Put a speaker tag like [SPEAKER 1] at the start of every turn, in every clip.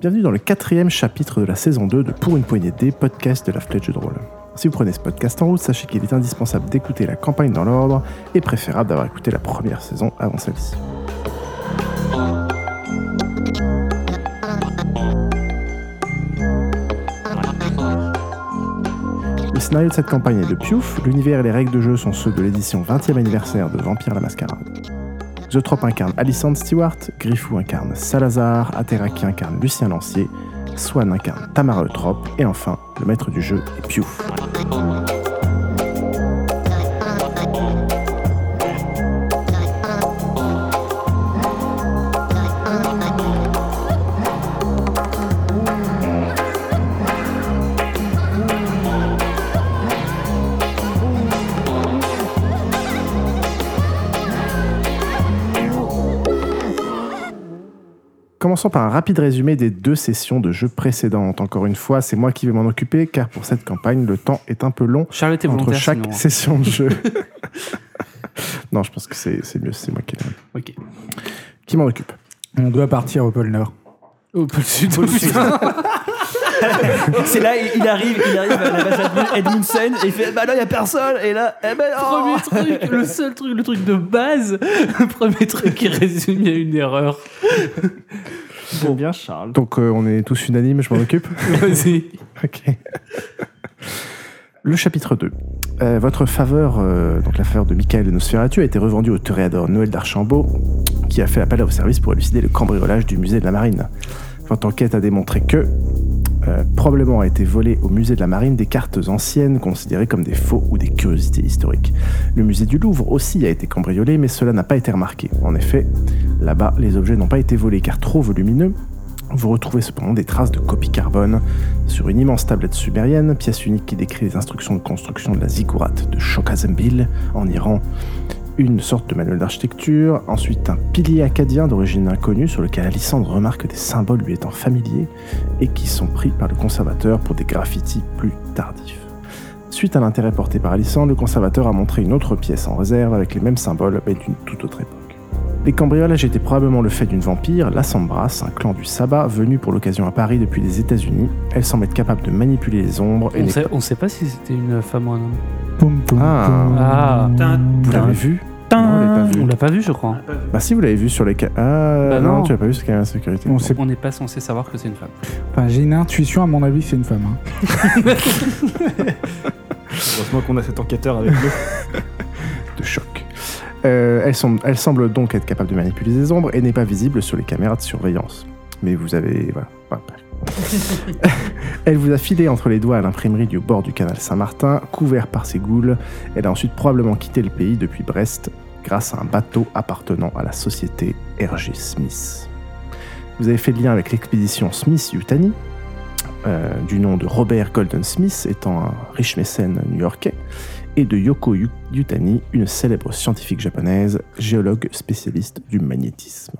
[SPEAKER 1] Bienvenue dans le quatrième chapitre de la saison 2 de Pour une poignée des podcasts de la Flèche de Drôle. Si vous prenez ce podcast en route, sachez qu'il est indispensable d'écouter la campagne dans l'ordre et préférable d'avoir écouté la première saison avant celle-ci. Le scénario de cette campagne est de Piouf, l'univers et les règles de jeu sont ceux de l'édition 20e anniversaire de Vampire la Mascarade. Zotrop incarne Alison Stewart, Griffou incarne Salazar, Ateraki incarne Lucien Lancier, Swan incarne Tamara Eutrope, et enfin, le maître du jeu est Piouf. Commençons par un rapide résumé des deux sessions de jeu précédentes. Encore une fois, c'est moi qui vais m'en occuper car pour cette campagne, le temps est un peu long
[SPEAKER 2] Charlotte est
[SPEAKER 1] entre
[SPEAKER 2] volontaire.
[SPEAKER 1] chaque
[SPEAKER 2] sinon, hein.
[SPEAKER 1] session de jeu. non, je pense que c'est c'est mieux, c'est moi qui,
[SPEAKER 2] Ok.
[SPEAKER 1] qui m'en occupe.
[SPEAKER 3] On doit partir au pôle Nord.
[SPEAKER 2] Au pôle sud.
[SPEAKER 4] C'est là, il il arrive, il arrive à la base Edmund- Edmundsen et il fait Bah là, il y a personne. Et là, eh ben non
[SPEAKER 2] Premier truc, le seul truc, le truc de base, le premier truc qui résume à une erreur.
[SPEAKER 4] Bon, bien Charles.
[SPEAKER 1] Donc euh, on est tous unanimes, je m'en occupe.
[SPEAKER 2] Vas-y.
[SPEAKER 1] Ok. Le chapitre 2. Euh, votre faveur, euh, donc la faveur de Michael de Nosferatu, a été revendue au toréador Noël d'Archambault, qui a fait appel à vos services pour élucider le cambriolage du musée de la marine. Votre enquête a démontré que, euh, probablement a été volé au musée de la marine des cartes anciennes considérées comme des faux ou des curiosités historiques. Le musée du Louvre aussi a été cambriolé, mais cela n'a pas été remarqué. En effet, là-bas, les objets n'ont pas été volés car trop volumineux. Vous retrouvez cependant des traces de copies carbone sur une immense tablette sumérienne, pièce unique qui décrit les instructions de construction de la ziggurat de Shokazembil en Iran, une sorte de manuel d'architecture, ensuite un pilier acadien d'origine inconnue sur lequel Alissandre remarque des symboles lui étant familiers et qui sont pris par le conservateur pour des graffitis plus tardifs. Suite à l'intérêt porté par Alissandre, le conservateur a montré une autre pièce en réserve avec les mêmes symboles mais d'une toute autre époque. Les cambriolages étaient probablement le fait d'une vampire, la Sambras, un clan du sabbat venu pour l'occasion à Paris depuis les États-Unis. Elle semble être capable de manipuler les ombres et
[SPEAKER 2] On
[SPEAKER 1] les.
[SPEAKER 2] sait, on sait pas si c'était une femme ou un homme.
[SPEAKER 3] Poum, poum,
[SPEAKER 1] Ah.
[SPEAKER 3] poum.
[SPEAKER 2] Ah.
[SPEAKER 1] Vous l'avez vu Non, on l'a pas vu.
[SPEAKER 2] On l'a pas vu, je crois.
[SPEAKER 1] Bah si, vous l'avez vu sur les. ca- Ah
[SPEAKER 2] Bah
[SPEAKER 1] non,
[SPEAKER 2] non.
[SPEAKER 1] tu l'as pas vu sur les caméras de sécurité.
[SPEAKER 3] On sait
[SPEAKER 2] On n'est pas censé savoir que c'est une femme.
[SPEAKER 3] pas. J'ai une intuition, à mon avis, c'est une femme. hein.
[SPEAKER 4] Heureusement qu'on a cet enquêteur avec nous.
[SPEAKER 1] de choc. Euh, elle, semble, elle semble donc être capable de manipuler les ombres et n'est pas visible sur les caméras de surveillance. Mais vous avez... Voilà. voilà, bref. elle vous a filé entre les doigts à l'imprimerie du bord du canal Saint-Martin, couvert par ses goules. Elle a ensuite probablement quitté le pays depuis Brest grâce à un bateau appartenant à la société R.G. Smith. Vous avez fait le lien avec l'expédition Smith-Yutani, euh, du nom de Robert Golden Smith, étant un riche mécène new-yorkais et de Yoko Yu- Yutani, une célèbre scientifique japonaise, géologue spécialiste du magnétisme.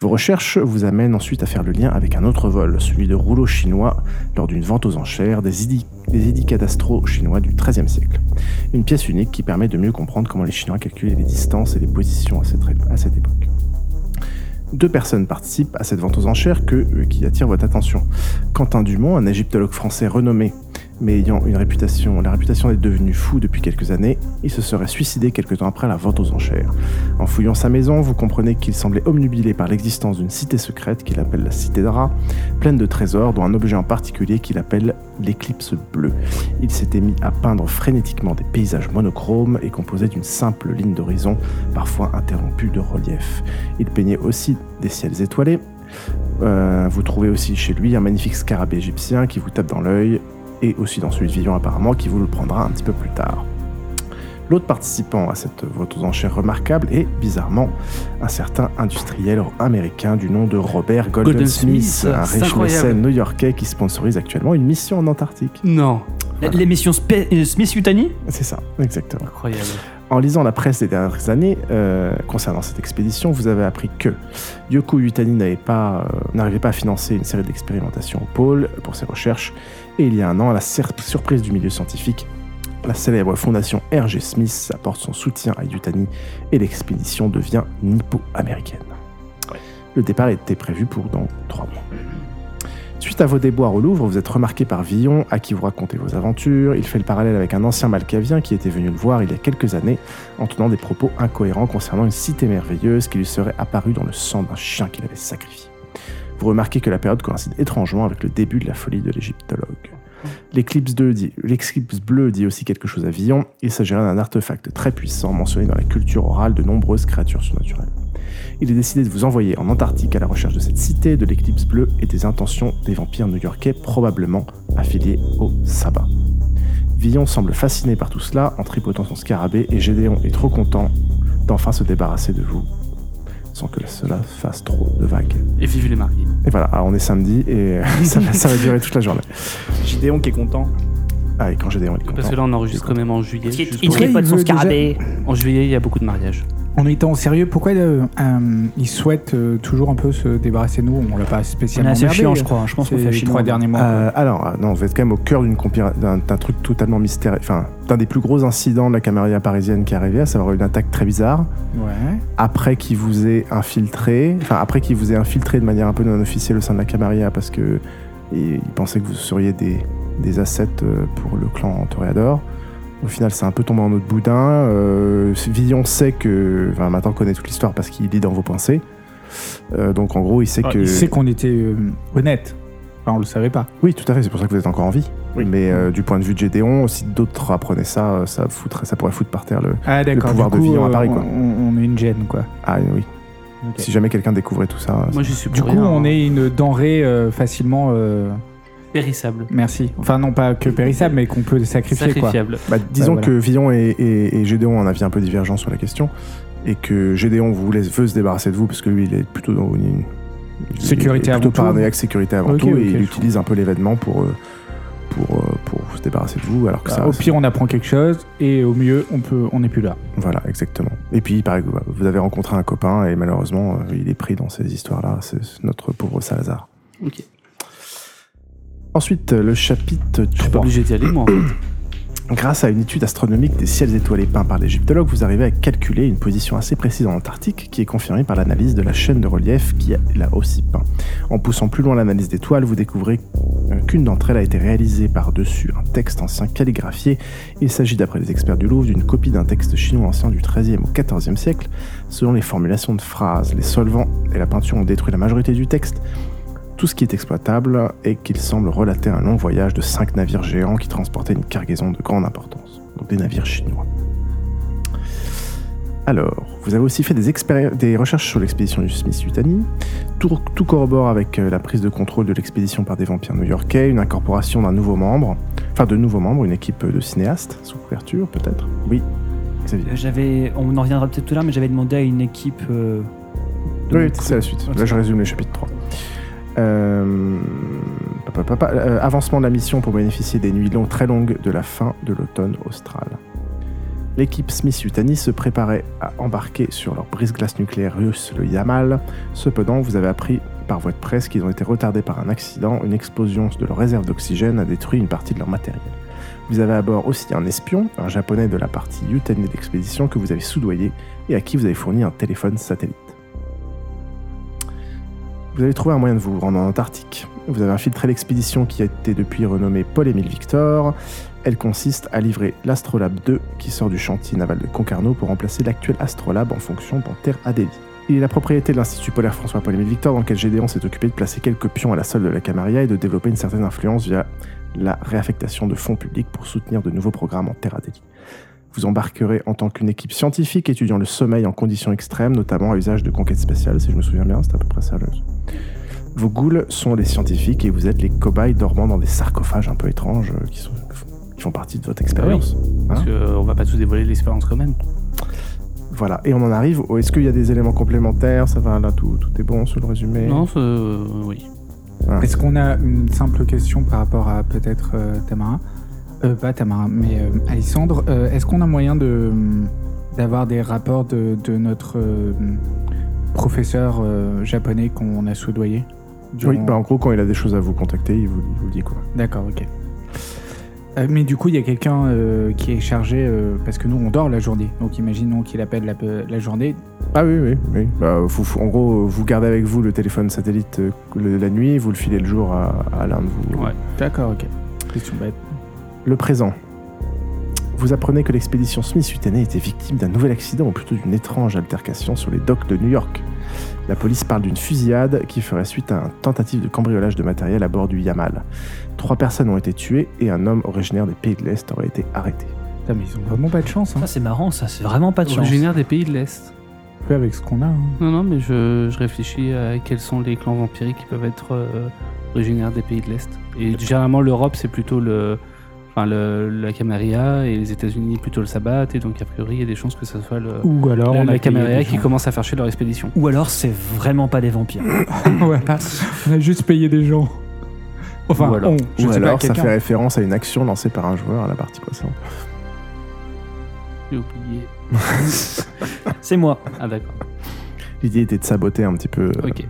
[SPEAKER 1] Vos recherches vous amènent ensuite à faire le lien avec un autre vol, celui de rouleaux chinois lors d'une vente aux enchères des idis, des idis cadastraux chinois du XIIIe siècle. Une pièce unique qui permet de mieux comprendre comment les Chinois calculaient les distances et les positions à cette, ré- à cette époque. Deux personnes participent à cette vente aux enchères que, euh, qui attire votre attention. Quentin Dumont, un égyptologue français renommé mais ayant une réputation, la réputation d'être devenu fou depuis quelques années, il se serait suicidé quelque temps après la vente aux enchères. En fouillant sa maison, vous comprenez qu'il semblait omnubilé par l'existence d'une cité secrète qu'il appelle la Cité d'Ara, pleine de trésors, dont un objet en particulier qu'il appelle l'éclipse bleue. Il s'était mis à peindre frénétiquement des paysages monochromes et composés d'une simple ligne d'horizon, parfois interrompue de relief. Il peignait aussi des ciels étoilés. Euh, vous trouvez aussi chez lui un magnifique scarabée égyptien qui vous tape dans l'œil et aussi dans celui de Vivant apparemment qui vous le prendra un petit peu plus tard. L'autre participant à cette vente aux enchères remarquable est, bizarrement, un certain industriel américain du nom de Robert Golden,
[SPEAKER 2] Golden
[SPEAKER 1] Smith,
[SPEAKER 2] Smith,
[SPEAKER 1] un
[SPEAKER 2] c'est
[SPEAKER 1] riche
[SPEAKER 2] incroyable.
[SPEAKER 1] mécène new-yorkais qui sponsorise actuellement une mission en Antarctique.
[SPEAKER 2] Non.
[SPEAKER 4] L'émission Spe- euh, Smith-Yutani
[SPEAKER 1] C'est ça, exactement.
[SPEAKER 2] Incroyable.
[SPEAKER 1] En lisant la presse des dernières années euh, concernant cette expédition, vous avez appris que Yoko Yutani n'avait pas, euh, n'arrivait pas à financer une série d'expérimentations au pôle pour ses recherches, et il y a un an, à la sur- surprise du milieu scientifique, la célèbre fondation R.G. Smith apporte son soutien à Yutani et l'expédition devient nippo-américaine. Le départ était prévu pour dans trois mois. Suite à vos déboires au Louvre, vous êtes remarqué par Villon, à qui vous racontez vos aventures. Il fait le parallèle avec un ancien Malcavien qui était venu le voir il y a quelques années en tenant des propos incohérents concernant une cité merveilleuse qui lui serait apparue dans le sang d'un chien qu'il avait sacrifié. Vous remarquez que la période coïncide étrangement avec le début de la folie de l'égyptologue. L'éclipse, de- dit- l'éclipse bleue dit aussi quelque chose à Villon. Il s'agirait d'un artefact très puissant mentionné dans la culture orale de nombreuses créatures surnaturelles. Il est décidé de vous envoyer en Antarctique à la recherche de cette cité, de l'éclipse bleue et des intentions des vampires new-yorkais probablement affiliés au sabbat. Villon semble fasciné par tout cela en tripotant son scarabée et Gédéon est trop content d'enfin se débarrasser de vous sans que cela fasse trop de vagues.
[SPEAKER 2] Et vive les mariés.
[SPEAKER 1] Et voilà, alors on est samedi et euh, ça, va, ça va durer toute la journée.
[SPEAKER 5] Gideon qui est content.
[SPEAKER 1] Ah, et quand Gédéon est
[SPEAKER 2] Parce que
[SPEAKER 1] content.
[SPEAKER 2] là, on enregistre quand même en juillet.
[SPEAKER 5] Parce qu'il-
[SPEAKER 2] juste
[SPEAKER 5] il
[SPEAKER 2] pour-
[SPEAKER 3] serait-
[SPEAKER 5] traite pas de son
[SPEAKER 3] il veut déjà-
[SPEAKER 5] scarabée.
[SPEAKER 2] En juillet, il y a beaucoup de mariages.
[SPEAKER 3] En étant sérieux, pourquoi euh, euh, ils souhaitent euh, toujours un peu se débarrasser de nous On l'a pas
[SPEAKER 4] On est
[SPEAKER 3] spécialement
[SPEAKER 4] assez
[SPEAKER 3] emmerdé,
[SPEAKER 4] chiant,
[SPEAKER 3] euh,
[SPEAKER 4] je crois. Je pense qu'on
[SPEAKER 3] ces
[SPEAKER 4] fait chiant.
[SPEAKER 3] trois derniers mois.
[SPEAKER 1] Euh, alors, euh, non, vous êtes quand même au cœur d'une compira- d'un d'un truc totalement mystérieux, enfin, d'un des plus gros incidents de la camarilla parisienne qui est arrivé, à savoir une attaque très bizarre,
[SPEAKER 3] Ouais.
[SPEAKER 1] après qu'il vous ait infiltré, enfin, après qu'il vous ait infiltré de manière un peu non officielle au sein de la camarilla, parce que il il pensait que vous seriez des, des assets euh, pour le clan Toréador. Au final, c'est un peu tombé en eau de boudin. Euh, Villon sait que, enfin, maintenant connaît toute l'histoire parce qu'il lit dans vos pensées. Euh, donc, en gros, il sait
[SPEAKER 5] Ah,
[SPEAKER 1] que.
[SPEAKER 3] Il sait qu'on était euh, honnête. Enfin, on le savait pas.
[SPEAKER 1] Oui, tout à fait, c'est pour ça que vous êtes encore en vie.
[SPEAKER 5] Oui.
[SPEAKER 1] Mais euh, du point de vue de Gédéon, si d'autres apprenaient ça, euh, ça, foutrait, ça pourrait foutre par terre le.
[SPEAKER 3] Ah
[SPEAKER 1] d'accord, pouvoir du de coup, Villon à Paris, quoi.
[SPEAKER 3] On, on est une gêne, quoi.
[SPEAKER 1] Ah oui. Si jamais quelqu'un découvrait tout ça. euh,
[SPEAKER 2] Moi, j'y suis
[SPEAKER 3] Du
[SPEAKER 2] pour
[SPEAKER 3] coup,
[SPEAKER 2] rien,
[SPEAKER 3] on
[SPEAKER 2] hein.
[SPEAKER 3] est une denrée euh, facilement. euh,
[SPEAKER 2] périssable.
[SPEAKER 3] merci. Enfin, non pas que périssable, mais qu'on peut sacrifier, quoi.
[SPEAKER 2] Sacrifiable.
[SPEAKER 1] bah, disons
[SPEAKER 3] voilà.
[SPEAKER 1] que Villon et, et, et Gédéon ont un avis un peu divergent sur la question. Et que Gédéon vous laisse, veut se débarrasser de vous parce que lui, il est plutôt dans une. il est plutôt
[SPEAKER 3] Sécurité avant tout.
[SPEAKER 1] paranoïaque, sécurité avant
[SPEAKER 3] Ok,
[SPEAKER 1] tout.
[SPEAKER 3] ok,
[SPEAKER 1] et
[SPEAKER 3] je
[SPEAKER 1] il utilise un peu l'événement pour. euh, pour, euh, pour se débarrasser de vous, alors que ça.
[SPEAKER 3] Bah, Au pire, on apprend quelque chose, et au mieux, on peut, on n'est plus là.
[SPEAKER 1] Voilà, exactement. Et puis, il paraît que vous avez rencontré un copain et malheureusement, euh, il est pris dans ces histoires-là. C'est c'est notre pauvre Salazar.
[SPEAKER 2] Ok.
[SPEAKER 1] Ensuite, le chapitre
[SPEAKER 2] Je suis pas
[SPEAKER 1] 3.
[SPEAKER 2] obligé d'y aller, moi. en fait.
[SPEAKER 1] Grâce à une étude astronomique des ciels étoilés peints par l'égyptologue, vous arrivez à calculer une position assez précise en Antarctique qui est confirmée par l'analyse de la chaîne de relief qui l'a aussi peint. En poussant plus loin l'analyse d'étoiles, vous découvrez euh, qu'une d'entre elles a été réalisée par-dessus un texte ancien calligraphié. Il s'agit, d'après les experts du Louvre, d'une copie d'un texte chinois ancien du XIIIe au XIVe siècle. Selon les formulations de phrases, les solvants et la peinture ont détruit la majorité du texte tout ce qui est exploitable et qu'il semble relater un long voyage de cinq navires géants qui transportaient une cargaison de grande importance, donc des navires chinois. Alors, vous avez aussi fait des, expéri- des recherches sur l'expédition du Smith-Yutani. Tout, tout corrobore avec euh, la prise de contrôle de l'expédition par des vampires new-yorkais, une incorporation d'un nouveau membre, enfin de nouveaux membres, une équipe de cinéastes, sous couverture peut-être Oui, Xavier.
[SPEAKER 4] J'avais, on en reviendra peut-être tout à l'heure, mais j'avais demandé à une équipe. euh, de
[SPEAKER 1] Oui,
[SPEAKER 4] notre-
[SPEAKER 1] c'est la suite. Là, je résume le chapitre 3. Euh, pa, pa, pa, pa, euh, avancement de la mission pour bénéficier des nuits longues, très longues de la fin de l'automne austral. L'équipe Smith-Yutani se préparait à embarquer sur leur brise-glace nucléaire russe, le Yamal. Cependant, vous avez appris par voie de presse qu'ils ont été retardés par un accident. Une explosion de leur réserve d'oxygène a détruit une partie de leur matériel. Vous avez à bord aussi un espion, un japonais de la partie Yutani de l'expédition que vous avez soudoyé et à qui vous avez fourni un téléphone satellite. Vous avez trouvé un moyen de vous rendre en Antarctique. Vous avez infiltré l'expédition qui a été depuis renommée Paul-Émile Victor. Elle consiste à livrer l'Astrolabe 2 qui sort du chantier naval de Concarneau pour remplacer l'actuel Astrolabe en fonction d'Anterre Adélie. Il est la propriété de l'Institut polaire François-Paul-Émile Victor dans lequel Gédéon s'est occupé de placer quelques pions à la solde de la Camarilla et de développer une certaine influence via la réaffectation de fonds publics pour soutenir de nouveaux programmes en Terre Adélie. Vous embarquerez en tant qu'une équipe scientifique étudiant le sommeil en conditions extrêmes, notamment à usage de conquêtes spatiales, si je me souviens bien, c'est à peu près ça le, vos ghouls sont les scientifiques et vous êtes les cobayes dormant dans des sarcophages un peu étranges euh, qui, sont- qui font partie de votre expérience.
[SPEAKER 2] Parce qu'on va pas tous dévoiler l'expérience quand même.
[SPEAKER 1] Voilà, et on en arrive au est-ce qu'il y a des éléments complémentaires Ça va, là tout, tout est bon sur le résumé
[SPEAKER 2] Non, c'est- euh, oui.
[SPEAKER 3] Est-ce qu'on a une simple question par rapport à peut-être euh, Tamara Euh, Pas Tamara, mais euh, Alexandre. Euh, Est-ce qu'on a moyen de d'avoir des rapports de, de notre euh, professeur euh, japonais qu'on a soudoyé
[SPEAKER 1] Oui,
[SPEAKER 3] durant-
[SPEAKER 1] bah, en gros, quand il a des choses à vous contacter, il vous, il vous le dit quoi.
[SPEAKER 3] D'accord, ok. Euh, mais du coup, il y a quelqu'un euh, qui est chargé, euh, parce que nous, on dort la journée. Donc imaginons qu'il appelle la, pe- la journée.
[SPEAKER 1] Ah oui, oui, oui. Bah, vous- vous- en gros, vous gardez avec vous le téléphone satellite euh, le- la nuit, vous le filez le jour à, à l'un de vous.
[SPEAKER 2] Ouais.
[SPEAKER 3] D'accord, ok. Question bête.
[SPEAKER 1] Le présent. Vous apprenez que l'expédition Smith Utenay était victime d'un nouvel accident, ou plutôt d'une étrange altercation sur les docks de New York. La police parle d'une fusillade qui ferait suite à une tentative de cambriolage de matériel à bord du Yamal. Trois personnes ont été tuées et un homme originaire des pays de l'Est aurait été arrêté.
[SPEAKER 3] Putain, mais ils ont vraiment pas de chance. Hein.
[SPEAKER 4] Ça, c'est marrant, ça. C'est vraiment pas de chance.
[SPEAKER 2] Originaire des pays de l'Est.
[SPEAKER 3] Peu avec ce qu'on a. hein.
[SPEAKER 2] Non, non, mais je, je réfléchis à quels sont les clans vampiriques qui peuvent être euh, originaires des pays de l'Est. Et généralement, l'Europe, c'est plutôt le, enfin, le, la Camarilla et les États-Unis, plutôt le Sabbat. Et donc, a priori, il y a des chances que ce soit le,
[SPEAKER 3] Ou alors,
[SPEAKER 2] la,
[SPEAKER 3] on a
[SPEAKER 2] la
[SPEAKER 3] payé
[SPEAKER 2] Camarilla
[SPEAKER 3] des
[SPEAKER 2] qui
[SPEAKER 3] gens.
[SPEAKER 2] commence à faire chier leur expédition.
[SPEAKER 4] Ou alors, c'est vraiment pas des vampires.
[SPEAKER 3] Voilà. On a juste payé des gens. Enfin,
[SPEAKER 2] Ou alors-
[SPEAKER 3] on, je
[SPEAKER 1] Ou
[SPEAKER 3] sais
[SPEAKER 1] alors,
[SPEAKER 3] pas,
[SPEAKER 1] ça
[SPEAKER 3] quelqu'un.
[SPEAKER 1] fait référence à une action lancée par un joueur à la partie précédente.
[SPEAKER 2] J'ai oublié.
[SPEAKER 4] C'est moi,
[SPEAKER 2] Ah, d'accord.
[SPEAKER 1] L'idée était de saboter un petit peu. euh,
[SPEAKER 2] Ok.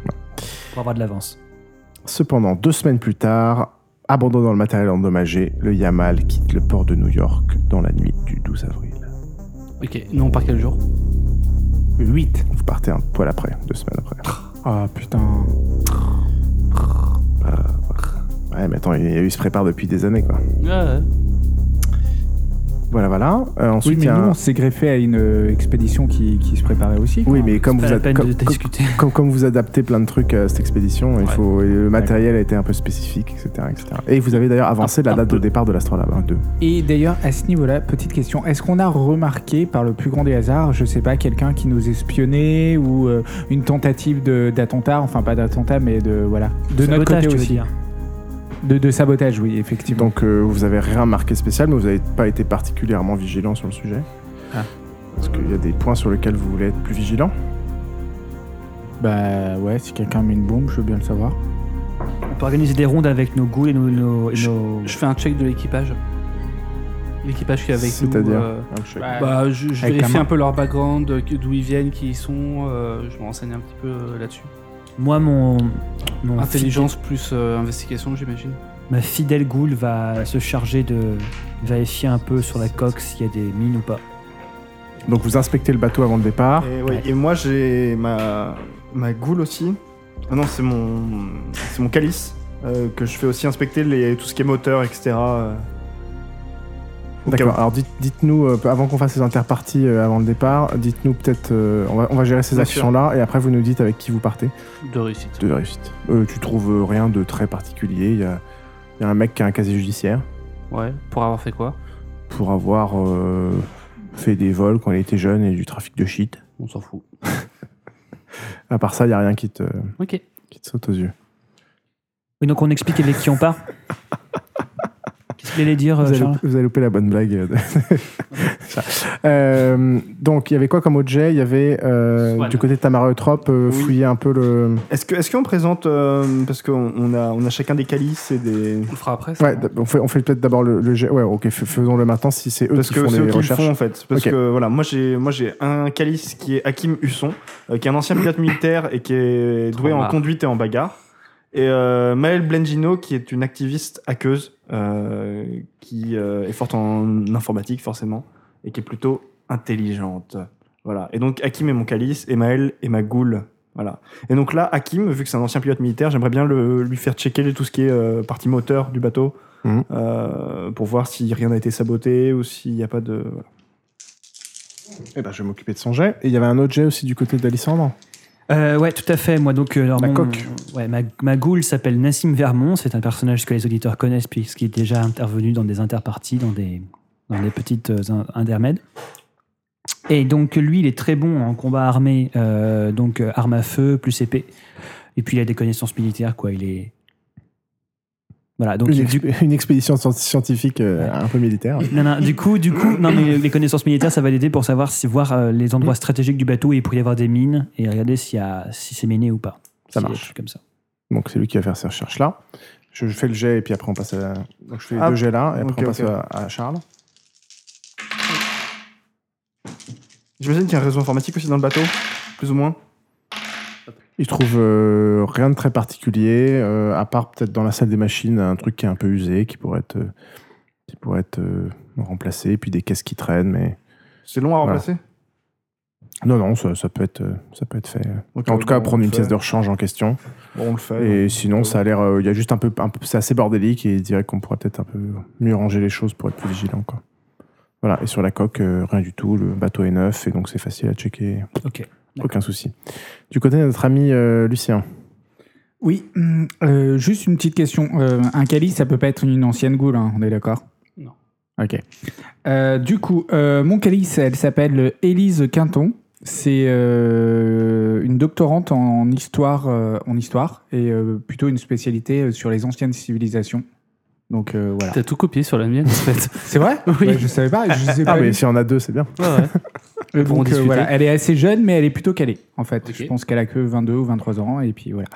[SPEAKER 4] pour avoir de l'avance.
[SPEAKER 1] Cependant, deux semaines plus tard, abandonnant le matériel endommagé, le Yamal quitte le port de New York dans la nuit du 12 avril.
[SPEAKER 2] Ok, nous, on part quel jour
[SPEAKER 3] 8.
[SPEAKER 1] Vous partez un poil après, deux semaines après.
[SPEAKER 3] Ah putain.
[SPEAKER 1] Ouais, mais attends, il, il se prépare depuis des années, quoi.
[SPEAKER 2] Ah, ouais.
[SPEAKER 1] Voilà, voilà. Euh, ensuite,
[SPEAKER 3] oui, mais
[SPEAKER 1] il y a
[SPEAKER 3] nous,
[SPEAKER 1] un-
[SPEAKER 3] on s'est greffé à une euh, expédition qui, qui se préparait aussi.
[SPEAKER 1] Oui,
[SPEAKER 3] quoi.
[SPEAKER 1] mais comme
[SPEAKER 4] Pas
[SPEAKER 1] vous,
[SPEAKER 4] la
[SPEAKER 1] ad-
[SPEAKER 4] peine
[SPEAKER 1] comme-
[SPEAKER 4] de
[SPEAKER 1] comme-
[SPEAKER 4] discuter.
[SPEAKER 1] comme- comme vous adaptez plein de trucs à cette expédition, il
[SPEAKER 2] Ouais.
[SPEAKER 1] faut, et le matériel a été un peu spécifique, etc. etc. Et vous avez d'ailleurs avancé la
[SPEAKER 2] un
[SPEAKER 1] date de
[SPEAKER 2] peu.
[SPEAKER 1] départ de l'Astrolabe hein, 2.
[SPEAKER 3] Et d'ailleurs, à ce niveau-là, petite question, est-ce qu'on a remarqué par le plus grand des hasards, je sais pas, quelqu'un qui nous espionnait ou euh, une tentative de- d'attentat, enfin pas d'attentat, mais de voilà, de notre
[SPEAKER 4] Sabotage,
[SPEAKER 3] côté
[SPEAKER 4] tu veux
[SPEAKER 3] aussi,
[SPEAKER 4] dire.
[SPEAKER 3] de, de sabotage, oui, effectivement.
[SPEAKER 1] Donc, euh, vous avez rien marqué spécial, mais vous n'avez pas été particulièrement vigilant sur le sujet.
[SPEAKER 3] Ah.
[SPEAKER 1] Parce qu'il y a des points sur lesquels vous voulez être plus vigilant.
[SPEAKER 3] Bah ouais, si quelqu'un met une bombe, je veux bien le savoir.
[SPEAKER 4] On peut organiser des rondes avec nos ghouls et nos. nos- et nos-
[SPEAKER 2] Je fais un check de l'équipage. L'équipage qui est avec nous.
[SPEAKER 1] C'est-à-dire
[SPEAKER 2] euh,
[SPEAKER 3] Bah,
[SPEAKER 2] Bah, je, je
[SPEAKER 3] Avec la
[SPEAKER 2] vérifie
[SPEAKER 3] main.
[SPEAKER 2] un peu leur background, euh, que- d'où ils viennent, qui ils sont. euh, je me renseigne un petit peu euh, là-dessus.
[SPEAKER 4] Moi, mon. mon
[SPEAKER 2] Intelligence plus euh, investigation, j'imagine.
[SPEAKER 4] fi- ma fidèle ghoul va se charger de vérifier un peu sur la coque s'il y a des mines ou pas.
[SPEAKER 1] Donc vous inspectez le bateau avant le départ.
[SPEAKER 5] Et, ouais, et moi, j'ai ma, ma goule aussi. Ah non, c'est mon, c'est mon calice euh, que je fais aussi inspecter les, tout ce qui est moteur, etc. euh, au cas
[SPEAKER 1] D'accord.
[SPEAKER 5] où.
[SPEAKER 1] Alors dites- dites-nous euh, avant qu'on fasse les interparties euh, avant le départ, dites-nous peut-être euh, on, va, on va gérer ces
[SPEAKER 5] Bien
[SPEAKER 1] actions là et après vous nous dites avec qui vous partez.
[SPEAKER 2] De réussite.
[SPEAKER 1] De réussite. Euh, tu trouves euh, rien de très particulier. Il y a, il y a un mec qui a un casier judiciaire
[SPEAKER 2] Ouais, pour avoir fait quoi
[SPEAKER 1] pour avoir euh, fait des vols quand il était jeune et du trafic de shit.
[SPEAKER 2] On s'en fout.
[SPEAKER 1] À part ça, il y a rien qui te,
[SPEAKER 2] Ok.
[SPEAKER 1] qui te saute aux yeux.
[SPEAKER 4] Oui, donc on explique avec qui on part. Qu'est-ce qu'il allait dire,
[SPEAKER 1] Vous
[SPEAKER 4] euh,
[SPEAKER 1] avez,
[SPEAKER 4] Charles
[SPEAKER 1] vous avez loupé la bonne blague. euh, de- Ça. Euh, donc il y avait quoi comme objet Il y avait euh,
[SPEAKER 2] Swan.
[SPEAKER 1] du côté de Tamara Eutrope euh,
[SPEAKER 5] Oui.
[SPEAKER 1] fouiller un peu le.
[SPEAKER 5] Est-ce que- est-ce qu'on présente. euh, parce qu'on on a, on a chacun des calices et des.
[SPEAKER 2] On le fera après ça
[SPEAKER 1] Ouais, d- on fait, on fait peut-être d'abord le, le jet. Ouais, ok, f- faisons-le maintenant si c'est eux
[SPEAKER 5] Parce
[SPEAKER 1] qui
[SPEAKER 5] que
[SPEAKER 1] font
[SPEAKER 5] c'est
[SPEAKER 1] les
[SPEAKER 5] eux qui le
[SPEAKER 1] recherches.
[SPEAKER 5] font en fait. Parce
[SPEAKER 1] Ok.
[SPEAKER 5] que voilà, moi j'ai moi j'ai un calice qui est Hakim Husson, euh, qui est un ancien pilote militaire et qui est doué
[SPEAKER 2] Trop
[SPEAKER 5] en
[SPEAKER 2] marre.
[SPEAKER 5] conduite et en bagarre. Et euh, Maëlle Blengino, qui est une activiste hackeuse, euh, qui euh, est forte en informatique forcément, et qui est plutôt intelligente. Voilà. Et donc Hakim est mon calice, et Maël est ma goule. Voilà. Et donc là, Hakim, vu que c'est un ancien pilote militaire, j'aimerais bien le- lui faire checker tout ce qui est euh, partie moteur du bateau
[SPEAKER 1] Mhm.
[SPEAKER 5] euh, pour voir si rien n'a été saboté ou s'il n'y a pas de. voilà.
[SPEAKER 1] Eh ben, je vais m'occuper de son jet. Et il y avait un autre jet aussi du côté d'Alissandre.
[SPEAKER 4] Euh, ouais, tout à fait. Moi, donc, euh, alors,
[SPEAKER 1] La
[SPEAKER 4] mon-
[SPEAKER 1] coque.
[SPEAKER 4] Ouais, ma, ma goule s'appelle Nassim Vermont. C'est un personnage que les auditeurs connaissent puisqu'il est déjà intervenu dans des interparties, dans des, dans des petites euh, in- intermèdes. Et donc, lui, il est très bon en combat armé, euh, donc euh, arme à feu plus épée. Et puis, il a des connaissances militaires, quoi. Il est. Voilà, donc
[SPEAKER 1] Une,
[SPEAKER 4] il- du,
[SPEAKER 1] expé- une expédition scien- scientifique euh, un peu militaire.
[SPEAKER 4] non, non, du coup, du coup, non, mais les connaissances militaires, ça va l'aider pour savoir si voir euh, les endroits stratégiques du bateau et pour y avoir des mines et regarder s'il y a, si c'est miné ou pas.
[SPEAKER 1] Ça
[SPEAKER 4] S'il y a des
[SPEAKER 1] marche.
[SPEAKER 4] trucs Comme ça.
[SPEAKER 1] Donc c'est lui qui va faire ces recherches-là. Je je fais le jet et puis après on passe à. la- Donc je fais les
[SPEAKER 5] Ah.
[SPEAKER 1] deux jets là et après
[SPEAKER 5] Ok,
[SPEAKER 1] on passe
[SPEAKER 5] ok.
[SPEAKER 1] à, à Charles.
[SPEAKER 5] J'imagine qu'il y a un réseau informatique aussi dans le bateau, plus ou moins.
[SPEAKER 1] Il trouve euh, rien de très particulier, euh, à part peut-être dans la salle des machines un truc qui est un peu usé, qui pourrait être euh, qui pourraient être euh, remplacés, et puis des caisses qui traînent, mais
[SPEAKER 5] C'est long à
[SPEAKER 1] Voilà.
[SPEAKER 5] remplacer
[SPEAKER 1] non, non, ça, ça peut être, euh, ça peut être fait.
[SPEAKER 5] Ok,
[SPEAKER 1] En tout cas,
[SPEAKER 5] bon, on
[SPEAKER 1] prendre
[SPEAKER 5] le
[SPEAKER 1] une
[SPEAKER 5] fait.
[SPEAKER 1] pièce de rechange en question.
[SPEAKER 5] Bon, on le fait. hein.
[SPEAKER 1] Et sinon, ça a l'air, euh, il y a juste un peu, un peu- c'est assez bordélique et je dirais qu'on pourrait peut-être un peu mieux ranger les choses pour être plus vigilant, quoi. Voilà. Et sur la coque, euh, rien du tout. Le bateau est neuf et donc c'est facile à checker.
[SPEAKER 4] Ok.
[SPEAKER 1] Aucun souci. Du côté de notre ami euh, Lucien.
[SPEAKER 3] Oui, hum, euh, juste une petite question. Euh, un calice, ça peut pas être une ancienne goule, hein, on est d'accord
[SPEAKER 2] Non.
[SPEAKER 3] Ok. Euh, du coup, euh, mon calice, elle s'appelle euh, Élise Quinton. C'est euh, une doctorante en histoire, euh, en histoire et euh, plutôt une spécialité euh, sur les anciennes civilisations. Donc euh, voilà.
[SPEAKER 2] T'as tout copié sur la mienne, en fait.
[SPEAKER 3] C'est vrai
[SPEAKER 2] Oui.
[SPEAKER 3] Ouais, Je savais pas. Je sais
[SPEAKER 1] Ah,
[SPEAKER 3] pas
[SPEAKER 1] mais
[SPEAKER 3] lu.
[SPEAKER 1] si on a deux, c'est bien.
[SPEAKER 3] Euh,
[SPEAKER 2] Pour en
[SPEAKER 3] donc, euh,
[SPEAKER 2] discuter.
[SPEAKER 3] voilà, elle est assez jeune, mais elle est plutôt calée, en fait.
[SPEAKER 2] Ok.
[SPEAKER 3] Je pense qu'elle a que 22 ou 23 ans, et puis voilà.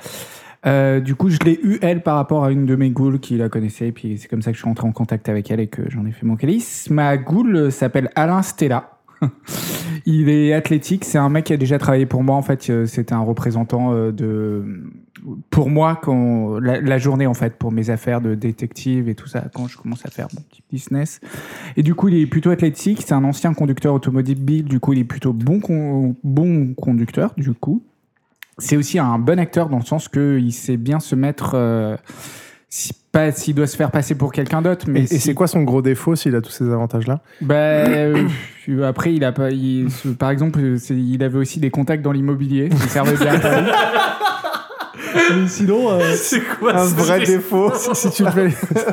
[SPEAKER 3] Euh, du coup, je l'ai eu, elle, par rapport à une de mes goules qui la connaissait, et puis c'est comme ça que je suis entré en contact avec elle et que j'en ai fait mon calice. Ma goule euh, s'appelle Alain Stella. Il est athlétique, c'est un mec qui a déjà travaillé pour moi, en fait. euh, C'était un représentant euh, de. Pour moi, quand, la, la journée, en fait, pour mes affaires de détective et tout ça, quand je commence à faire mon petit business. Et du coup, il est plutôt athlétique. C'est un ancien conducteur automobile. Du coup, il est plutôt bon, con- bon conducteur. Du coup, c'est aussi un bon acteur dans le sens que il sait bien se mettre. euh, si- pas s'il doit se faire passer pour quelqu'un d'autre,
[SPEAKER 1] Et,
[SPEAKER 3] mais
[SPEAKER 1] et
[SPEAKER 3] si-
[SPEAKER 1] c'est quoi son gros défaut s'il a tous ces avantages-là
[SPEAKER 3] bah, euh, après, il a pas. il- ce- par exemple, c'est- il avait aussi des contacts dans l'immobilier. Il servait bien. à lui. Mais sinon, euh,
[SPEAKER 2] C'est quoi
[SPEAKER 5] Un vrai défaut.
[SPEAKER 1] Si tu le fais.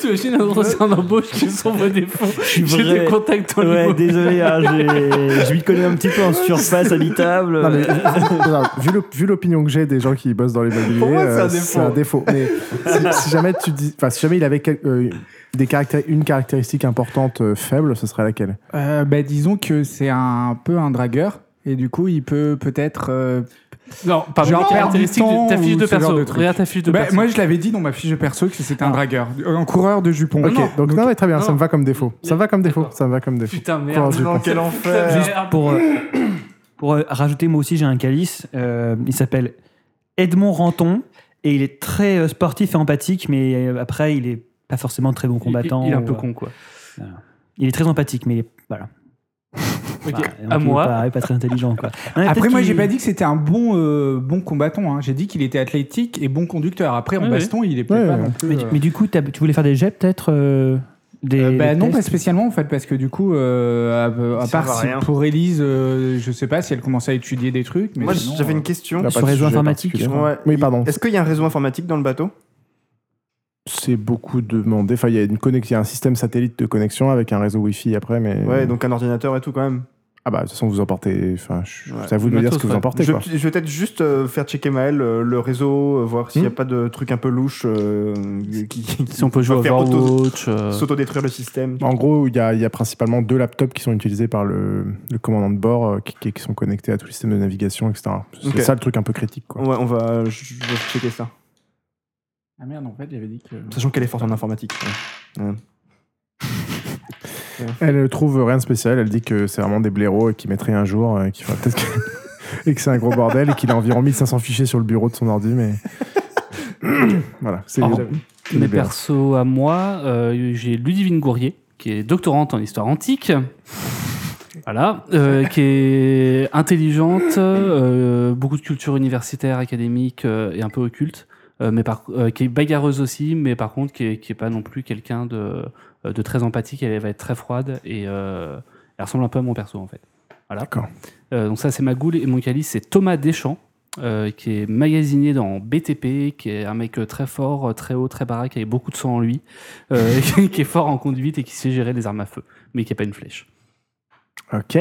[SPEAKER 2] Tu imagines un entretien d'embauche qui sont vos défauts
[SPEAKER 4] suis
[SPEAKER 2] J'ai
[SPEAKER 4] vrai-
[SPEAKER 2] des contacts dans
[SPEAKER 4] Ouais,
[SPEAKER 2] le
[SPEAKER 4] désolé, hein, j'ai- je m'y connais un petit peu en surface habitable.
[SPEAKER 1] Non, mais, non, vu le- vu l'opinion que j'ai des gens qui bossent dans l'immobilier,
[SPEAKER 5] Pour moi, c'est un
[SPEAKER 1] euh,
[SPEAKER 5] défaut.
[SPEAKER 1] c'est un défaut. Mais si, si jamais tu dis, enfin, si jamais il avait quel- euh, des caractéri- une caractéristique importante euh, faible, ce serait laquelle
[SPEAKER 3] euh, bah, disons que c'est un peu un dragueur. Et du coup, il peut peut-être. euh,
[SPEAKER 2] Non, parmi
[SPEAKER 3] Genre
[SPEAKER 2] les
[SPEAKER 3] perdre
[SPEAKER 2] caractéristiques
[SPEAKER 3] du temps
[SPEAKER 2] de ta fiche
[SPEAKER 3] ou
[SPEAKER 2] de
[SPEAKER 3] ce genre
[SPEAKER 2] perso.
[SPEAKER 3] de truc.
[SPEAKER 2] Regarde ta fiche de
[SPEAKER 3] bah,
[SPEAKER 2] perso. Ah.
[SPEAKER 3] moi, je l'avais dit dans ma fiche de perso que c'était un dragueur, un coureur de jupons.
[SPEAKER 2] Bah,
[SPEAKER 1] Ok, donc non, mais très bien,
[SPEAKER 2] non.
[SPEAKER 1] ça me va comme défaut. Ça me va comme défaut.
[SPEAKER 2] D'accord.
[SPEAKER 1] Ça me va comme défaut.
[SPEAKER 2] Putain,
[SPEAKER 1] Quand
[SPEAKER 2] merde.
[SPEAKER 1] j'ai
[SPEAKER 5] Ah, Non,
[SPEAKER 1] pensé-
[SPEAKER 5] quel enfer.
[SPEAKER 2] Juste
[SPEAKER 4] pour, euh, pour euh, rajouter, moi aussi, j'ai un calice. euh, il s'appelle Edmond Ranton et il est très euh, sportif et empathique, mais euh, après, il est pas forcément très bon combattant.
[SPEAKER 2] Il, il est un peu
[SPEAKER 4] ou, euh,
[SPEAKER 2] con, quoi.
[SPEAKER 4] Il est très empathique, mais il est. Voilà. Voilà, donc il est
[SPEAKER 2] moi.
[SPEAKER 4] Pas, il est pas très intelligent, quoi. Non, mais
[SPEAKER 3] Après,
[SPEAKER 4] peut-être
[SPEAKER 3] moi,
[SPEAKER 4] qu'il-
[SPEAKER 3] j'ai pas dit que c'était un bon, euh, bon combattant. hein. J'ai dit qu'il était athlétique et bon conducteur. Après, en
[SPEAKER 2] Ouais,
[SPEAKER 3] baston, il est peut-être
[SPEAKER 1] Ouais,
[SPEAKER 3] pas
[SPEAKER 1] ouais.
[SPEAKER 3] non plus.
[SPEAKER 4] Mais, du-
[SPEAKER 3] euh,
[SPEAKER 4] mais du coup, t'as- tu voulais faire des jets, peut-être euh, des,
[SPEAKER 3] Euh, bah
[SPEAKER 4] des
[SPEAKER 3] non,
[SPEAKER 4] tests
[SPEAKER 3] pas spécialement en fait, parce que du coup, euh, à- à,
[SPEAKER 5] Ça
[SPEAKER 3] part
[SPEAKER 5] va
[SPEAKER 3] si-
[SPEAKER 5] rien.
[SPEAKER 3] pour Elise, euh, je sais pas si elle commence à étudier des trucs. Mais
[SPEAKER 5] Moi,
[SPEAKER 3] sinon,
[SPEAKER 5] j'avais
[SPEAKER 3] euh,
[SPEAKER 5] une question.
[SPEAKER 1] Il y a
[SPEAKER 4] Sur
[SPEAKER 1] pas de
[SPEAKER 4] réseau
[SPEAKER 1] sujet
[SPEAKER 4] informatique,
[SPEAKER 1] particulier.
[SPEAKER 4] je
[SPEAKER 5] crois. Ouais.
[SPEAKER 1] Oui, pardon.
[SPEAKER 5] Est-ce qu'il y a un réseau informatique dans le bateau
[SPEAKER 1] C'est beaucoup demandé. Enfin, il y a une connexion, il y a un système satellite de connexion avec un réseau Wi-Fi après, mais
[SPEAKER 5] Ouais, donc un ordinateur et tout quand même.
[SPEAKER 1] ah bah de toute façon vous emportez. Enfin, je-
[SPEAKER 5] Ouais.
[SPEAKER 1] c'est à vous de me
[SPEAKER 2] Matos,
[SPEAKER 1] dire ce que vous
[SPEAKER 2] ouais.
[SPEAKER 1] emportez.
[SPEAKER 5] Je,
[SPEAKER 1] Quoi.
[SPEAKER 5] je vais peut-être juste euh, faire checker Maël euh, le réseau, euh, voir s'il n'y a
[SPEAKER 1] Hmm.
[SPEAKER 5] pas de truc un peu louche euh, qui, qui
[SPEAKER 2] Si on peut jouer à
[SPEAKER 5] faire auto-
[SPEAKER 2] Overwatch. euh,
[SPEAKER 5] s'autodétruire le système.
[SPEAKER 1] En gros, il y, a, il y a principalement deux laptops qui sont utilisés par le, le commandant de bord, euh, qui, qui- qui sont connectés à tout le système de navigation, etc. C'est
[SPEAKER 5] Ok.
[SPEAKER 1] ça le truc un peu critique. Quoi.
[SPEAKER 5] Ouais, on va, je, je vais checker ça.
[SPEAKER 3] Ah merde, en fait, j'avais dit que.
[SPEAKER 5] Sachant qu'elle est forte en informatique.
[SPEAKER 1] Elle ne trouve rien de spécial. Elle dit que c'est vraiment des blaireaux et qu'ils mettraient un jour, euh, qu'il faudrait peut-être que- et que c'est un gros bordel et qu'il a environ 1500 fichiers sur le bureau de son ordi, mais voilà. C'est
[SPEAKER 2] Oh,
[SPEAKER 1] c'est
[SPEAKER 2] mes
[SPEAKER 1] des blaireaux.
[SPEAKER 2] persos à moi, euh, j'ai Ludivine Gourrier, qui est doctorante en histoire antique. Voilà, euh, qui est intelligente, euh, beaucoup de culture universitaire, académique euh, et un peu occulte, euh, mais par, euh, qui est bagarreuse aussi, mais par contre qui est, qui est pas non plus quelqu'un de, euh, de très empathique. Elle va être très froide et euh, elle ressemble un peu à mon perso en fait. Voilà.
[SPEAKER 1] D'accord.
[SPEAKER 2] Euh, donc ça, c'est ma goule. Et mon calice, c'est Thomas Deschamps, euh, qui est magasinier dans BTP, qui est un mec euh, très fort, euh, très haut, très baraque, qui a beaucoup de sang en lui, euh, qui- qui est fort en conduite et qui sait gérer les armes à feu, mais qui n'a pas une flèche.
[SPEAKER 1] Ok.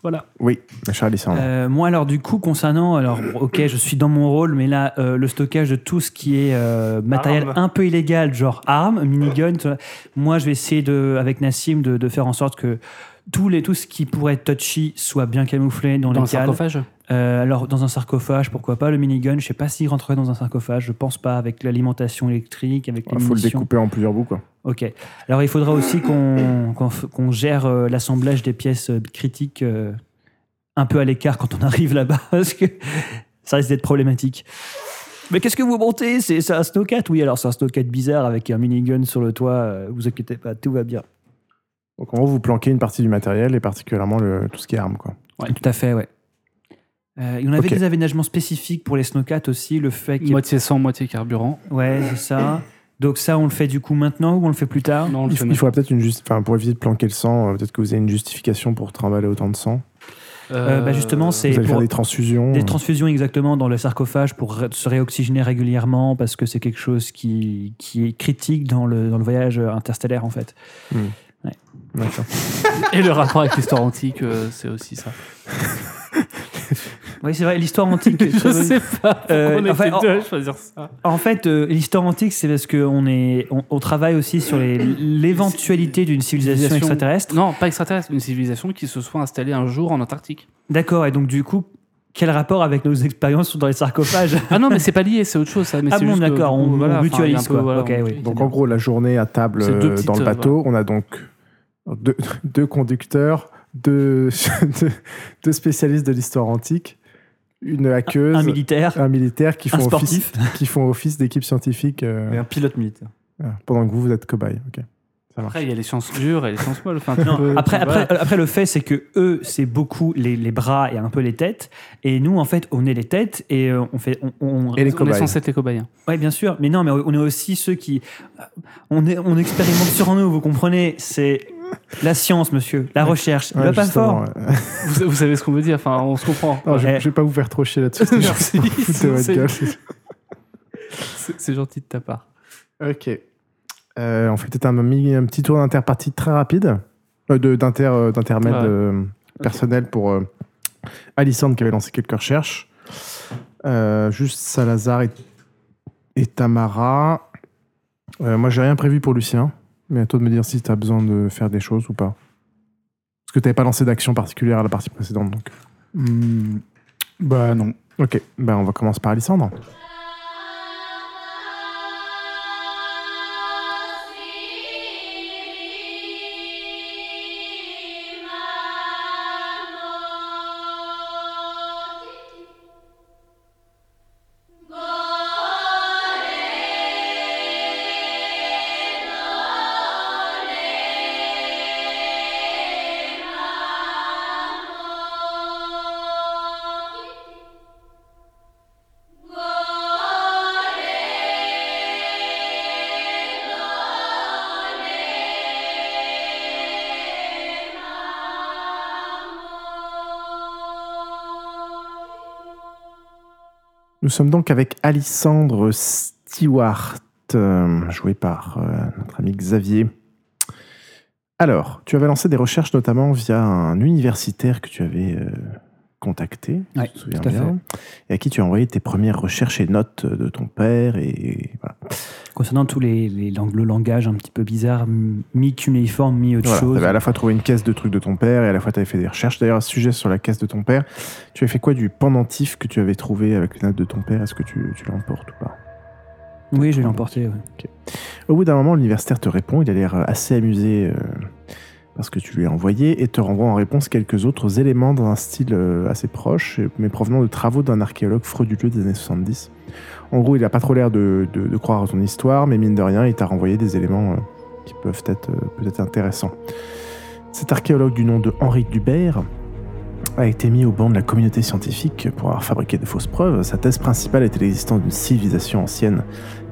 [SPEAKER 2] Voilà.
[SPEAKER 1] Oui, ma chère Alice. Armand.
[SPEAKER 4] Euh, moi, alors, du coup, concernant. Alors, ok, je suis dans mon rôle, mais là, euh, le stockage de tout ce qui est euh, matériel
[SPEAKER 5] Armes.
[SPEAKER 4] un peu illégal, genre armes, minigun, tout ça, moi, je vais essayer, de, avec Nassim, de, de faire en sorte que tous les, tout ce qui pourrait être touchy soit bien camouflé dans,
[SPEAKER 2] Dans
[SPEAKER 4] les
[SPEAKER 2] le
[SPEAKER 4] cales.
[SPEAKER 2] sarcophage
[SPEAKER 4] Euh, alors, dans un sarcophage, pourquoi pas Le minigun, je sais pas s'il rentrerait dans un sarcophage, je pense pas, avec l'alimentation électrique, avec les
[SPEAKER 1] Il faut le
[SPEAKER 4] munitions.
[SPEAKER 1] découper en plusieurs bouts, quoi.
[SPEAKER 4] Ok. Alors, il faudra aussi qu'on qu'on f- qu'on gère euh, l'assemblage des pièces euh, critiques euh, un peu à l'écart quand on arrive là-bas, parce que ça risque d'être problématique. Mais qu'est-ce que vous montez C'est c'est un snowcat Oui, alors c'est un snowcat bizarre avec un minigun sur le toit. euh, Vous inquiétez pas, tout va bien.
[SPEAKER 1] Donc en gros, vous planquez une partie du matériel et particulièrement le- tout ce qui est armes. Quoi.
[SPEAKER 2] Ouais.
[SPEAKER 4] Tout à fait, ouais. Euh, on avait
[SPEAKER 1] Ok.
[SPEAKER 4] des aménagements spécifiques pour les snowcats aussi, le fait que.
[SPEAKER 2] Moitié sang, moitié carburant.
[SPEAKER 4] Ouais, c'est ça. Donc ça, on le fait du coup maintenant ou on le fait plus tard
[SPEAKER 2] Non, on le
[SPEAKER 1] Il,
[SPEAKER 2] fait
[SPEAKER 1] faut- il faudrait peut-être une justi- enfin, pour éviter de planquer le sang, euh, peut-être que vous avez une justification pour trimballer autant de sang.
[SPEAKER 2] maintenant.
[SPEAKER 4] Euh, bah, justement, c'est
[SPEAKER 1] vous allez
[SPEAKER 4] pour-
[SPEAKER 1] faire des transfusions.
[SPEAKER 2] Hmm.
[SPEAKER 4] Des
[SPEAKER 1] euh.
[SPEAKER 4] transfusions exactement dans le sarcophage pour ré- se réoxygéner régulièrement parce que c'est quelque chose qui, qui est critique dans le, dans le voyage interstellaire en fait.
[SPEAKER 1] D'accord.
[SPEAKER 2] Euh, Et le rapport avec l'histoire antique, euh, c'est aussi ça.
[SPEAKER 4] Oui, c'est vrai, l'histoire antique.
[SPEAKER 2] Je sais pas.
[SPEAKER 4] Euh,
[SPEAKER 2] on
[SPEAKER 4] enfin,
[SPEAKER 2] était
[SPEAKER 4] en-
[SPEAKER 2] deux à choisir ça.
[SPEAKER 4] En fait, euh, l'histoire antique, c'est parce qu'on on, on travaille aussi sur les- l'éventualité d'une civilisation
[SPEAKER 2] Civilisation.
[SPEAKER 4] extraterrestre.
[SPEAKER 2] Non, pas extraterrestre, une civilisation qui se soit installée un jour en Antarctique.
[SPEAKER 4] D'accord, et donc du coup, quel rapport avec nos expériences dans les sarcophages
[SPEAKER 2] Ah non, mais c'est pas lié, c'est autre chose ça. Mais
[SPEAKER 4] Ah
[SPEAKER 2] c'est
[SPEAKER 4] bon,
[SPEAKER 2] juste que,
[SPEAKER 4] d'accord,
[SPEAKER 2] du coup,
[SPEAKER 4] on- on
[SPEAKER 2] enfin, il y a
[SPEAKER 4] mutualise,
[SPEAKER 2] un peu,
[SPEAKER 4] quoi.
[SPEAKER 2] voilà,
[SPEAKER 4] Ok,
[SPEAKER 2] on
[SPEAKER 4] oui.
[SPEAKER 2] mutualise.
[SPEAKER 1] Donc en gros, la journée à table
[SPEAKER 2] C'est deux
[SPEAKER 1] euh,
[SPEAKER 2] petites,
[SPEAKER 1] dans le
[SPEAKER 2] euh,
[SPEAKER 1] bateau, on a donc deux, deux conducteurs, deux, deux, deux spécialistes de l'histoire antique, une hackeuse,
[SPEAKER 4] Un militaire,
[SPEAKER 1] un militaire qui
[SPEAKER 4] un
[SPEAKER 1] font office,
[SPEAKER 4] sportif.
[SPEAKER 1] qui font office d'équipe scientifique euh,
[SPEAKER 5] Et un pilote militaire.
[SPEAKER 1] ah, pendant que vous vous êtes cobaye. Ok.
[SPEAKER 2] Après, il y a les sciences dures et les sciences molles. Enfin,
[SPEAKER 4] Non,
[SPEAKER 2] tu peux-
[SPEAKER 4] après,
[SPEAKER 2] tu-
[SPEAKER 4] après,
[SPEAKER 2] voilà.
[SPEAKER 4] après, le fait, c'est que eux, c'est beaucoup les, les bras et un peu les têtes. Et nous, en fait, on est les têtes et euh, on fait. On, on-
[SPEAKER 1] Et les
[SPEAKER 2] on est
[SPEAKER 1] cobayes.
[SPEAKER 2] censé être les cobayes. hein.
[SPEAKER 4] Ouais, bien sûr. Mais non, mais on est aussi ceux qui. euh, On, est, on expérimente sur nous, vous comprenez C'est la science, monsieur. La
[SPEAKER 1] Ouais.
[SPEAKER 4] recherche.
[SPEAKER 1] Ouais,
[SPEAKER 4] Le pas
[SPEAKER 1] Ah, justement,
[SPEAKER 4] fort.
[SPEAKER 1] ouais.
[SPEAKER 2] Vous, vous savez ce qu'on veut dire, enfin, on se comprend.
[SPEAKER 1] Non, je,
[SPEAKER 4] Eh.
[SPEAKER 1] je vais pas vous faire trop chier là-dessus. c'était juste
[SPEAKER 2] Merci,
[SPEAKER 1] pour vous Ah, foutre de votre
[SPEAKER 2] c'est-
[SPEAKER 1] gueule.
[SPEAKER 2] C'est c'est gentil de ta part.
[SPEAKER 1] Ok. Euh, on fait peut-être un, mini- un petit tour d'interpartie très rapide, euh, de- d'inter- euh, d'intermède
[SPEAKER 2] Ouais.
[SPEAKER 1] euh, personnel pour euh, Alissandre qui avait lancé quelques recherches. Euh, juste Salazar et, et Tamara. Euh, moi, j'ai rien prévu pour Lucien, mais à toi de me dire si tu as besoin de faire des choses ou pas. Parce que tu n'avais pas lancé d'action particulière à la partie précédente. Donc.
[SPEAKER 3] Hmm, bah non.
[SPEAKER 1] Ok, ben, on va commencer par Alissandre. Nous sommes donc avec Alissandre Stewart, euh, joué par euh, notre ami Xavier. Alors, tu avais lancé des recherches notamment via un universitaire que tu avais euh, contacté, si
[SPEAKER 4] Ouais,
[SPEAKER 1] je me souviens
[SPEAKER 4] tout à
[SPEAKER 1] bien, et à qui tu as envoyé tes premières recherches et notes euh, de ton père. Et, voilà,
[SPEAKER 4] Concernant tous les, les lang- le langage un petit peu bizarre, m- mi-cunéiforme, mi-autre
[SPEAKER 1] Voilà,
[SPEAKER 4] chose.
[SPEAKER 1] t'avais à la fois trouvé une caisse de trucs de ton père et à la fois tu avais fait des recherches. D'ailleurs, à ce sujet sur la caisse de ton père, tu as fait quoi du pendentif que tu avais trouvé avec les notes de ton père Est-ce que tu, tu l'emportes ou pas
[SPEAKER 4] Oui, je vais l'emporter. ouais.
[SPEAKER 1] Au bout d'un moment, l'universitaire te répond, il a l'air assez amusé euh, parce que tu lui as envoyé, et te renvoie en réponse quelques autres éléments dans un style euh, assez proche, mais provenant de travaux d'un archéologue frauduleux des années 70. En gros, il a pas trop l'air de, de- de croire à ton histoire, mais mine de rien, il t'a renvoyé des éléments euh, qui peuvent être euh, peut-être intéressants. Cet archéologue du nom de Henri Dubert a été mis au banc de la communauté scientifique pour avoir fabriqué de fausses preuves. Sa thèse principale était l'existence d'une civilisation ancienne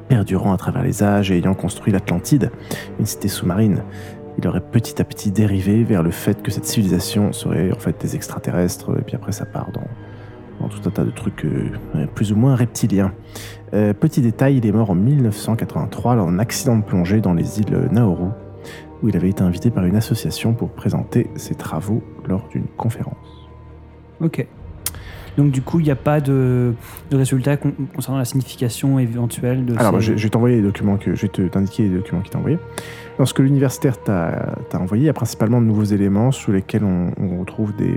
[SPEAKER 1] perdurant à travers les âges et ayant construit l'Atlantide, une cité sous-marine. Il aurait petit à petit dérivé vers le fait que cette civilisation serait en fait des extraterrestres, et puis après ça part dans, dans tout un tas de trucs euh, euh, plus ou moins reptiliens. Euh, petit détail, il est mort en 1983 lors d'un accident de plongée dans les îles Nauru, où il avait été invité par une association pour présenter ses travaux lors d'une conférence.
[SPEAKER 4] Ok. Donc, du coup, il n'y a pas de, de résultat con- concernant la signification éventuelle de
[SPEAKER 1] Alors, bah,
[SPEAKER 4] ces-
[SPEAKER 1] je je vais t'envoyer les documents que je vais te- t'indiquer les documents qu'il t'a envoyés. Dans ce que l'universitaire t'a t'a envoyé, il y a principalement de nouveaux éléments sous lesquels on, on retrouve des,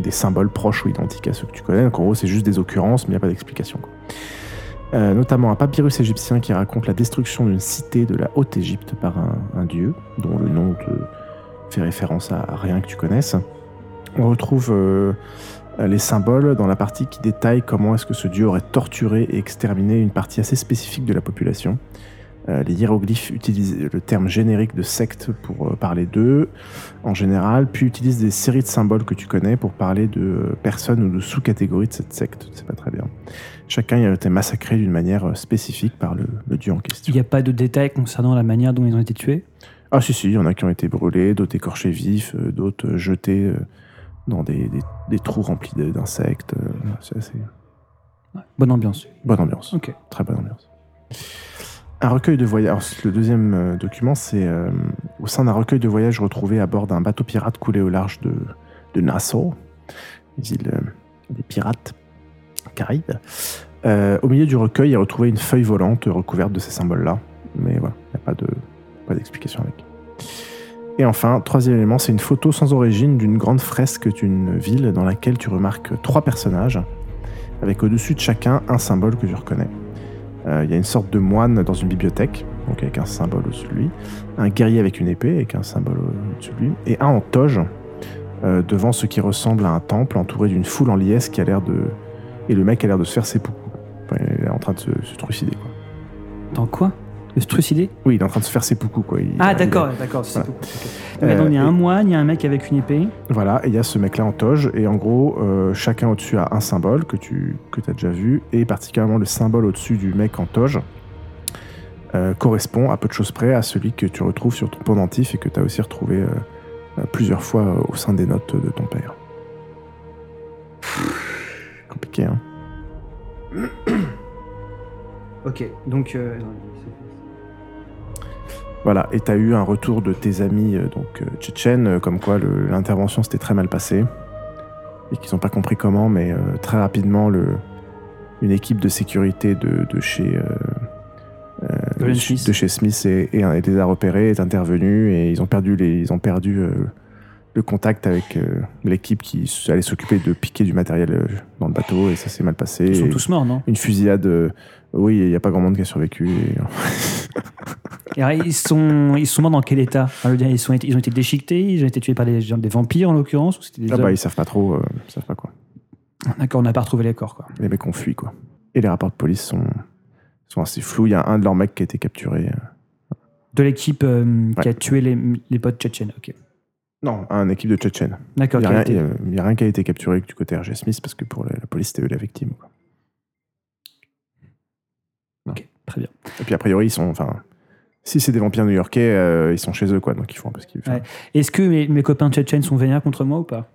[SPEAKER 1] des symboles proches ou identiques à ceux que tu connais. Donc, en gros, c'est juste des occurrences, mais il n'y a pas d'explication. quoi. Euh, notamment un papyrus égyptien qui raconte la destruction d'une cité de la Haute-Égypte par un, un dieu, dont le nom te fait référence à, à rien que tu connaisses. On retrouve euh, euh, les symboles dans la partie qui détaille comment est-ce que ce dieu aurait torturé et exterminé une partie assez spécifique de la population. Euh, les hiéroglyphes utilisent le terme générique de secte pour euh, parler d'eux en général, puis utilisent des séries de symboles que tu connais pour parler de euh, personnes ou de sous-catégories de cette secte. C'est pas très bien. Chacun a été massacré d'une manière euh, spécifique par le, le dieu en question.
[SPEAKER 4] Il n'y a pas de détails concernant la manière dont ils ont été tués.
[SPEAKER 1] Ah si, si, il y en a qui ont été brûlés, d'autres écorchés vifs, euh, d'autres euh, jetés euh, dans des, des- des trous remplis de- d'insectes. euh, voilà, C'est assez...
[SPEAKER 4] Ouais, Bonne ambiance.
[SPEAKER 1] Bonne ambiance.
[SPEAKER 4] Ok.
[SPEAKER 1] Très bonne ambiance. Un recueil de voyage. alors, Le deuxième euh, document, c'est euh, au sein d'un recueil de voyage retrouvé à bord d'un bateau pirate coulé au large de, de Nassau, les îles euh, des pirates caraïbes. Euh, au milieu du recueil, il y a retrouvé une feuille volante recouverte de ces symboles-là. Mais voilà, il n'y a pas de- pas d'explication avec. Et enfin, troisième élément, c'est une photo sans origine d'une grande fresque d'une ville dans laquelle tu remarques trois personnages avec au-dessus de chacun un symbole que je reconnais. Euh, Il y a une sorte de moine dans une bibliothèque, donc avec un symbole au-dessus de lui, un guerrier avec une épée avec un symbole au-dessus de lui, et un en toge euh, devant ce qui ressemble à un temple entouré d'une foule en liesse qui a l'air de. Et le mec a l'air de se faire ses poucous. Enfin, il est en train de se, se trucider, quoi.
[SPEAKER 4] Dans quoi Le trucider
[SPEAKER 1] Oui, il est en train de se faire ses poucous, quoi. Il- il
[SPEAKER 4] Ah,
[SPEAKER 1] est-
[SPEAKER 4] d'accord, d'accord. c'est
[SPEAKER 1] Voilà.
[SPEAKER 4] tout. Mais
[SPEAKER 1] Euh,
[SPEAKER 4] donc, il y a
[SPEAKER 1] et-
[SPEAKER 4] un moine, il y a un mec avec une épée.
[SPEAKER 1] Voilà, et il y a ce mec-là en toge, et en gros, euh, chacun au-dessus a un symbole que tu que as déjà vu, et particulièrement le symbole au-dessus du mec en toge euh, correspond à peu de choses près à celui que tu retrouves sur ton pendentif et que tu as aussi retrouvé euh, euh, plusieurs fois euh, au sein des notes de ton père. Compliqué, hein
[SPEAKER 4] Ok, donc. euh,
[SPEAKER 1] Voilà, et t'as eu un retour de tes amis euh, donc euh, tchétchènes, euh, comme quoi le- l'intervention s'était très mal passée et qu'ils n'ont pas compris comment, mais euh, très rapidement le, une équipe de sécurité de, de chez euh, euh,
[SPEAKER 4] Golden
[SPEAKER 1] de,
[SPEAKER 4] Smith.
[SPEAKER 1] de chez Smith et, et, et les a repérés, est intervenue et ils ont perdu les, ils ont perdu euh, le contact avec euh, l'équipe qui s- allait s'occuper de piquer du matériel euh, dans le bateau et ça s'est mal passé.
[SPEAKER 4] Ils sont
[SPEAKER 1] Et
[SPEAKER 4] tous morts, non
[SPEAKER 1] Une fusillade, euh, oui, il n'y a pas grand monde qui a survécu. et-
[SPEAKER 4] Et alors, ils, sont, ils sont morts dans quel état Enfin, je veux dire, ils, sont, ils ont été déchiquetés, ils ont été tués par des, genre des vampires en l'occurrence ou c'était des
[SPEAKER 1] Ah bah
[SPEAKER 4] hommes
[SPEAKER 1] ils savent pas trop, euh, ils savent pas quoi.
[SPEAKER 4] D'accord, on n'a pas retrouvé les corps, quoi.
[SPEAKER 1] les mecs ont fui quoi. Et les rapports de police sont, sont assez flous. Il y a un de leurs mecs qui a été capturé. euh,
[SPEAKER 4] De l'équipe euh, qui
[SPEAKER 1] Ouais.
[SPEAKER 4] a tué les, les potes tchétchènes, ok.
[SPEAKER 1] Non, un équipe de Tchétchènes. Il
[SPEAKER 4] D'accord,
[SPEAKER 1] n'y a,
[SPEAKER 4] qui
[SPEAKER 1] rien-
[SPEAKER 4] a été-
[SPEAKER 1] il y a- il y a rien qui a été capturé du côté RG Smith parce que pour la, la police, c'était eux la victime. quoi.
[SPEAKER 4] ok, très bien.
[SPEAKER 1] Et puis a priori, ils sont. Enfin, si c'est des vampires new-yorkais, euh, ils sont chez eux quoi. Donc ils font un peu ce qu'ils veulent.
[SPEAKER 4] Ouais. Est-ce que mes, mes copains tchétchènes sont vénères contre moi ou pas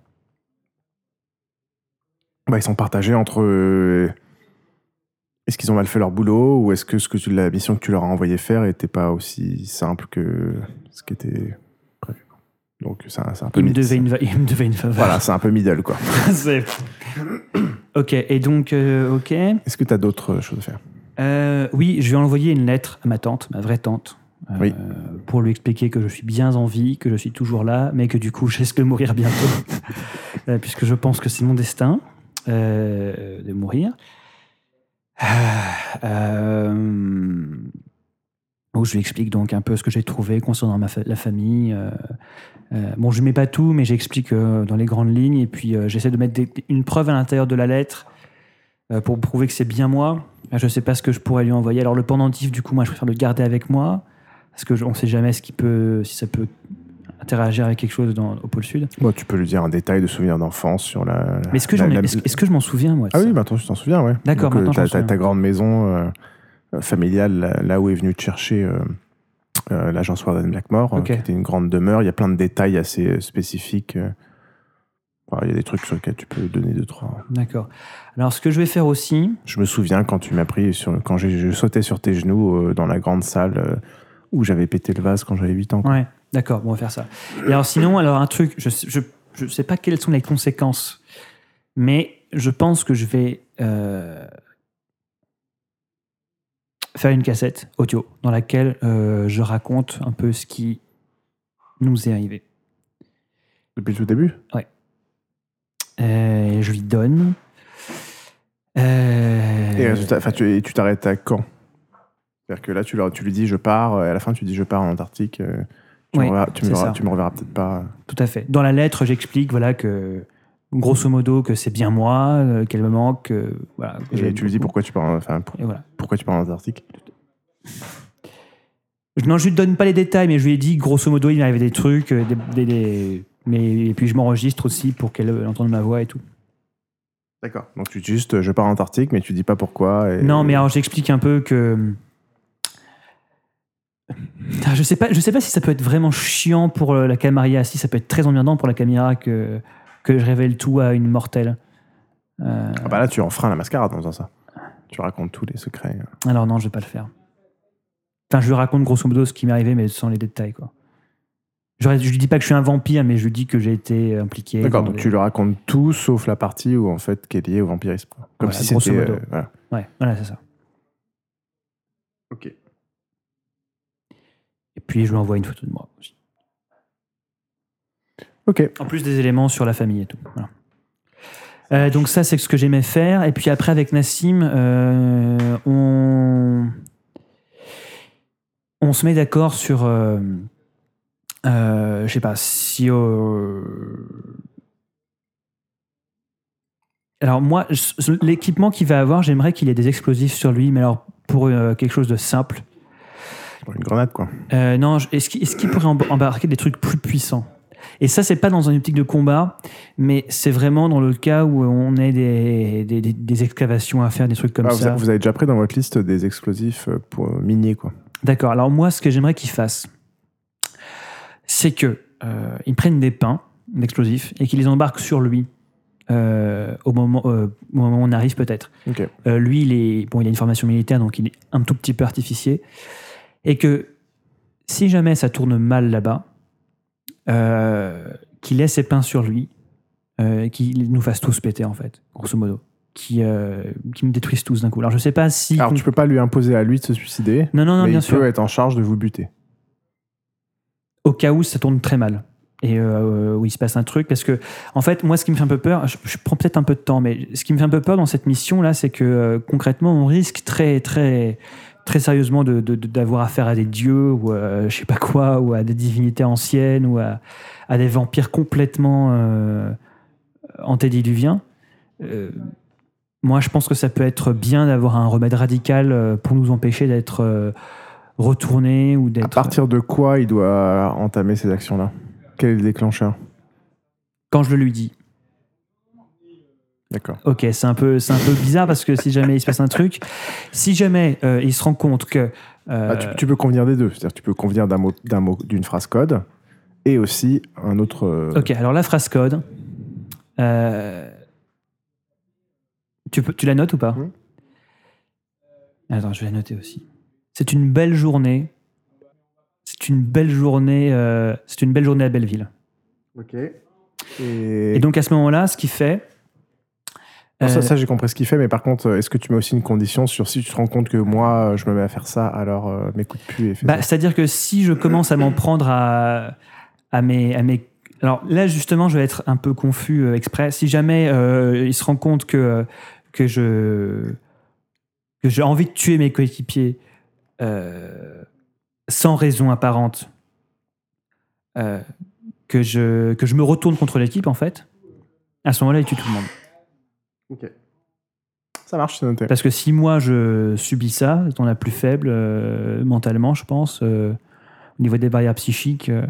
[SPEAKER 1] Bah, ils sont partagés entre. euh, est-ce qu'ils ont mal fait leur boulot ou est-ce que, ce que tu- la mission que tu leur as envoyé faire n'était pas aussi simple que ce qui était prévu quoi. Donc c'est un, c'est un peu.
[SPEAKER 4] ils me,
[SPEAKER 1] mid-
[SPEAKER 4] devaient une, va- ils me devaient une faveur.
[SPEAKER 1] Voilà, c'est un peu middle quoi.
[SPEAKER 4] C'est- ok, et donc, euh, ok.
[SPEAKER 1] Est-ce que tu as d'autres choses à faire
[SPEAKER 4] Euh, oui, je vais envoyer une lettre à ma tante, ma vraie tante, euh,
[SPEAKER 1] Oui.
[SPEAKER 4] pour lui expliquer que je suis bien en vie, que je suis toujours là, mais que du coup, je risque de mourir bientôt, Euh, puisque je pense que c'est mon destin euh, de mourir. Euh, où je lui explique donc un peu ce que j'ai trouvé concernant ma fa- la famille. euh, euh, bon, je mets pas tout, mais j'explique euh, dans les grandes lignes, et puis euh, j'essaie de mettre des- une preuve à l'intérieur de la lettre euh, pour prouver que c'est bien moi. Euh, Je sais pas ce que je pourrais lui envoyer. Alors le pendentif, du coup, moi, je préfère le garder avec moi parce que je- on sait jamais ce qui peut, si ça peut interagir avec quelque chose dans, au pôle sud.
[SPEAKER 1] Bon, tu peux lui dire un détail de souvenirs d'enfance sur la.
[SPEAKER 4] Mais est-ce que
[SPEAKER 1] Ah, la-
[SPEAKER 4] j'en ai-
[SPEAKER 1] la-
[SPEAKER 4] est-ce que- est-ce que je m'en souviens moi de
[SPEAKER 1] Ah
[SPEAKER 4] ça
[SPEAKER 1] oui, maintenant je t'en souviens, ouais.
[SPEAKER 4] D'accord,
[SPEAKER 1] Donc, euh,
[SPEAKER 4] maintenant, je
[SPEAKER 1] t'as-
[SPEAKER 4] m'en
[SPEAKER 1] t'as
[SPEAKER 4] souviens.
[SPEAKER 1] ta grande maison euh, euh, familiale, là, là où est venu te chercher euh, euh, l'agence Warden Blackmore, euh,
[SPEAKER 4] Ok.
[SPEAKER 1] qui était une grande demeure. Il y a plein de détails assez euh, spécifiques. euh. Enfin, il y a des trucs sur lesquels tu peux donner deux, trois.
[SPEAKER 4] D'accord. Alors ce que je vais faire aussi,
[SPEAKER 1] Je me souviens quand tu m'as pris, sur, quand j'ai je sautais sur tes genoux euh, dans la grande salle euh, où j'avais pété le vase quand j'avais 8 ans. quoi.
[SPEAKER 4] Ouais, d'accord, bon, on va faire ça. Et alors sinon, alors un truc, je sais- je, je sais pas quelles sont les conséquences, mais je pense que je vais euh, faire une cassette audio dans laquelle euh, je raconte un peu ce qui nous est arrivé.
[SPEAKER 1] Depuis le tout début
[SPEAKER 4] Euh, je lui donne. Euh,
[SPEAKER 1] Et euh, tu t'a- enfin, tu et tu t'arrêtes à quand C'est-à-dire que là, tu, leur- tu lui dis je pars, euh, et à la fin, tu dis je pars en Antarctique, euh, tu,
[SPEAKER 4] Oui,
[SPEAKER 1] me reverras- tu me
[SPEAKER 4] c'est
[SPEAKER 1] reverras-
[SPEAKER 4] ça.
[SPEAKER 1] tu me reverras peut-être pas. euh,
[SPEAKER 4] Tout à fait. Dans la lettre, j'explique voilà que grosso modo que c'est bien moi, euh, qu'elle me manque, que, voilà. que
[SPEAKER 1] Et
[SPEAKER 4] j'aime
[SPEAKER 1] tu lui dis
[SPEAKER 4] beaucoup.
[SPEAKER 1] pourquoi tu pars en, enfin, pour-
[SPEAKER 4] Et voilà.
[SPEAKER 1] pourquoi tu pars en Antarctique
[SPEAKER 4] Je- Non, je lui donne pas les détails, mais je lui ai dit grosso modo il m'arrivait des trucs, euh, des, des- des- mais et puis je m'enregistre aussi pour qu'elle euh, entende ma voix et tout.
[SPEAKER 1] D'accord. Donc tu dis juste, euh, je pars en Antarctique, mais tu dis pas pourquoi. et-
[SPEAKER 4] Non, mais alors j'explique un peu que. Ah, Je sais pas, je sais pas si ça peut être vraiment chiant pour euh, la caméra. Si ça peut être très emmerdant pour la caméra que que je révèle tout à une mortelle. Euh,
[SPEAKER 1] Ah bah là, tu enfreins la mascarade en faisant ça. Tu racontes tous les secrets. euh.
[SPEAKER 4] alors non, je vais pas le faire. Enfin, je lui raconte grosso modo ce qui m'est arrivé, mais sans les détails quoi. Je, je lui dis pas que je suis un vampire, mais je lui dis que j'ai été impliqué.
[SPEAKER 1] D'accord,
[SPEAKER 4] dans
[SPEAKER 1] donc
[SPEAKER 4] des-
[SPEAKER 1] tu lui racontes tout sauf la partie où en fait qui est liée au vampirisme. quoi. Comme
[SPEAKER 4] Voilà,
[SPEAKER 1] si
[SPEAKER 4] grosso
[SPEAKER 1] c'était. euh,
[SPEAKER 4] modo.
[SPEAKER 1] voilà.
[SPEAKER 4] Ouais, voilà, c'est ça.
[SPEAKER 1] Ok.
[SPEAKER 4] Et puis je lui envoie une photo de moi aussi.
[SPEAKER 1] Ok.
[SPEAKER 4] En plus des éléments sur la famille et tout. voilà. Euh, donc ça, c'est ce que j'aimais faire. Et puis après, avec Nassim, euh, on... on se met d'accord sur... euh, euh, Je sais pas, si... euh, Alors moi, s- s- l'équipement qu'il va avoir, j'aimerais qu'il ait des explosifs sur lui, mais alors pour euh, quelque chose de simple.
[SPEAKER 1] Une grenade, quoi.
[SPEAKER 4] Euh, non, je- est-ce qu'il est-ce qu'il pourrait emb- embarquer des trucs plus puissants Et ça, c'est pas dans une optique de combat, mais c'est vraiment dans le cas où on a des, des, des- des excavations à faire, des trucs comme
[SPEAKER 1] Ah, vous,
[SPEAKER 4] ça.
[SPEAKER 1] a- vous avez déjà pris dans votre liste des explosifs euh, pour euh, minier, quoi.
[SPEAKER 4] D'accord. Alors moi, ce que j'aimerais qu'ils fassent, c'est que euh, ils prennent des pains d'explosifs et qu'ils les embarquent sur lui euh, au, moment, euh, au moment où on arrive peut-être.
[SPEAKER 1] Ok.
[SPEAKER 4] Euh, lui, il, est, bon, il a une formation militaire, donc il est un tout petit peu artificier. Et que si jamais ça tourne mal là-bas, euh, qu'il ait ses pains sur lui, euh, qu'il nous fasse tous péter, en fait, grosso modo. Qui, euh, qui nous détruisent tous d'un coup. Alors je sais pas si.
[SPEAKER 1] Alors tu peux pas lui imposer à lui de se suicider,
[SPEAKER 4] Non, non, non,
[SPEAKER 1] mais
[SPEAKER 4] bien
[SPEAKER 1] il
[SPEAKER 4] sûr.
[SPEAKER 1] peut être en charge de vous buter.
[SPEAKER 4] au cas où ça tourne très mal et euh, où il se passe un truc parce que en fait moi ce qui me fait un peu peur je, je prends peut-être un peu de temps mais ce qui me fait un peu peur dans cette mission là c'est que euh, concrètement on risque très très très sérieusement de- de- de- d'avoir affaire à des dieux ou euh, je sais pas quoi ou à des divinités anciennes ou à, à des vampires complètement euh, antédiluviens Euh, moi je pense que ça peut être bien d'avoir un remède radical euh, pour nous empêcher d'être euh, retournés ou
[SPEAKER 1] À
[SPEAKER 4] d'être
[SPEAKER 1] partir de quoi il doit entamer ces actions-là Quel est le déclencheur
[SPEAKER 4] quand je le lui dis
[SPEAKER 1] D'accord.
[SPEAKER 4] Ok, c'est un peu, c'est un peu bizarre parce que si jamais il se passe un truc, si jamais euh, il se rend compte que euh,
[SPEAKER 1] Ah, tu, tu peux convenir des deux. C'est-à-dire tu peux convenir d'un mot, d'un mot, d'une phrase code, et aussi un autre. euh,
[SPEAKER 4] Ok, alors la phrase code. euh, tu, peux, tu la notes ou pas
[SPEAKER 1] Oui.
[SPEAKER 4] Attends, je vais la noter aussi. C'est une belle journée. C'est une belle journée. euh, c'est une belle journée à Belleville.
[SPEAKER 1] Et,
[SPEAKER 4] Et donc à ce moment-là, ce qu'il fait.
[SPEAKER 1] Non, ça,
[SPEAKER 4] euh,
[SPEAKER 1] ça, j'ai compris ce qu'il fait, mais par contre, euh, est-ce que tu mets aussi une condition sur si tu te rends compte que moi, euh, je me mets à faire ça, alors euh, mes coups de pu et fais
[SPEAKER 4] Bah,
[SPEAKER 1] ça.
[SPEAKER 4] C'est-à-dire que si je commence à m'en prendre à, à, mes, à mes. Alors là, justement, je vais être un peu confus euh, exprès. Si jamais euh, il se rend compte que, que je. que j'ai envie de tuer mes coéquipiers euh, sans raison apparente, euh, que, je, que je me retourne contre l'équipe, en fait, à ce moment-là, il tue tout le monde.
[SPEAKER 1] Ça marche, c'est noté.
[SPEAKER 4] Parce que si moi je subis ça, étant la plus faible euh, mentalement, je pense, euh, au niveau des barrières psychiques, euh,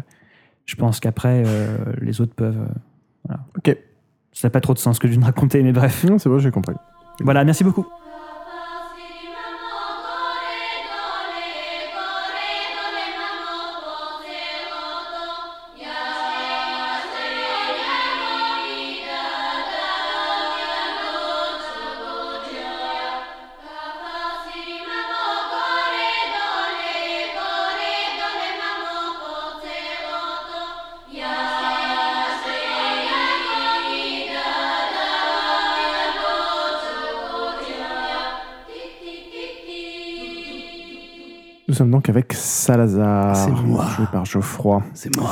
[SPEAKER 4] je pense qu'après euh, les autres peuvent. euh, voilà.
[SPEAKER 1] Ok.
[SPEAKER 4] Ça n'a pas trop de sens ce que je viens de raconter, mais bref.
[SPEAKER 1] Non, c'est bon, j'ai compris.
[SPEAKER 4] Voilà, merci beaucoup.
[SPEAKER 1] Nous sommes donc avec Salazar,
[SPEAKER 2] C'est moi.
[SPEAKER 1] joué par Geoffroy.
[SPEAKER 2] C'est moi.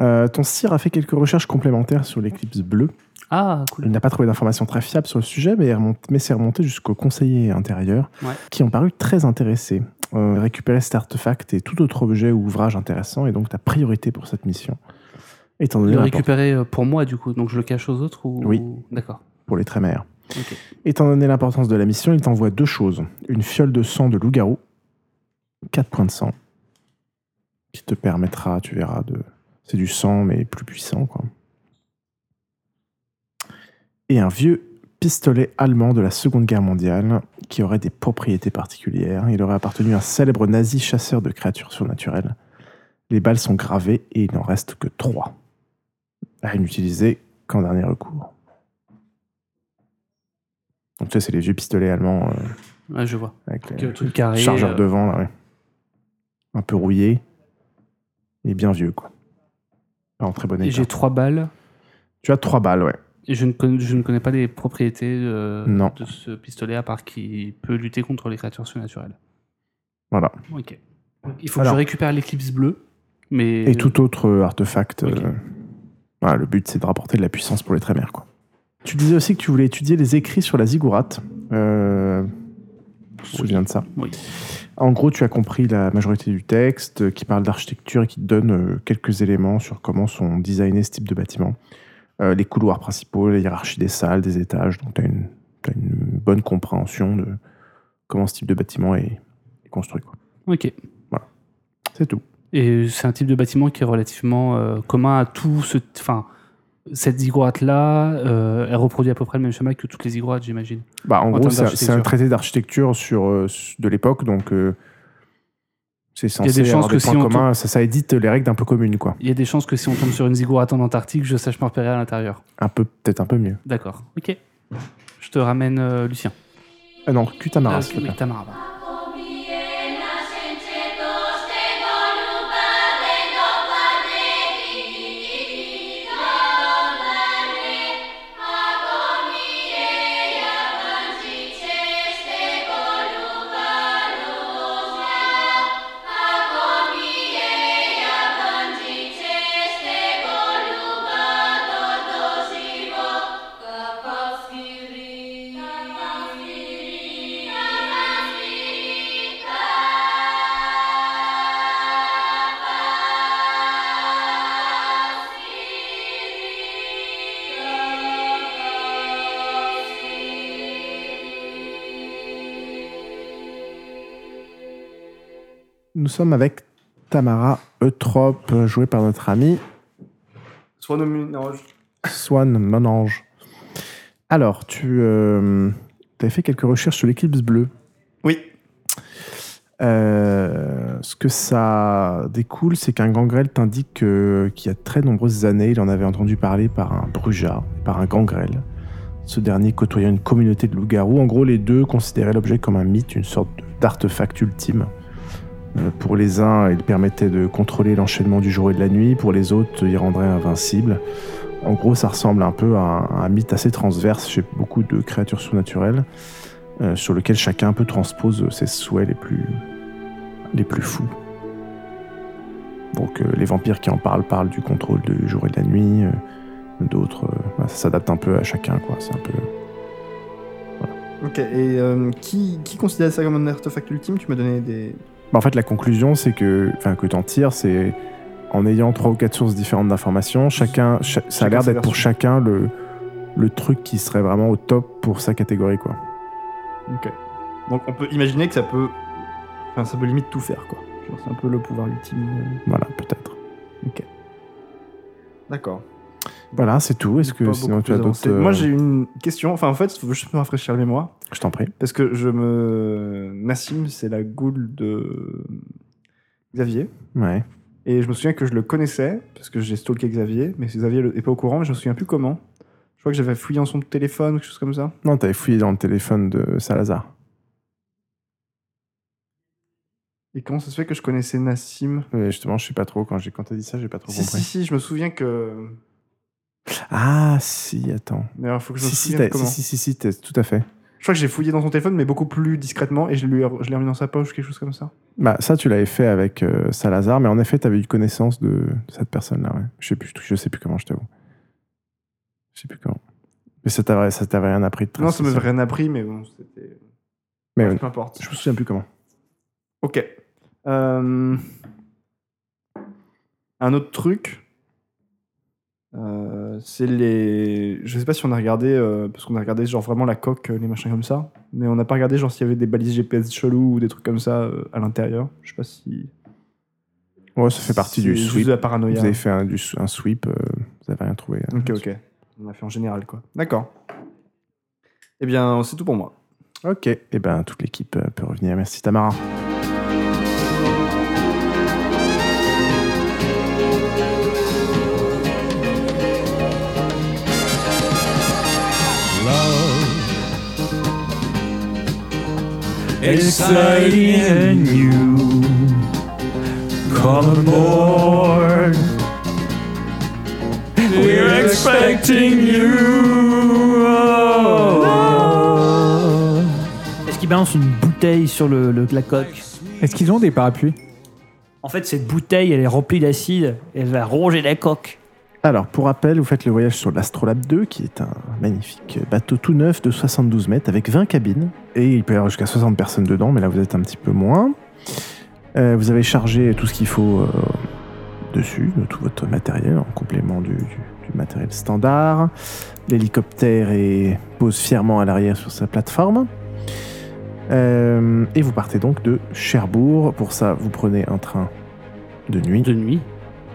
[SPEAKER 1] Euh, ton sire a fait quelques recherches complémentaires sur l'éclipse bleue.
[SPEAKER 2] Ah, cool.
[SPEAKER 1] Il n'a pas trouvé d'informations très fiables sur le sujet, mais, est remonté- mais c'est remonté jusqu'au conseiller intérieur,
[SPEAKER 2] Ouais.
[SPEAKER 1] qui ont paru très intéressés. Euh, récupérer cet artefact et tout autre objet ou ouvrage intéressant est donc ta priorité pour cette mission. étant donné
[SPEAKER 2] Le
[SPEAKER 1] l'importance
[SPEAKER 2] récupérer euh, pour moi, du coup, donc je le cache aux autres ou...
[SPEAKER 1] Oui.
[SPEAKER 2] D'accord.
[SPEAKER 1] pour les Trémères.
[SPEAKER 2] Ok.
[SPEAKER 1] Étant donné l'importance de la mission, il t'envoie deux choses. Une fiole de sang de loup-garou, 4 points de sang, qui te permettra, tu verras, de... C'est du sang, mais plus puissant, quoi. Et un vieux pistolet allemand de la Seconde Guerre mondiale, qui aurait des propriétés particulières. Il aurait appartenu à un célèbre nazi chasseur de créatures surnaturelles. Les balles sont gravées et il n'en reste que trois. À n'utiliser qu'en dernier recours. Donc, tu sais, c'est les vieux pistolets allemands euh,
[SPEAKER 2] Ah, je vois.
[SPEAKER 1] avec
[SPEAKER 2] Que
[SPEAKER 1] les
[SPEAKER 2] le truc carré.
[SPEAKER 1] chargeurs
[SPEAKER 2] euh,
[SPEAKER 1] devant, là, ouais. Un peu rouillés et bien vieux, quoi. Pas en très bon
[SPEAKER 2] Et
[SPEAKER 1] état.
[SPEAKER 2] j'ai trois balles.
[SPEAKER 1] Tu as trois balles, ouais.
[SPEAKER 2] Et je ne connais, je ne connais pas les propriétés euh,
[SPEAKER 1] Non.
[SPEAKER 2] de ce pistolet à part qu'il peut lutter contre les créatures surnaturelles.
[SPEAKER 1] Voilà.
[SPEAKER 2] Ok. Donc, il faut
[SPEAKER 1] Alors.
[SPEAKER 2] que je récupère l'éclipse bleue. Mais...
[SPEAKER 1] Et tout autre euh, artefact.
[SPEAKER 2] Ok.
[SPEAKER 1] euh, voilà, le but, c'est de rapporter de la puissance pour les trémères, quoi. Tu disais aussi que tu voulais étudier les écrits sur la ziggourate. Euh, je me souviens de ça.
[SPEAKER 2] Oui.
[SPEAKER 1] En gros, tu as compris la majorité du texte euh, qui parle d'architecture et qui te donne euh, quelques éléments sur comment sont designés ce type de bâtiments. Euh, les couloirs principaux, la hiérarchie des salles, des étages. Donc, tu as, une bonne compréhension de comment ce type de bâtiment est, est construit. quoi.
[SPEAKER 2] Ok.
[SPEAKER 1] C'est tout.
[SPEAKER 2] Et c'est un type de bâtiment qui est relativement euh, commun à tout ce. Enfin, cette ziggurat-là, euh, elle reproduit à peu près le même schéma que toutes les ziggourats, j'imagine.
[SPEAKER 1] Bah, en,
[SPEAKER 2] En
[SPEAKER 1] gros,
[SPEAKER 2] termes
[SPEAKER 1] c'est un- c'est un
[SPEAKER 2] d'architecture.
[SPEAKER 1] traité d'architecture sur, euh, s- de l'époque. Donc, euh, c'est
[SPEAKER 2] y a
[SPEAKER 1] censé
[SPEAKER 2] des
[SPEAKER 1] avoir
[SPEAKER 2] chances
[SPEAKER 1] des
[SPEAKER 2] que si
[SPEAKER 1] points
[SPEAKER 2] on
[SPEAKER 1] communs. Ça, ça édite les règles d'un peu communes. quoi.
[SPEAKER 2] Il y a des chances que si on tombe sur une ziggurat en Antarctique, je sache me repérer à l'intérieur.
[SPEAKER 1] Un peu, Peut-être un peu mieux.
[SPEAKER 2] D'accord. Ok. Je te ramène euh, Lucien.
[SPEAKER 1] Ah non, Cutamara,
[SPEAKER 2] Ah,
[SPEAKER 1] s'il te
[SPEAKER 2] oui,
[SPEAKER 1] plaît.
[SPEAKER 2] Tamara. pardon.
[SPEAKER 1] Nous sommes avec Tamara Eutrope, euh, jouée par notre ami
[SPEAKER 5] Soit nommé. Non, je-
[SPEAKER 1] Swan Monange. Alors, tu as fait quelques recherches sur l'éclipse bleue.
[SPEAKER 5] Oui.
[SPEAKER 1] Euh, ce que ça découle, c'est qu'un gangrel t'indique que- qu'il y a très nombreuses années, il en avait entendu parler par un bruja, par un gangrel. Ce dernier côtoyant une communauté de loups-garous. En gros, les deux considéraient l'objet comme un mythe, une sorte d'artefact ultime. Euh, pour les uns, il permettait de contrôler l'enchaînement du jour et de la nuit. Pour les autres, il rendrait invincible. En gros, ça ressemble un peu à un, à un mythe assez transverse chez beaucoup de créatures surnaturelles, euh, sur lequel chacun un peu transpose ses souhaits les plus, les plus fous. Donc euh, les vampires qui en parlent parlent du contrôle du jour et de la nuit, euh, d'autres, euh, voilà, ça s'adapte un peu à chacun, quoi. C'est un peu. Bah,
[SPEAKER 5] Ok, et euh, qui, qui considère ça comme un artefact ultime Tu m'as donné des.
[SPEAKER 1] Bah, en fait, la conclusion, c'est que, enfin, que t'en tires, c'est en ayant trois ou quatre sources différentes d'informations, chacun, cha- ça a
[SPEAKER 5] Chacun
[SPEAKER 1] l'air
[SPEAKER 5] sa
[SPEAKER 1] d'être pour
[SPEAKER 5] version.
[SPEAKER 1] chacun le, le truc qui serait vraiment au top pour sa catégorie, quoi.
[SPEAKER 5] Ok. Donc on peut imaginer que ça peut. Enfin, ça peut limite tout faire, quoi. Genre, C'est un peu le pouvoir ultime.
[SPEAKER 1] Voilà, peut-être.
[SPEAKER 5] euh. D'accord.
[SPEAKER 1] Voilà, c'est tout. Est-ce que
[SPEAKER 5] Pas
[SPEAKER 1] sinon
[SPEAKER 5] beaucoup
[SPEAKER 1] tu as
[SPEAKER 5] plus
[SPEAKER 1] d'autres.
[SPEAKER 5] avancé. Moi,
[SPEAKER 1] euh,
[SPEAKER 5] j'ai une question. Enfin, en fait, faut juste me rafraîchir la mémoire.
[SPEAKER 1] Je t'en prie.
[SPEAKER 5] Parce que je me. Nassim, c'est la goule de Xavier.
[SPEAKER 1] Ouais.
[SPEAKER 5] Et je me souviens que je le connaissais, parce que j'ai stalké Xavier, mais Xavier n'est pas au courant, mais je me souviens plus comment. Je crois que j'avais fouillé en son téléphone ou quelque chose comme ça.
[SPEAKER 1] Non, t'avais fouillé dans le téléphone de Salazar.
[SPEAKER 5] Et comment ça se fait que je connaissais Nassim
[SPEAKER 1] Mais justement, je sais pas trop. Quand, j'ai- quand t'as dit ça, j'ai pas trop
[SPEAKER 5] Si, si,
[SPEAKER 1] compris.
[SPEAKER 5] si, je me souviens que.
[SPEAKER 1] Ah, si, attends.
[SPEAKER 5] Mais alors, faut que je me
[SPEAKER 1] Si, si, t'as-
[SPEAKER 5] souvienne comment.
[SPEAKER 1] si, si, si, si, t'as- tout à fait.
[SPEAKER 5] Je crois que j'ai fouillé dans son téléphone, mais beaucoup plus discrètement, et je lui ai- je l'ai remis dans sa poche, quelque chose comme ça.
[SPEAKER 1] Bah, ça, tu l'avais fait avec euh, Salazar, mais en effet, t'avais eu connaissance de cette personne-là, ouais. Je sais plus, je sais plus comment, je t'avoue. Je sais plus comment. Mais ça t'avait, ça t'avait rien appris de très
[SPEAKER 5] non, ça m'avait
[SPEAKER 1] spécial.
[SPEAKER 5] rien appris, mais bon, c'était.
[SPEAKER 1] Ah, Mais
[SPEAKER 5] Bref,
[SPEAKER 1] euh,
[SPEAKER 5] peu importe.
[SPEAKER 1] je me souviens plus comment.
[SPEAKER 5] Ok. Euh, Un autre truc. Euh, c'est les. Je sais pas si on a regardé, euh, parce qu'on a regardé genre vraiment la coque, euh, les machins comme ça, mais on n'a pas regardé genre s'il y avait des balises GPS chelou ou des trucs comme ça euh, à l'intérieur. Je sais pas si.
[SPEAKER 1] Ouais, ça fait partie du
[SPEAKER 5] C'est juste
[SPEAKER 1] sweep.
[SPEAKER 5] de la paranoïa.
[SPEAKER 1] Vous avez fait un, du- un sweep, euh, vous avez rien trouvé. hein.
[SPEAKER 5] Ok, ok. On a fait en général, quoi. D'accord. Eh bien, c'est tout pour moi.
[SPEAKER 1] Ok, et eh ben toute l'équipe euh, peut revenir. Merci Tamara.
[SPEAKER 6] love. Exciting and new. Come aboard. We're expecting you.
[SPEAKER 4] Oh. Est-ce qu'il balance une bouteille sur le, le- la coque
[SPEAKER 3] Est-ce qu'ils ont des parapluies
[SPEAKER 4] En fait, cette bouteille, elle est remplie d'acide. Elle va ronger la coque.
[SPEAKER 1] Alors, pour rappel, vous faites le voyage sur l'Astrolabe 2, qui est un magnifique bateau tout neuf de 72 mètres avec 20 cabines. Et il peut y avoir jusqu'à 60 personnes dedans, mais là vous êtes un petit peu moins. Euh, vous avez chargé tout ce qu'il faut euh, dessus, de tout votre matériel, en complément du, du- du matériel standard. L'hélicoptère est- pose fièrement à l'arrière sur sa plateforme. Euh, et vous partez donc de Cherbourg. Pour ça, vous prenez un train de nuit,
[SPEAKER 2] De nuit.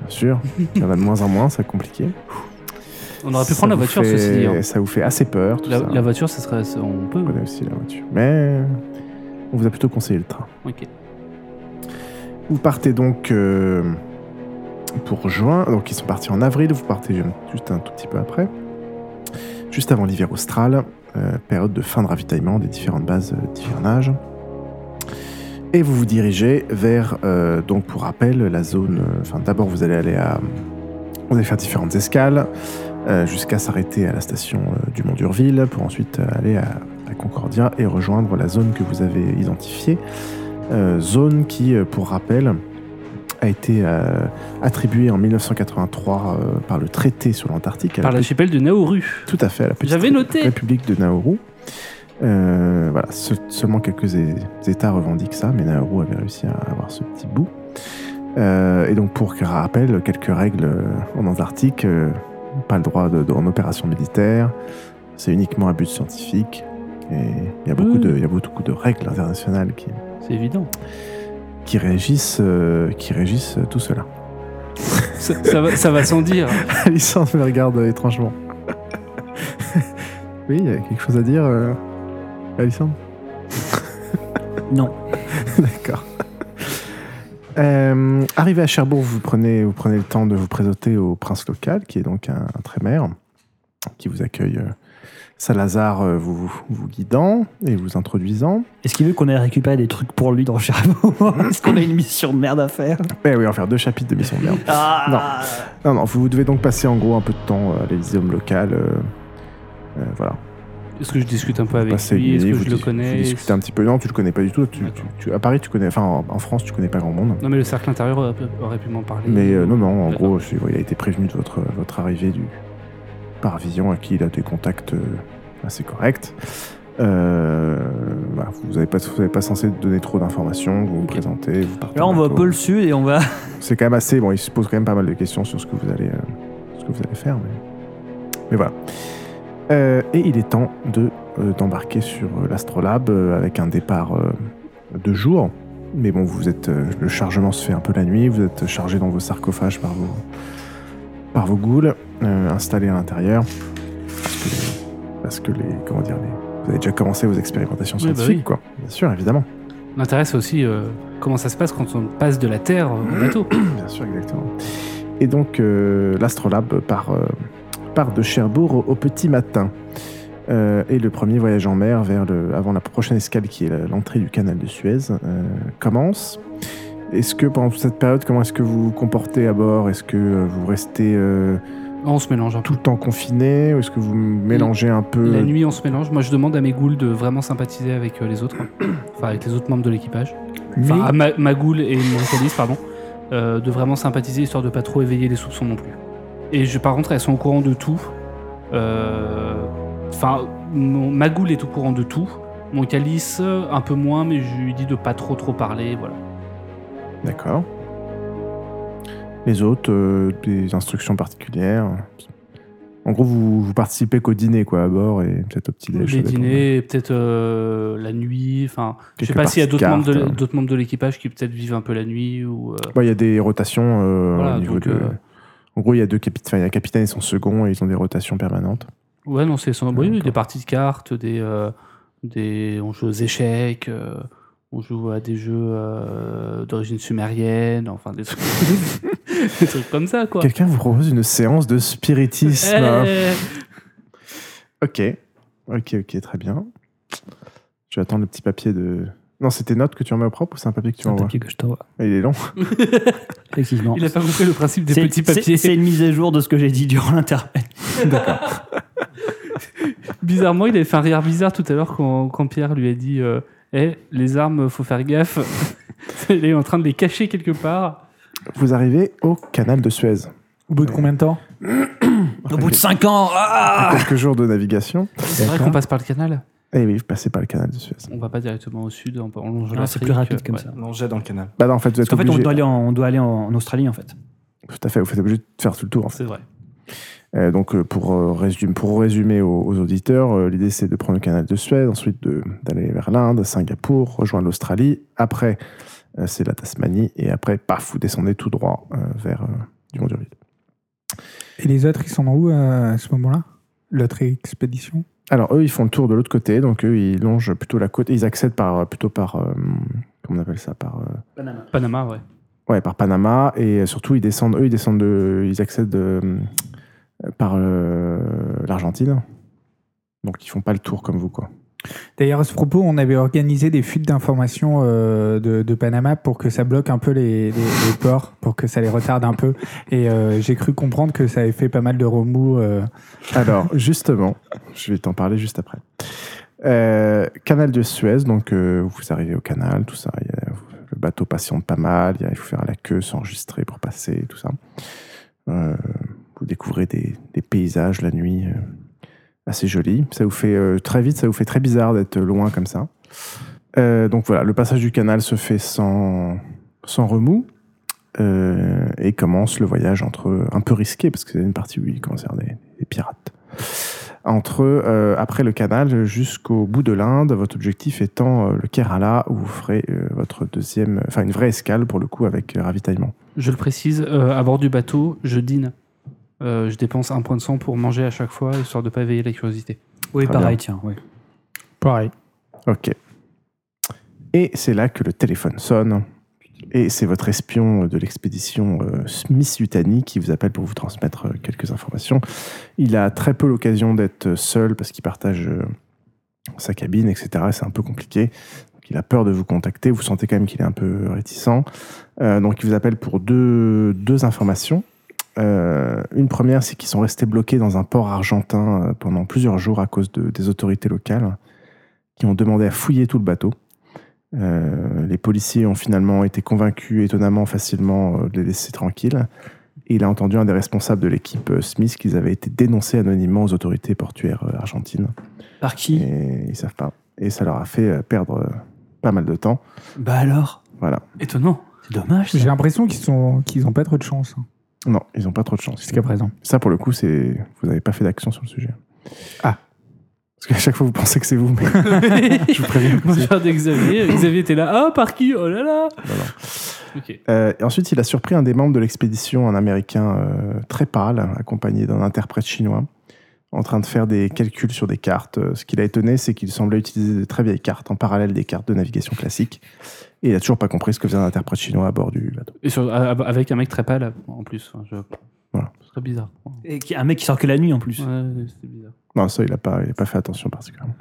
[SPEAKER 1] bien sûr. Ça va de moins en moins, c'est compliqué.
[SPEAKER 2] On aurait pu
[SPEAKER 1] Ça
[SPEAKER 2] prendre la
[SPEAKER 1] vous
[SPEAKER 2] voiture,
[SPEAKER 1] fait-
[SPEAKER 2] ceci dit. hein.
[SPEAKER 1] Ça vous fait assez peur, tout
[SPEAKER 2] La,
[SPEAKER 1] ça.
[SPEAKER 2] la voiture, ça serait. ça- On peut.
[SPEAKER 1] On connaît aussi la voiture. Mais on vous a plutôt conseillé le train.
[SPEAKER 2] Ok.
[SPEAKER 1] Vous partez donc euh, pour juin. Donc ils sont partis en avril. Vous partez juste un tout petit peu après. Juste avant l'hiver austral. euh, période de fin de ravitaillement des différentes bases euh, d'hivernage. Et vous vous dirigez vers, euh, donc pour rappel, la zone... euh, Enfin d'abord vous allez aller à... Vous allez faire différentes escales euh, jusqu'à s'arrêter à la station euh, du Mont d'Urville pour ensuite euh, aller à à Concordia et rejoindre la zone que vous avez identifiée. Euh, zone qui, euh, pour rappel, a été euh, attribuée en 1983 euh, par le traité sur l'Antarctique. à la
[SPEAKER 2] Par l'archipel de Nauru.
[SPEAKER 1] tout à fait, à la petite
[SPEAKER 2] J'avais
[SPEAKER 1] ré-
[SPEAKER 2] noté.
[SPEAKER 1] République de Nauru. Euh, voilà, se- seulement quelques é- États revendiquent ça, mais Nauru avait réussi à avoir ce petit bout. Euh, et donc, pour rappel, quelques règles euh, en Antarctique euh, pas le droit de, de- en opération militaire, c'est uniquement à but scientifique. Et il y a beaucoup,
[SPEAKER 2] Oui.
[SPEAKER 1] de, il y a beaucoup de règles internationales qui,
[SPEAKER 2] Hmm. C'est évident.
[SPEAKER 1] qui régissent, euh, qui régissent euh, tout cela.
[SPEAKER 2] ça, ça va, ça va sans dire.
[SPEAKER 1] Alissandre me regarde euh, étrangement. oui, il y a quelque chose à dire, euh, Alissandre
[SPEAKER 4] Non.
[SPEAKER 1] D'accord. Euh, arrivé à Cherbourg, vous prenez, vous prenez le temps de vous présenter au prince local, qui est donc un, un trémère, qui vous accueille. euh, Salazar euh, vous, vous, vous guidant et vous introduisant.
[SPEAKER 4] Est-ce qu'il veut qu'on ait récupéré des trucs pour lui dans le charbon Est-ce qu'on a une mission de merde à faire
[SPEAKER 1] Eh oui, on va faire deux chapitres de Mission de Merde.
[SPEAKER 4] Ah
[SPEAKER 1] Non, non, vous devez donc passer en gros un peu de temps à l'Elyséeum local. euh, euh, voilà.
[SPEAKER 2] Est-ce que je discute un peu avec
[SPEAKER 1] Passer
[SPEAKER 2] lui
[SPEAKER 1] une
[SPEAKER 2] Est-ce
[SPEAKER 1] nuit,
[SPEAKER 2] que
[SPEAKER 1] Bah, vous
[SPEAKER 2] je le
[SPEAKER 1] dis- Vous
[SPEAKER 2] connais
[SPEAKER 1] discutez un petit peu. Non, tu le connais pas du tout. Tu,
[SPEAKER 2] D'accord.
[SPEAKER 1] tu- tu- à Paris, tu connais. Enfin, en, en France, tu connais pas grand monde.
[SPEAKER 2] Non, mais le cercle intérieur aurait pu- aurait pu m'en parler.
[SPEAKER 1] Mais euh, non, non, en
[SPEAKER 2] D'accord.
[SPEAKER 1] gros, c'est- il a été prévenu de votre, votre arrivée du pavillon à qui il a des contacts euh, assez corrects. Euh, voilà, vous n'avez pas, vous n'avez pas censé donner trop d'informations, vous vous
[SPEAKER 2] Ok.
[SPEAKER 1] présentez, vous partez.
[SPEAKER 4] Là, on
[SPEAKER 1] en
[SPEAKER 4] va
[SPEAKER 1] bateau.
[SPEAKER 4] au pôle sud et on va.
[SPEAKER 1] C'est quand même assez, bon, il se pose quand même pas mal de questions sur ce que vous allez, euh, ce que vous allez faire, mais, mais voilà. Euh, et il est temps de, euh, d'embarquer sur euh, l'Astrolabe euh, avec un départ euh, de jour. Mais bon, vous êtes, euh, le chargement se fait un peu la nuit, vous êtes chargé dans vos sarcophages par vos, par vos goules, euh, installés à l'intérieur. Parce que, les- parce que les, comment dire, les- vous avez déjà commencé vos expérimentations
[SPEAKER 2] Oui, bah
[SPEAKER 1] scientifiques,
[SPEAKER 2] oui.
[SPEAKER 1] quoi. Bien sûr, évidemment.
[SPEAKER 2] L'intérêt, c'est aussi euh, comment ça se passe quand on passe de la Terre au bateau.
[SPEAKER 1] Bien sûr, exactement. Et donc, euh, l'Astrolabe part, euh, part de Cherbourg au, au petit matin. Euh, et le premier voyage en mer vers le, avant la prochaine escale qui est la- l'entrée du canal de Suez euh, commence. Est-ce que pendant toute cette période, comment est-ce que vous vous comportez à bord Est-ce que euh, vous restez euh,
[SPEAKER 2] On se mélange un peu.
[SPEAKER 1] tout le temps confiné ou est-ce que vous mélangez un peu
[SPEAKER 2] La nuit, on se mélange. Moi, je demande à mes ghouls de vraiment sympathiser avec euh, les autres, enfin avec les autres membres de l'équipage. Enfin, à ma, ma ghoul et mon calice, pardon, euh, de vraiment sympathiser histoire de pas trop éveiller les soupçons non plus. Et je, par contre, elles sont au courant de tout. Euh, Enfin, mon- ma ghoul est au courant de tout. Mon calice, euh, un peu moins, mais je lui dis de pas trop trop parler. Voilà.
[SPEAKER 1] D'accord. Les autres, euh, des instructions particulières. euh, En gros, vous, vous participez qu'au dîner, quoi, à bord, et peut-être au petit-déj. ça
[SPEAKER 2] les
[SPEAKER 1] dépend.
[SPEAKER 2] dîners, et peut-être euh, la nuit. Enfin, je sais
[SPEAKER 1] Quelques
[SPEAKER 2] pas s'il y a d'autres
[SPEAKER 1] parties
[SPEAKER 2] membres, de,
[SPEAKER 1] cartes, hein.
[SPEAKER 2] d'autres membres de l'équipage qui peut-être vivent un peu la nuit ou. euh,
[SPEAKER 1] Bah, Il y a des rotations euh,
[SPEAKER 2] Voilà,
[SPEAKER 1] au niveau
[SPEAKER 2] donc,
[SPEAKER 1] de.
[SPEAKER 2] euh,
[SPEAKER 1] En gros, il y a deux capitaines. Enfin, il y a un capitaine et son second, et ils ont des rotations permanentes.
[SPEAKER 2] Ouais, non, c'est sans... oui, oui,
[SPEAKER 1] D'accord.
[SPEAKER 2] des parties de cartes, des, euh, des... on joue aux échecs, euh, on joue à des jeux euh, d'origine sumérienne, enfin des trucs... des trucs comme ça, quoi.
[SPEAKER 1] Quelqu'un vous propose une séance de spiritisme. hein.
[SPEAKER 2] Eh,
[SPEAKER 1] Ok. Ok, ok, très bien. Je vais attendre le petit papier de. Non, c'est tes notes que tu remets au propre ou c'est un papier que tu
[SPEAKER 4] C'est un
[SPEAKER 1] envoies
[SPEAKER 4] papier que je t'envoie.
[SPEAKER 1] Il est long.
[SPEAKER 4] Effectivement.
[SPEAKER 2] Il a pas compris le principe des
[SPEAKER 4] C'est-
[SPEAKER 2] petits
[SPEAKER 4] c'est-
[SPEAKER 2] papiers.
[SPEAKER 4] C'est une mise à jour de ce que j'ai dit durant l'intermède.
[SPEAKER 2] Bizarrement, il avait fait un rire bizarre tout à l'heure quand, quand Pierre lui a dit euh, Eh, les armes, faut faire gaffe. il est en train de les cacher quelque part.
[SPEAKER 1] Vous arrivez au canal de Suez.
[SPEAKER 3] Au bout de combien de temps
[SPEAKER 4] Au bout de 5 ans, ah
[SPEAKER 1] Quelques jours de navigation.
[SPEAKER 2] C'est vrai
[SPEAKER 3] D'accord.
[SPEAKER 2] qu'on passe par le canal.
[SPEAKER 1] Et Eh oui, vous passez par le canal de Suez.
[SPEAKER 2] On va pas directement au sud, on, on longe l'Afrique,
[SPEAKER 4] Non, Ah, c'est plus rapide comme
[SPEAKER 2] ouais.
[SPEAKER 4] ça.
[SPEAKER 5] Non, j'ai dans le canal.
[SPEAKER 1] Bah non, en fait, vous
[SPEAKER 4] Parce
[SPEAKER 1] êtes
[SPEAKER 4] qu'en fait, on
[SPEAKER 1] obligé.
[SPEAKER 4] doit aller, en, on doit aller en, en Australie, en fait.
[SPEAKER 1] Tout à fait, vous faites obligé de faire tout le tour. en fait.
[SPEAKER 2] C'est vrai.
[SPEAKER 1] Euh, donc, euh, pour, euh, résume- pour résumer aux, aux auditeurs, euh, l'idée c'est de prendre le canal de Suède, ensuite de- d'aller vers l'Inde, Singapour, rejoindre l'Australie. Après, euh, c'est la Tasmanie. Et après, paf, vous descendez tout droit euh, vers euh, du Mondurville.
[SPEAKER 3] Et les autres, ils sont en où euh, à ce moment-là L'autre expédition
[SPEAKER 1] Alors, eux, ils font le tour de l'autre côté. Donc, eux, ils longent plutôt la côte. Ils accèdent par, plutôt par. euh, comment on appelle ça par, euh,
[SPEAKER 2] Panama, ouais.
[SPEAKER 1] Ouais, par Panama et euh, surtout ils descendent, eux ils descendent de, ils accèdent euh, par euh, l'Argentine. Donc ils font pas le tour comme vous quoi.
[SPEAKER 3] D'ailleurs, à ce propos, on avait organisé des fuites d'informations euh, de, de Panama pour que ça bloque un peu les, les- les ports, pour que ça les retarde un peu. Et euh, j'ai cru comprendre que ça avait fait pas mal de remous. euh,
[SPEAKER 1] Alors justement, je vais t'en parler juste après. Euh, canal de Suez, donc euh, vous arrivez au canal, tout ça. il y a- le bateau patiente pas mal, il y a- il faut faire la queue, s'enregistrer pour passer, tout ça. Euh, vous découvrez des, des paysages la nuit euh, assez jolis. Ça vous fait euh, très vite, ça vous fait très bizarre d'être loin comme ça. Euh, donc voilà, le passage du canal se fait sans, sans remous euh, et commence le voyage entre un peu risqué parce que c'est une partie où il commence à y avoir des, des pirates. Entre euh, après le canal jusqu'au bout de l'Inde, votre objectif étant euh, le Kerala où vous ferez euh, votre deuxième, enfin une vraie escale pour le coup avec euh, ravitaillement.
[SPEAKER 2] Je le précise, euh, à bord du bateau, je dîne. Euh, je dépense un point de sang pour manger à chaque fois, histoire de pas éveiller la curiosité.
[SPEAKER 4] Oui,
[SPEAKER 1] Très
[SPEAKER 4] pareil, tiens. oui.
[SPEAKER 3] Pareil.
[SPEAKER 1] Ok. Et c'est là que le téléphone sonne. Et c'est votre espion de l'expédition euh, Smith Yutani qui vous appelle pour vous transmettre euh, quelques informations. Il a très peu l'occasion d'être seul parce qu'il partage euh, sa cabine, etc. C'est un peu compliqué. Donc, il a peur de vous contacter. Vous sentez quand même qu'il est un peu réticent. Euh, donc il vous appelle pour deux, deux informations. Euh, une première, c'est qu'ils sont restés bloqués dans un port argentin euh, pendant plusieurs jours à cause de- des autorités locales qui ont demandé à fouiller tout le bateau. Euh, les policiers ont finalement été convaincus étonnamment facilement euh, de les laisser tranquilles. Et il a entendu un des responsables de l'équipe euh, Smith qu'ils avaient été dénoncés anonymement aux autorités portuaires euh, argentines.
[SPEAKER 4] Par qui
[SPEAKER 1] Et ils savent pas. Et ça leur a fait euh, perdre euh, pas mal de temps.
[SPEAKER 4] Bah alors
[SPEAKER 1] Voilà.
[SPEAKER 2] Étonnant.
[SPEAKER 4] C'est dommage, ça.
[SPEAKER 3] J'ai l'impression qu'ils sont qu'ils ont pas trop de chance hein,
[SPEAKER 1] Non, ils n'ont pas trop de chance.
[SPEAKER 3] jusqu'à présent.
[SPEAKER 1] Ça, pour le coup, c'est vous n'avez pas fait d'action sur le sujet.
[SPEAKER 3] Ah.
[SPEAKER 1] Parce qu'à chaque fois, vous pensez que c'est vous, mais je vous préviens. que c'est-
[SPEAKER 2] Bonjour Xavier. Xavier était là. Ah, par qui Oh là là
[SPEAKER 1] Voilà.
[SPEAKER 2] Ok.
[SPEAKER 1] Euh, et ensuite, il a surpris un des membres de l'expédition, un Américain euh, très pâle, accompagné d'un interprète chinois, en train de faire des calculs sur des cartes. Euh, Ce qui l'a étonné, c'est qu'il semblait utiliser de très vieilles cartes en parallèle des cartes de navigation classiques. Et il a toujours pas compris ce que faisait un interprète chinois à bord du bateau.
[SPEAKER 2] Et sur- a- a- avec un mec très pâle en plus. Enfin, je...
[SPEAKER 1] Voilà.
[SPEAKER 2] C'est très bizarre. Ouais,
[SPEAKER 4] Et qui- un mec qui sort que la nuit en plus.
[SPEAKER 2] c'était bizarre.
[SPEAKER 1] Non, ça, il n'a pas, il a pas fait attention particulièrement.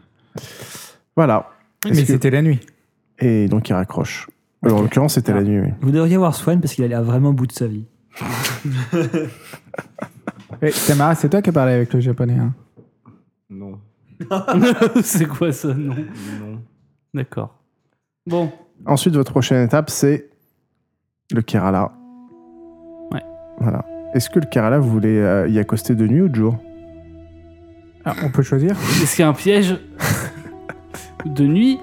[SPEAKER 1] Voilà. Est-ce
[SPEAKER 3] Mais
[SPEAKER 1] que-
[SPEAKER 3] c'était la nuit.
[SPEAKER 1] Et donc, il raccroche. Alors, en l'occurrence, c'était la nuit. oui.
[SPEAKER 4] Vous devriez voir Swan parce qu'il a l'air vraiment au bout de sa vie.
[SPEAKER 3] Eh, Tamara, c'est toi qui as parlé avec le japonais. hein.
[SPEAKER 5] Non.
[SPEAKER 2] c'est quoi ça Non.
[SPEAKER 5] Non.
[SPEAKER 2] D'accord. Bon.
[SPEAKER 1] Ensuite, votre prochaine étape, c'est le Kerala.
[SPEAKER 2] Ouais.
[SPEAKER 1] Voilà. Est-ce que le Kerala, vous voulez euh, y accoster de nuit ou de jour
[SPEAKER 3] Ah, on peut choisir
[SPEAKER 2] Est-ce qu'il y a un piège de nuit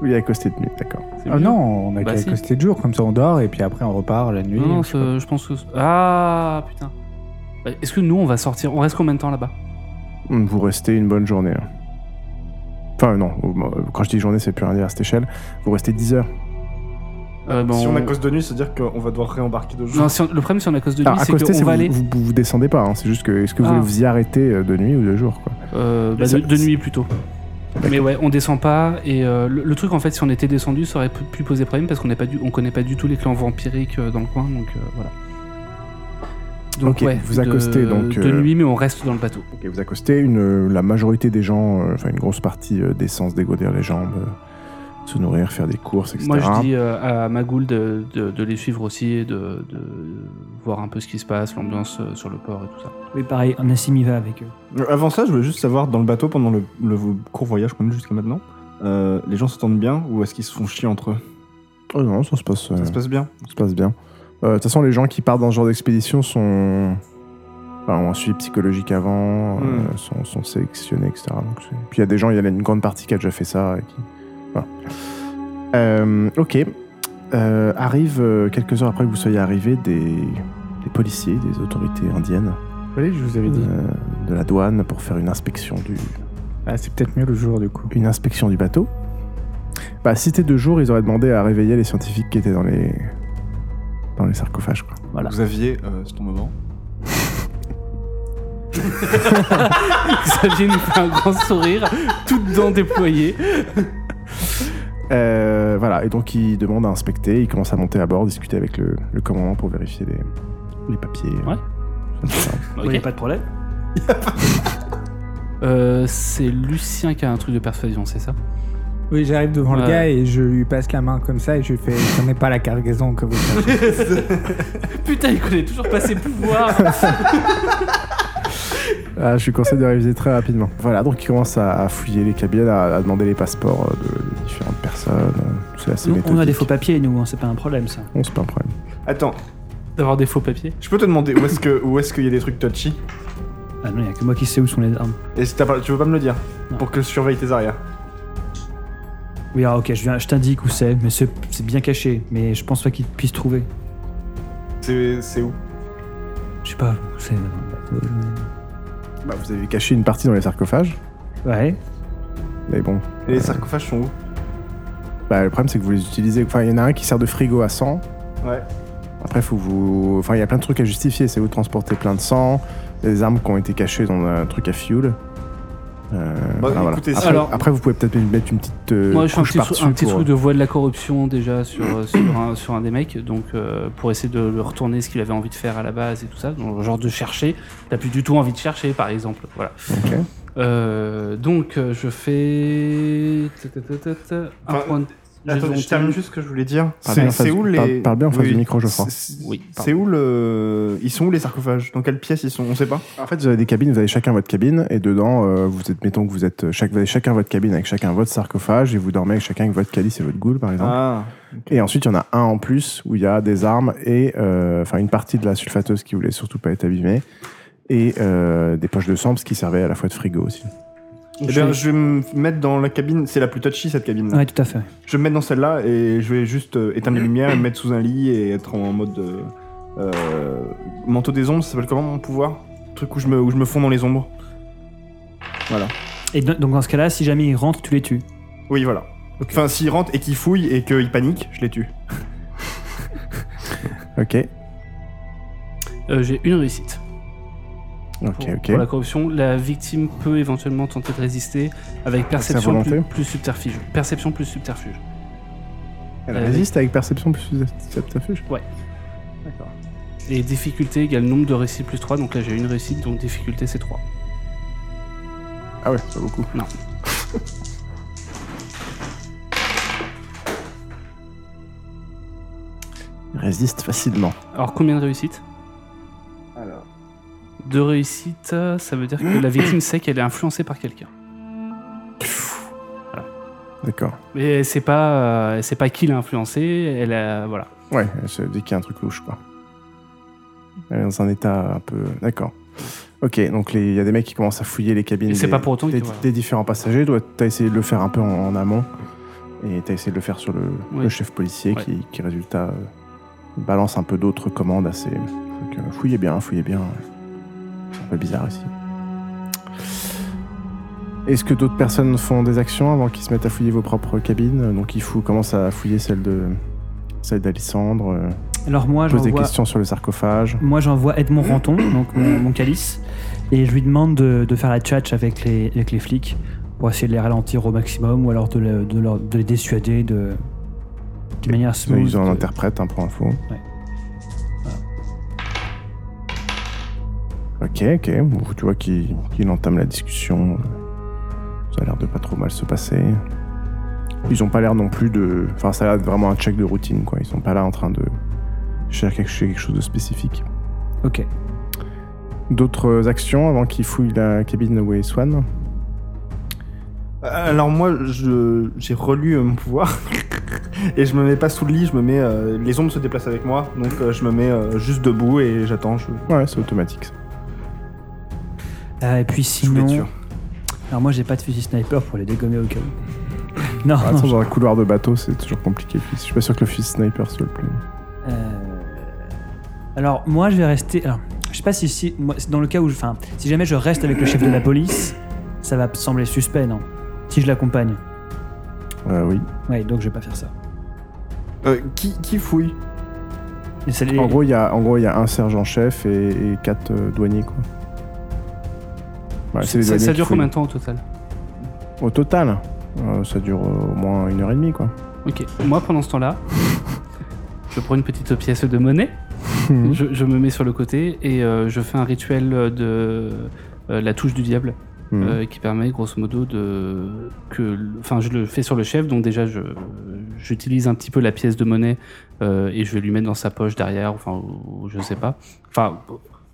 [SPEAKER 1] Vous y accostez de nuit, d'accord.
[SPEAKER 2] c'est
[SPEAKER 3] Ah
[SPEAKER 2] mieux.
[SPEAKER 3] non, on a
[SPEAKER 2] Bah
[SPEAKER 3] qu'à
[SPEAKER 2] si.
[SPEAKER 3] coster le jour, comme ça on dort et puis après on repart la nuit.
[SPEAKER 2] Non, non,
[SPEAKER 3] je sais
[SPEAKER 2] c'est- je pense que. c'est- Ah putain. Bah, Est-ce que nous on va sortir On reste combien de temps là-bas
[SPEAKER 1] Hmm, Vous restez une bonne journée. hein. Enfin, non, quand je dis journée, c'est plus rien dire à cette échelle. Vous restez 10 heures.
[SPEAKER 2] Euh, bah,
[SPEAKER 5] Si on a
[SPEAKER 2] on-
[SPEAKER 5] cause de nuit, c'est-à-dire qu'on va devoir réembarquer deux jours.
[SPEAKER 2] Non, si on- le problème si on a cause de nuit,
[SPEAKER 1] Alors, Ah, à
[SPEAKER 2] c'est
[SPEAKER 1] côté,
[SPEAKER 2] qu'on
[SPEAKER 1] c'est
[SPEAKER 2] va
[SPEAKER 1] vous,
[SPEAKER 2] aller.
[SPEAKER 1] vous, vous descendez pas. hein. C'est juste que est-ce que vous
[SPEAKER 2] Ah.
[SPEAKER 1] voulez vous y arrêter euh, de nuit ou de jour quoi
[SPEAKER 2] Euh, bah, de, de nuit plutôt. Mais ouais, on descend pas. Et euh, le, le truc en fait, si on était descendu, ça aurait pu, pu poser problème parce qu'on n'est pas du, on connaît pas du tout les clans vampiriques euh, dans le coin, donc euh, voilà.
[SPEAKER 1] Ok, vous accostez,
[SPEAKER 2] de,
[SPEAKER 1] donc,
[SPEAKER 2] de
[SPEAKER 1] euh,
[SPEAKER 2] nuit, mais on reste dans le bateau.
[SPEAKER 1] Ok, vous accostez. Une, euh, la majorité des gens, euh, enfin une grosse partie euh, descend se dégourdir les jambes, euh, se nourrir, faire des courses, etc.
[SPEAKER 2] Moi, je dis euh, à Magoul de, de- de les suivre aussi et de, de voir un peu ce qui se passe, l'ambiance euh, sur le port et tout ça.
[SPEAKER 4] Oui, pareil, Nassim y va avec eux.
[SPEAKER 5] Euh, Avant ça, je voulais juste savoir, dans le bateau, pendant le, le court voyage qu'on a eu jusqu'à maintenant, euh, les gens s'entendent bien ou est-ce qu'ils se font chier entre eux
[SPEAKER 1] Oh non, ça se passe, euh,
[SPEAKER 5] Ça se passe bien
[SPEAKER 1] ça se passe bien. Euh, De toute façon, les gens qui partent dans ce genre d'expédition sont. Enfin, ont un suivi psychologique avant, euh, sont, sont sélectionnés, etc. Donc, c'est- Puis il y a des gens, il y en a une grande partie qui a déjà fait ça. et qui- voilà. Euh, ok. Euh, arrive, euh, quelques heures après que vous soyez arrivés, des, des policiers, des autorités indiennes
[SPEAKER 3] pas. Vous voyez, je vous avais dit.
[SPEAKER 1] euh, de la douane pour faire une inspection du,
[SPEAKER 3] Ah, c'est peut-être mieux le jour du coup.
[SPEAKER 1] une inspection du bateau. Bah, si c'était deux jours, ils auraient demandé à réveiller les scientifiques qui étaient dans les, dans les sarcophages. Quoi.
[SPEAKER 4] Voilà.
[SPEAKER 5] Vous aviez, euh, c'est ton moment.
[SPEAKER 2] Xavier nous fait un grand sourire, toutes dents déployées.
[SPEAKER 1] Euh, voilà, et donc ils demandent à inspecter, ils commencent à monter à bord, discuter avec le, le commandant pour vérifier les, les papiers.
[SPEAKER 2] Ouais.
[SPEAKER 4] Il n'y a pas de problème.
[SPEAKER 2] Euh, c'est Lucien qui a un truc de persuasion, c'est ça
[SPEAKER 3] Oui, j'arrive devant
[SPEAKER 2] Ouais.
[SPEAKER 3] le gars et je lui passe la main comme ça et je lui fais Ce n'est pas la cargaison que vous cherchez.
[SPEAKER 2] Putain, il connaît toujours pas ses pouvoirs.
[SPEAKER 1] Ah, je lui conseille de réviser très rapidement. Voilà, donc ils commencent à, à fouiller les cabines, à, à demander les passeports euh, de, des différentes personnes. euh, C'est assez
[SPEAKER 4] Nous, on a des
[SPEAKER 1] méthodique.
[SPEAKER 4] faux papiers, nous, hein, c'est pas un problème ça.
[SPEAKER 1] Bon, c'est pas un problème.
[SPEAKER 5] Attends,
[SPEAKER 2] D'avoir des faux papiers.
[SPEAKER 5] je peux te demander où est-ce que- où est-ce qu'il est y a des trucs touchy
[SPEAKER 4] Ah non, il n'y a que moi qui sais où sont les armes.
[SPEAKER 5] Et si t'as pas- tu veux pas me le dire
[SPEAKER 4] Non.
[SPEAKER 5] Pour que je surveille tes arrières.
[SPEAKER 4] Oui, ah, ok, je, viens- je t'indique où c'est, mais c'est c'est bien caché, mais je pense pas qu'ils puissent trouver.
[SPEAKER 5] C'est c'est où
[SPEAKER 4] Je sais pas, c'est. euh,
[SPEAKER 1] Bah, vous avez caché une partie dans les sarcophages,
[SPEAKER 4] Ouais,
[SPEAKER 1] mais bon,
[SPEAKER 5] Et les sarcophages sont où
[SPEAKER 1] Bah, le problème, c'est que vous les utilisez. Enfin, il y en a un qui sert de frigo à sang.
[SPEAKER 5] Ouais.
[SPEAKER 1] Après, faut que vous. Enfin, il y a plein de trucs à justifier. C'est vous transportez plein de sang, des armes qui ont été cachées dans un truc à fuel. Euh,
[SPEAKER 5] Bah,
[SPEAKER 1] voilà, voilà.
[SPEAKER 5] écoutez,
[SPEAKER 1] Après,
[SPEAKER 2] alors-
[SPEAKER 1] après, vous pouvez peut-être mettre une petite euh,
[SPEAKER 2] Moi, je suis un
[SPEAKER 1] couche
[SPEAKER 2] petit,
[SPEAKER 1] par-dessus
[SPEAKER 2] sou- un petit
[SPEAKER 1] pour- euh,
[SPEAKER 2] truc de voix de la corruption déjà sur, euh, sur, un, sur un des mecs, donc euh, pour essayer de le retourner ce qu'il avait envie de faire à la base et tout ça, donc, genre de chercher. T'as plus du tout envie de chercher, par exemple. Voilà.
[SPEAKER 1] Ok.
[SPEAKER 2] Euh, donc, euh, je fais. ta, ta, ta, ta, ta, Un
[SPEAKER 5] Enfin,
[SPEAKER 2] point de- j'ai
[SPEAKER 5] Attends, je
[SPEAKER 2] volonté.
[SPEAKER 5] termine juste ce que je voulais dire.
[SPEAKER 1] Parle bien
[SPEAKER 5] C'est
[SPEAKER 1] en face
[SPEAKER 5] c'est
[SPEAKER 1] du-
[SPEAKER 5] où les.
[SPEAKER 1] parle- parle bien en face du micro, Geoffroy.
[SPEAKER 5] C'est
[SPEAKER 2] Oui,
[SPEAKER 5] c'est où le. Ils sont où les sarcophages Dans quelle pièce ils sont On sait pas.
[SPEAKER 1] En fait, vous avez des cabines, vous avez chacun votre cabine, et dedans, euh, vous êtes, mettons que vous êtes, chaque, vous avez chacun votre cabine avec chacun votre sarcophage, et vous dormez avec chacun avec votre calice et votre goule, par exemple.
[SPEAKER 5] Ah.
[SPEAKER 1] Et ensuite, il y en a un en plus où il y a des armes et euh, enfin une partie de la sulfateuse qui voulait surtout pas être abîmée et euh, des poches de sang parce qui servaient à la fois de frigo aussi.
[SPEAKER 5] Eh bien, je vais me mettre dans la cabine. C'est la plus touchy cette cabine.
[SPEAKER 4] ouais, tout à fait.
[SPEAKER 5] Je vais me mettre dans celle-là et je vais juste euh, éteindre les lumières, et me mettre sous un lit et être en mode euh, euh, manteau des ombres. Ça s'appelle comment mon pouvoir Le Truc où je me où je me fonds dans les ombres.
[SPEAKER 4] Et do- donc, dans ce cas-là, si jamais ils rentrent, tu les tues.
[SPEAKER 5] Oui, voilà. Enfin, s'ils rentrent et qu'ils fouillent et qu'ils paniquent, je les tue.
[SPEAKER 1] Ok,
[SPEAKER 2] Euh, J'ai une réussite.
[SPEAKER 1] ok,
[SPEAKER 2] pour,
[SPEAKER 1] ok.
[SPEAKER 2] pour la corruption. La victime peut éventuellement tenter de résister avec perception
[SPEAKER 1] volonté
[SPEAKER 2] plus, plus subterfuge. Perception plus subterfuge.
[SPEAKER 1] Elle
[SPEAKER 2] Euh,
[SPEAKER 1] résiste avec perception plus subterfuge.
[SPEAKER 2] Et difficulté égale nombre de réussites plus 3, donc là j'ai une réussite, donc difficulté c'est 3.
[SPEAKER 1] Ah ouais, pas beaucoup.
[SPEAKER 2] Non.
[SPEAKER 1] Il Résiste facilement.
[SPEAKER 2] Alors combien de réussites
[SPEAKER 5] Alors.
[SPEAKER 2] Deux réussites, euh, ça veut dire que la victime sait qu'elle est influencée par quelqu'un.
[SPEAKER 1] D'accord.
[SPEAKER 2] Mais elle sait pas, euh, elle sait pas qui l'a influencé, elle a, voilà.
[SPEAKER 1] Ouais, elle se dit qu'il y a un truc louche, quoi. Elle est dans un état un peu. D'accord. Ok, donc les- il y a des mecs qui commencent à fouiller les cabines
[SPEAKER 2] Et c'est
[SPEAKER 1] des,
[SPEAKER 2] pas pour autant que-
[SPEAKER 1] des,
[SPEAKER 2] voilà.
[SPEAKER 1] des différents passagers. Toi, t'as essayé de le faire un peu en, en amont. Et t'as essayé de le faire sur le,
[SPEAKER 2] Ouais.
[SPEAKER 1] le chef policier
[SPEAKER 2] Ouais.
[SPEAKER 1] qui, qui, résultat, euh, balance un peu d'autres commandes assez. Donc, euh, fouillez bien, fouillez bien. C'est un peu bizarre ici. Est-ce que d'autres personnes font des actions avant qu'ils se mettent à fouiller vos propres cabines Donc, il faut commence à fouiller celle de celle d'Alissandre, euh,
[SPEAKER 4] Alors moi,
[SPEAKER 1] pose des
[SPEAKER 4] j'envoie-
[SPEAKER 1] questions sur le sarcophage.
[SPEAKER 4] moi, j'envoie Edmond Ranton, donc mon, mon calice, et je lui demande de, de faire la tchatch avec les, avec les flics pour essayer de les ralentir au maximum ou alors de, le- de leur- de les dissuader de, de manière
[SPEAKER 1] Ils ont-
[SPEAKER 4] smooth. euh,
[SPEAKER 1] Ils en interprètent hein, pour info.
[SPEAKER 4] Ouais.
[SPEAKER 1] Ok, ok. Bon, Tu vois qu'il qu'il entame la discussion. Ça a l'air de pas trop mal se passer. Ils ont pas l'air non plus de. Enfin, ça a l'air de vraiment un check de routine, quoi. Ils sont pas là en train de chercher quelque- quelque chose de spécifique.
[SPEAKER 4] Ok.
[SPEAKER 1] D'autres actions avant qu'ils fouillent la cabine de Way Swan
[SPEAKER 5] Euh, Alors moi, je- j'ai relu euh, mon pouvoir et je me mets pas sous le lit, je me mets euh, les ombres se déplacent avec moi, donc euh, je me mets euh, juste debout et j'attends. Je,
[SPEAKER 1] Ouais, c'est automatique. ça.
[SPEAKER 4] Ah, et puis
[SPEAKER 5] je vous les
[SPEAKER 4] sinon,
[SPEAKER 5] tue.
[SPEAKER 4] alors moi, j'ai pas de fusil sniper pour les dégommer au cas où. Non,
[SPEAKER 1] Ah,
[SPEAKER 4] non,
[SPEAKER 1] attends, dans un couloir de bateau, c'est toujours compliqué. Je suis pas sûr que le fils sniper soit le plus.
[SPEAKER 4] Euh, Alors, moi, je vais rester. Alors, je sais pas si, si moi, dans le cas où, je- enfin, si jamais je reste avec le chef de la police, ça va sembler suspect, non Si je l'accompagne.
[SPEAKER 1] Euh, oui.
[SPEAKER 4] Ouais, donc je vais pas faire ça.
[SPEAKER 5] Euh, qui, qui fouille
[SPEAKER 4] Et c'est les-
[SPEAKER 1] En gros, il y a, en gros, il y a un sergent-chef et, et quatre euh, douaniers, quoi. Ouais, c'est les
[SPEAKER 2] ça,
[SPEAKER 1] douaniers
[SPEAKER 2] ça
[SPEAKER 1] qui
[SPEAKER 2] dure
[SPEAKER 1] fouillent.
[SPEAKER 2] combien de temps au total
[SPEAKER 1] Au total, euh, ça dure euh, au moins une heure et demie, quoi.
[SPEAKER 2] Ok, moi pendant ce temps-là, je prends une petite pièce de monnaie,
[SPEAKER 1] Mhm.
[SPEAKER 2] je, je me mets sur le côté et euh, je fais un rituel de euh, la touche du diable
[SPEAKER 1] Mhm.
[SPEAKER 2] euh, qui permet grosso modo de que, le- enfin, je le fais sur le chef, donc déjà je j'utilise un petit peu la pièce de monnaie euh, et je vais lui mettre dans sa poche derrière, enfin, ou, ou je sais pas, enfin,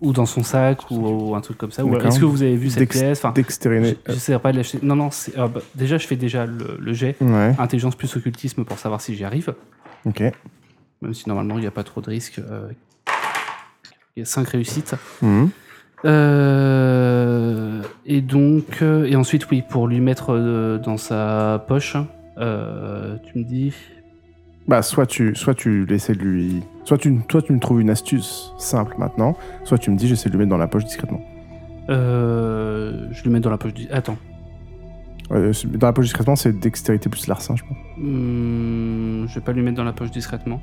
[SPEAKER 2] ou dans son sac ou, ou un truc comme ça. Ou alors,
[SPEAKER 1] D'accord.
[SPEAKER 2] Est-ce que vous avez vu cette
[SPEAKER 1] Dex-
[SPEAKER 2] pièce Enfin,
[SPEAKER 1] Dextérité.
[SPEAKER 2] je- j'essaierai pas de l'acheter. Non, non, c'est- ah, bah, déjà je fais déjà le, le jet.
[SPEAKER 1] Ouais,
[SPEAKER 2] Intelligence plus occultisme pour savoir si j'y arrive
[SPEAKER 1] ok.
[SPEAKER 2] même si normalement il n'y a pas trop de risques. euh, Il y a 5 réussites.
[SPEAKER 1] Mhm.
[SPEAKER 2] Euh, et donc, euh, et ensuite, oui, pour lui mettre euh, dans sa poche, euh, tu me dis.
[SPEAKER 1] Bah, soit tu, soit tu l'essaies de lui. Soit tu, toi, tu me trouves une astuce simple maintenant, soit tu me dis j'essaie de lui mettre dans la poche discrètement.
[SPEAKER 2] euh, je lui mets dans la poche du. Attends.
[SPEAKER 1] Euh, c'est- dans la poche discrètement, c'est dextérité plus larcin, je pense.
[SPEAKER 2] Hmm, je vais pas lui mettre dans la poche discrètement.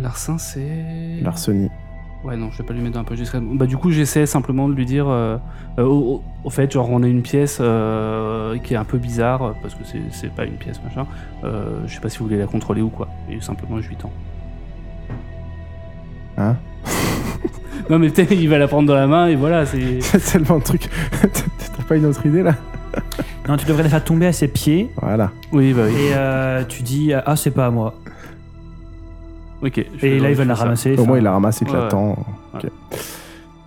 [SPEAKER 2] Larcin, c'est.
[SPEAKER 1] Larcenie.
[SPEAKER 2] Ouais, non, je vais pas lui mettre dans la poche discrètement. Bah, du coup, j'essaie simplement de lui dire. euh, euh, au, au- au fait, genre, on a une pièce euh, qui est un peu bizarre, euh, parce que c'est c'est pas une pièce, machin. Euh, je sais pas si vous voulez la contrôler ou quoi. Et simplement, je lui tends.
[SPEAKER 1] Hein
[SPEAKER 2] Non, mais peut-être il va la prendre dans la main et voilà, c'est.
[SPEAKER 1] C'est tellement de trucs. T'as pas une autre idée, là
[SPEAKER 4] Non, tu devrais la faire tomber à ses pieds
[SPEAKER 1] Voilà.
[SPEAKER 2] Oui, bah oui.
[SPEAKER 4] et euh, tu dis Ah, c'est pas à moi.
[SPEAKER 2] Ok. je
[SPEAKER 4] Et
[SPEAKER 2] vais-
[SPEAKER 4] là, il va
[SPEAKER 2] je
[SPEAKER 4] la
[SPEAKER 2] fais ça.
[SPEAKER 4] ramasser.
[SPEAKER 1] Au
[SPEAKER 4] enfin,
[SPEAKER 1] moins, il la ramasse éclatant.
[SPEAKER 2] Ouais.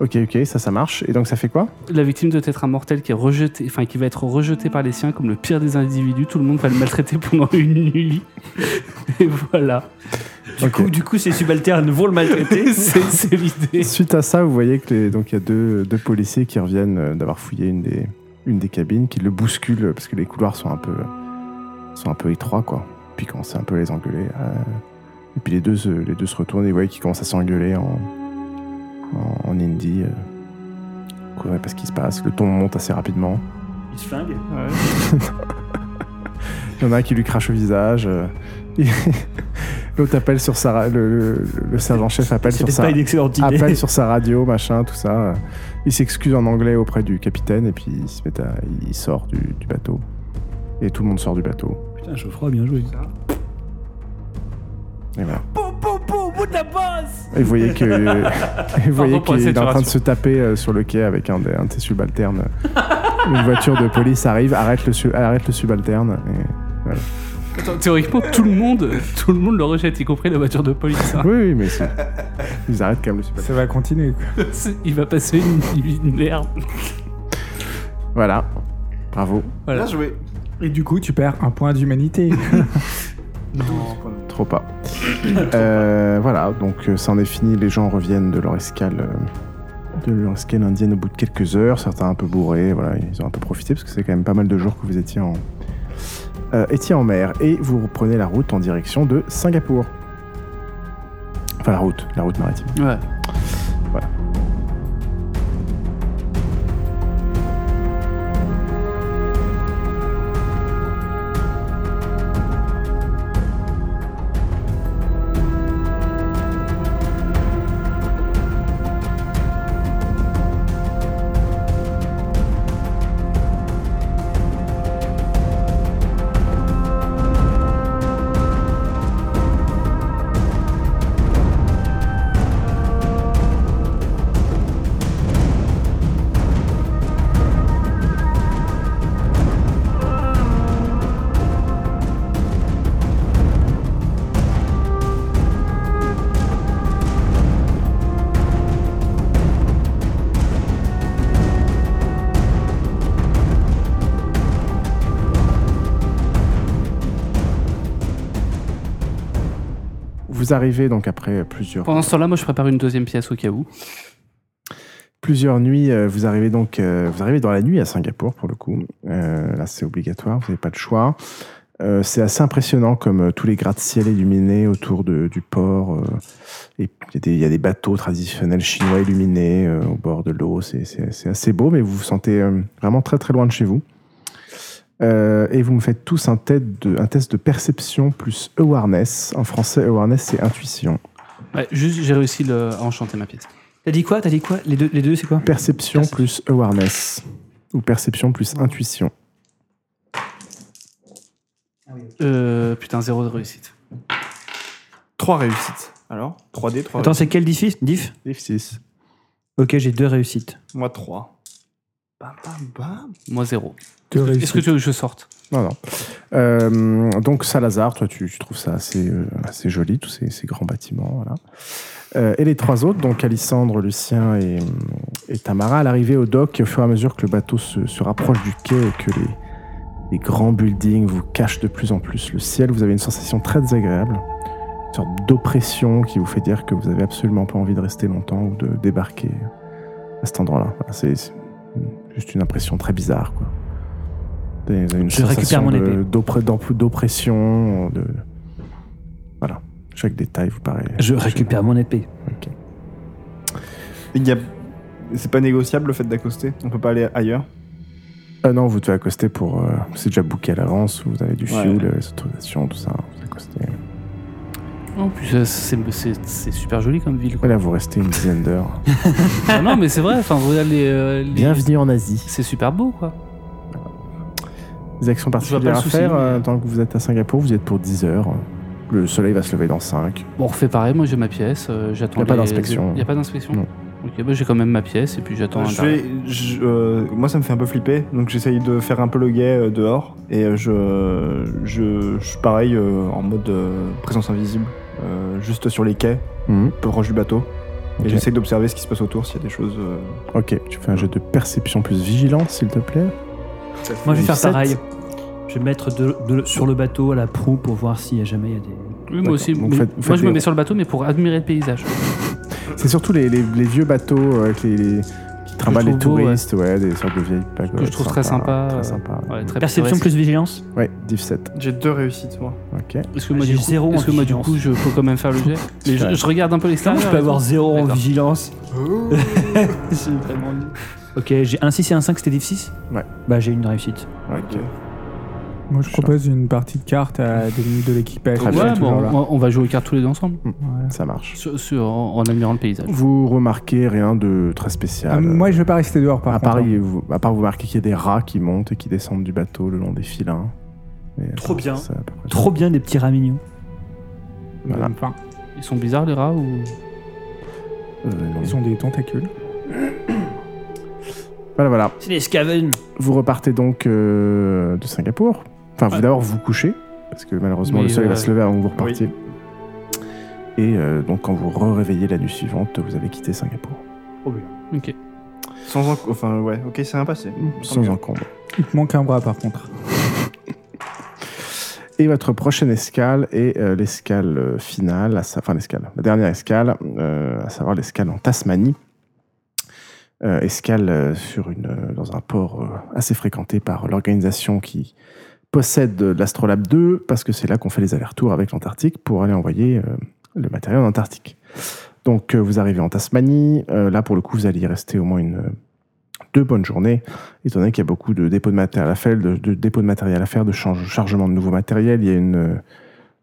[SPEAKER 1] Ok. Ok, ok, ça, ça marche. Et donc, ça fait quoi
[SPEAKER 2] La victime doit être un mortel qui est rejeté, enfin qui va être rejeté par les siens comme le pire des individus. Tout le monde va le maltraiter pendant une nuit. Et voilà.
[SPEAKER 4] Du coup, du coup, ces subalternes vont le maltraiter.
[SPEAKER 2] C'est c'est l'idée.
[SPEAKER 1] Suite à ça, vous voyez que les- donc il y a deux, deux policiers qui reviennent euh, d'avoir fouillé une des, une des cabines, qui le bousculent euh, parce que les couloirs sont un peu sont un peu étroits quoi. Puis ils commencent un peu à les engueuler. euh, et puis les deux se, les deux se retournent et vous voyez qu'ils commencent à s'engueuler en en, en indie. euh. Vous ne pas ce qui se passe. Le ton monte assez rapidement.
[SPEAKER 4] Il se flingue.
[SPEAKER 1] Il y en a un qui lui crache au visage. euh, et L'autre appelle sur sa ra- le, le- le sergent-chef appelle
[SPEAKER 4] C'est
[SPEAKER 1] sur
[SPEAKER 4] peut-être
[SPEAKER 1] sa
[SPEAKER 4] pas une excellente idée.
[SPEAKER 1] appelle sur sa radio, machin, tout ça. Il s'excuse en anglais auprès du capitaine et puis il, se met à- il sort du, du bateau. Et tout le monde sort du bateau.
[SPEAKER 4] Putain, Geoffroy, bien joué.
[SPEAKER 1] Et voilà. Et vous voyez que et vous voyez
[SPEAKER 2] Pardon pour
[SPEAKER 1] qu'il est en train de
[SPEAKER 2] saturation.
[SPEAKER 1] se taper euh, sur le quai avec un, des- un de ses subalternes. Une voiture de police arrive, arrête le, su- arrête le subalterne. et-
[SPEAKER 2] Attends, Théoriquement, tout le monde, tout le monde le rejette, y compris la voiture de police.
[SPEAKER 4] Ah.
[SPEAKER 2] hein.
[SPEAKER 1] Oui, oui, mais c'est- ils arrêtent quand même le subalterne.
[SPEAKER 3] Ça va continuer. quoi.
[SPEAKER 2] C'est- Il va passer une nuit de merde.
[SPEAKER 1] Voilà. Bravo.
[SPEAKER 2] Voilà.
[SPEAKER 5] Bien joué.
[SPEAKER 3] Et du coup, tu perds un point d'humanité.
[SPEAKER 1] Trop pas. Euh, voilà, donc euh, ça en est fini. Les gens reviennent de leur escale, euh, de leur escale indienne au bout de quelques heures. Certains un peu bourrés, voilà, ils ont un peu profité parce que c'est quand même pas mal de jours que vous étiez en, euh, Étiez en mer et vous reprenez la route en direction de Singapour. Enfin, la route, la route maritime.
[SPEAKER 2] Ouais.
[SPEAKER 1] Vous arrivez donc après plusieurs,
[SPEAKER 2] Pendant ce temps-là, moi, je prépare une deuxième pièce au cas où.
[SPEAKER 1] plusieurs nuits. euh, Vous arrivez donc, euh, vous arrivez dans la nuit à Singapour pour le coup. Euh, là, c'est obligatoire, vous n'avez pas de choix. Euh, c'est assez impressionnant comme euh, tous les gratte-ciel illuminés autour de- du port. euh, et il y a des- il y, a des bateaux traditionnels chinois illuminés euh, au bord de l'eau. C'est- C'est c'est assez beau, mais vous vous sentez euh, vraiment très très loin de chez vous. Euh, et vous me faites tous un, tête de- un test de perception plus awareness. En français, awareness, c'est intuition.
[SPEAKER 2] Ouais, juste, j'ai réussi le- à enchanter ma pièce.
[SPEAKER 4] T'as dit quoi T'as dit quoi Les deux, les deux c'est quoi
[SPEAKER 1] Perception
[SPEAKER 4] Perception.
[SPEAKER 1] plus awareness. Ou perception plus intuition.
[SPEAKER 2] Euh, putain, zéro de réussite.
[SPEAKER 5] Trois réussites. Alors 3D, 3
[SPEAKER 4] Attends, c'est quel diff Diff
[SPEAKER 5] Diff 6.
[SPEAKER 4] Ok, j'ai deux réussites.
[SPEAKER 5] Moi 3. Bam, bam, bam.
[SPEAKER 2] Moi, zéro.
[SPEAKER 3] Deux
[SPEAKER 2] Est-ce que tu veux que je sorte
[SPEAKER 1] Non, non. Euh, donc, Salazar, toi, tu, tu trouves ça assez, euh, assez joli, tous ces, ces grands bâtiments. Voilà. Euh, et les trois autres, donc Alissandre, Lucien et, et Tamara, à l'arrivée au dock, au fur et à mesure que le bateau se, se rapproche du quai et que les, les grands buildings vous cachent de plus en plus le ciel, vous avez une sensation très désagréable, une sorte d'oppression qui vous fait dire que vous avez absolument pas envie de rester longtemps ou de débarquer à cet endroit-là. Voilà, c'est c'est juste une impression très bizarre, quoi. Vous avez Une
[SPEAKER 4] Je récupère
[SPEAKER 1] sensation
[SPEAKER 4] mon
[SPEAKER 1] de-
[SPEAKER 4] épée.
[SPEAKER 1] d'oppre- d'opp- d'oppression, de... Voilà. Chaque détail vous paraît...
[SPEAKER 4] Je récupère mon épée.
[SPEAKER 5] Il y a- C'est pas négociable le fait d'accoster On peut pas aller ailleurs
[SPEAKER 1] Ah non, vous devez accoster pour. euh, c'est déjà booké à l'avance, vous avez du
[SPEAKER 5] Ouais.
[SPEAKER 1] fuel, euh, les autorisations, tout ça. Vous accostez.
[SPEAKER 2] En plus, euh, c'est- c'est c'est super joli comme ville. quoi.
[SPEAKER 1] Voilà, vous restez une dizaine d'heures.
[SPEAKER 2] Ah non, mais c'est vrai. Enfin, vous allez. euh, les-
[SPEAKER 1] Bienvenue en Asie.
[SPEAKER 2] C'est super beau, quoi.
[SPEAKER 1] Des actions particulières
[SPEAKER 2] le
[SPEAKER 1] à
[SPEAKER 2] souci,
[SPEAKER 1] faire euh,
[SPEAKER 2] mais-
[SPEAKER 1] tant que vous êtes à Singapour, vous y êtes pour 10 heures. Le soleil va se lever dans 5.
[SPEAKER 2] Bon, on refait pareil. Moi, j'ai ma pièce. euh, j'attends.
[SPEAKER 1] Y a pas d'inspection.
[SPEAKER 2] Il n'y a pas d'inspection
[SPEAKER 1] Non.
[SPEAKER 2] Ok, bah, j'ai quand même ma pièce et puis
[SPEAKER 4] Bah,
[SPEAKER 2] j'attends. un
[SPEAKER 5] je
[SPEAKER 2] dernier.
[SPEAKER 5] vais, je- euh, Moi ça me fait un peu flipper, donc j'essaye de faire un peu le guet euh, dehors. Et euh, je, je, je suis pareil euh, en mode euh, présence invisible, euh, juste sur les quais,
[SPEAKER 1] Mhm.
[SPEAKER 2] Hmm.
[SPEAKER 5] un peu proche du bateau.
[SPEAKER 1] Ok.
[SPEAKER 5] Et j'essaye d'observer ce qui se passe autour, s'il y a des choses. euh,
[SPEAKER 1] Ok, tu fais un jeu de perception plus vigilance, s'il te plaît.
[SPEAKER 4] Moi, je vais faire
[SPEAKER 1] 17.
[SPEAKER 4] pareil. Je vais me mettre de- de- sur le bateau à la proue pour voir s'il y a jamais il y a des.
[SPEAKER 2] Oui, moi aussi.
[SPEAKER 1] Donc,
[SPEAKER 2] mais-
[SPEAKER 1] faites-
[SPEAKER 2] moi,
[SPEAKER 1] faites
[SPEAKER 2] je me
[SPEAKER 1] les-
[SPEAKER 2] mets sur le bateau, mais pour admirer le paysage.
[SPEAKER 1] C'est surtout les, les- les vieux bateaux euh, avec les, les- qui trimballent les
[SPEAKER 2] trouve beau, ouais.
[SPEAKER 1] touristes, ouais. des sortes de vieilles pagodes.
[SPEAKER 2] Que je trouve très sympa, euh,
[SPEAKER 1] Très sympa.
[SPEAKER 2] Ouais, très
[SPEAKER 4] Perception
[SPEAKER 2] pittoresque.
[SPEAKER 4] plus vigilance.
[SPEAKER 1] Ouais, div 7.
[SPEAKER 5] J'ai deux réussites, moi.
[SPEAKER 1] Ok.
[SPEAKER 2] Est-ce que moi,
[SPEAKER 4] Ah, J'ai
[SPEAKER 2] du coup,
[SPEAKER 4] zéro
[SPEAKER 2] est-ce que moi, du
[SPEAKER 4] intelligence.
[SPEAKER 2] coup, je peux quand même faire le jet Mais je, je regarde un peu l'extérieur.
[SPEAKER 4] je peux
[SPEAKER 2] et
[SPEAKER 4] avoir
[SPEAKER 2] tout.
[SPEAKER 4] zéro en
[SPEAKER 2] D'accord.
[SPEAKER 4] vigilance Oh. C'est vraiment nul. Ok, j'ai un 6 et un 5, c'était diff 6
[SPEAKER 1] Ouais.
[SPEAKER 4] Bah, j'ai une réussite.
[SPEAKER 1] Ok.
[SPEAKER 3] Moi, je propose une partie de cartes à Dominique de l'équipage.
[SPEAKER 1] Très
[SPEAKER 3] qui
[SPEAKER 1] bien.
[SPEAKER 3] est
[SPEAKER 2] Ouais,
[SPEAKER 3] toujours
[SPEAKER 2] bon,
[SPEAKER 3] Euh, là.
[SPEAKER 2] on- on va jouer aux cartes tous les deux ensemble.
[SPEAKER 3] Voilà.
[SPEAKER 1] Ça marche.
[SPEAKER 2] Sur- sur- en, en admirant le paysage.
[SPEAKER 1] Vous remarquez rien de très spécial.
[SPEAKER 3] Ah, moi, je vais pas rester dehors, par
[SPEAKER 1] à,
[SPEAKER 3] contre.
[SPEAKER 1] part, il- vous, à part vous marquez qu'il y a des rats qui montent et qui descendent du bateau le long des filins. Mais,
[SPEAKER 4] Trop
[SPEAKER 1] euh,
[SPEAKER 4] bien.
[SPEAKER 1] c'est à peu près
[SPEAKER 4] Trop bien des petits rats mignons.
[SPEAKER 1] Voilà.
[SPEAKER 3] hein. Enfin,
[SPEAKER 2] Ils sont bizarres les rats ou
[SPEAKER 1] Euh, non.
[SPEAKER 3] ils ont des tentacules.
[SPEAKER 1] Voilà, voilà.
[SPEAKER 4] C'est des scaven.
[SPEAKER 1] Vous repartez donc euh, de Singapour. Enfin, vous d'abord vous couchez, parce que malheureusement
[SPEAKER 2] Mais,
[SPEAKER 1] le soleil
[SPEAKER 2] euh,
[SPEAKER 1] va se lever avant que vous repartiez. Et euh, donc, quand vous réveillez la nuit suivante, vous avez quitté Singapour.
[SPEAKER 2] Ok.
[SPEAKER 5] Sans en- Enfin, ouais, ok, c'est bien passé.
[SPEAKER 1] Sans encombre.
[SPEAKER 3] Il te manque un bras, par contre.
[SPEAKER 1] Et votre prochaine escale est euh, l'escale euh, finale, à sa... enfin l'escale, la dernière escale, euh, à savoir l'escale en Tasmanie. Euh, escale euh, sur une, euh, dans un port euh, assez fréquenté par l'organisation qui possède euh, l'Astrolabe 2 parce que c'est là qu'on fait les allers-retours avec l'Antarctique pour aller envoyer euh, le matériel en Antarctique. Donc euh, vous arrivez en Tasmanie, Euh, là pour le coup vous allez y rester au moins une, euh, deux bonnes journées, étant donné qu'il y a beaucoup de dépôts de matériel à faire, de, de dépôts de matériel à faire, de change- chargement de nouveaux matériels, il y a une, euh,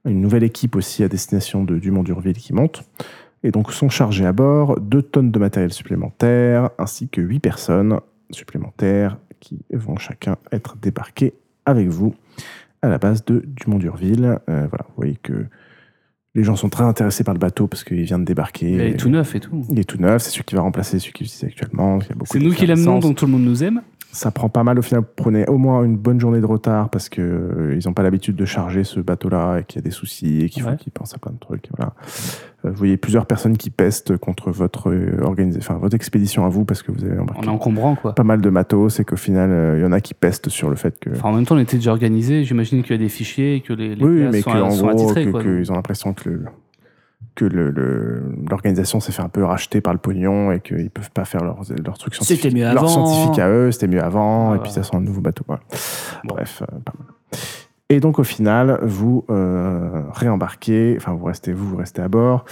[SPEAKER 1] une nouvelle équipe aussi à destination de Dumont d'Urville qui monte. Et donc sont chargés à bord 2 tonnes de matériel supplémentaire, ainsi que 8 personnes supplémentaires qui vont chacun être débarqués avec vous à la base de Dumont d'Urville. Euh, voilà, vous voyez que les gens sont très intéressés par le bateau parce qu'il vient de débarquer.
[SPEAKER 2] Il est tout neuf et tout.
[SPEAKER 1] Il est tout neuf, c'est celui qui va remplacer celui qui existe actuellement. Il y a beaucoup
[SPEAKER 2] C'est nous qui l'amenons,
[SPEAKER 1] d'effervescence.
[SPEAKER 2] donc tout le monde nous aime.
[SPEAKER 1] Ça prend pas mal au final. Prenez au moins une bonne journée de retard parce que euh, ils n'ont pas l'habitude de charger ce bateau-là et qu'il y a des soucis et qu'il faut
[SPEAKER 2] Ouais.
[SPEAKER 1] qu'ils pensent à plein de trucs. et voilà. Euh, vous voyez plusieurs personnes qui pestent contre votre euh, organisa- enfin votre expédition à vous parce que vous avez
[SPEAKER 2] On
[SPEAKER 1] embarqué
[SPEAKER 2] est encombrant, quoi.
[SPEAKER 1] pas mal de matos et qu'au final euh, il y en a qui pestent sur le fait que
[SPEAKER 2] Enfin, en même temps, on était déjà organisé. J'imagine qu'il y a des fichiers et que les, les
[SPEAKER 1] oui,
[SPEAKER 2] places
[SPEAKER 1] mais
[SPEAKER 2] sont,
[SPEAKER 1] que, en
[SPEAKER 2] sont
[SPEAKER 1] gros,
[SPEAKER 2] attitrées,
[SPEAKER 1] que-
[SPEAKER 2] quoi.
[SPEAKER 1] que ils ont l'impression que le- que le- le- l'organisation s'est fait un peu racheter par le pognon et qu'ils peuvent pas faire leurs leurs trucs scientifiques.
[SPEAKER 4] C'était mieux
[SPEAKER 1] leurs
[SPEAKER 4] avant.
[SPEAKER 1] scientifiques à eux, c'était mieux avant,
[SPEAKER 2] Ah,
[SPEAKER 1] et puis ça sent un nouveau bateau. voilà.
[SPEAKER 2] Bon.
[SPEAKER 1] Bref, euh, pas mal. Et donc au final, vous euh, réembarquez, enfin vous restez vous, vous restez à bord,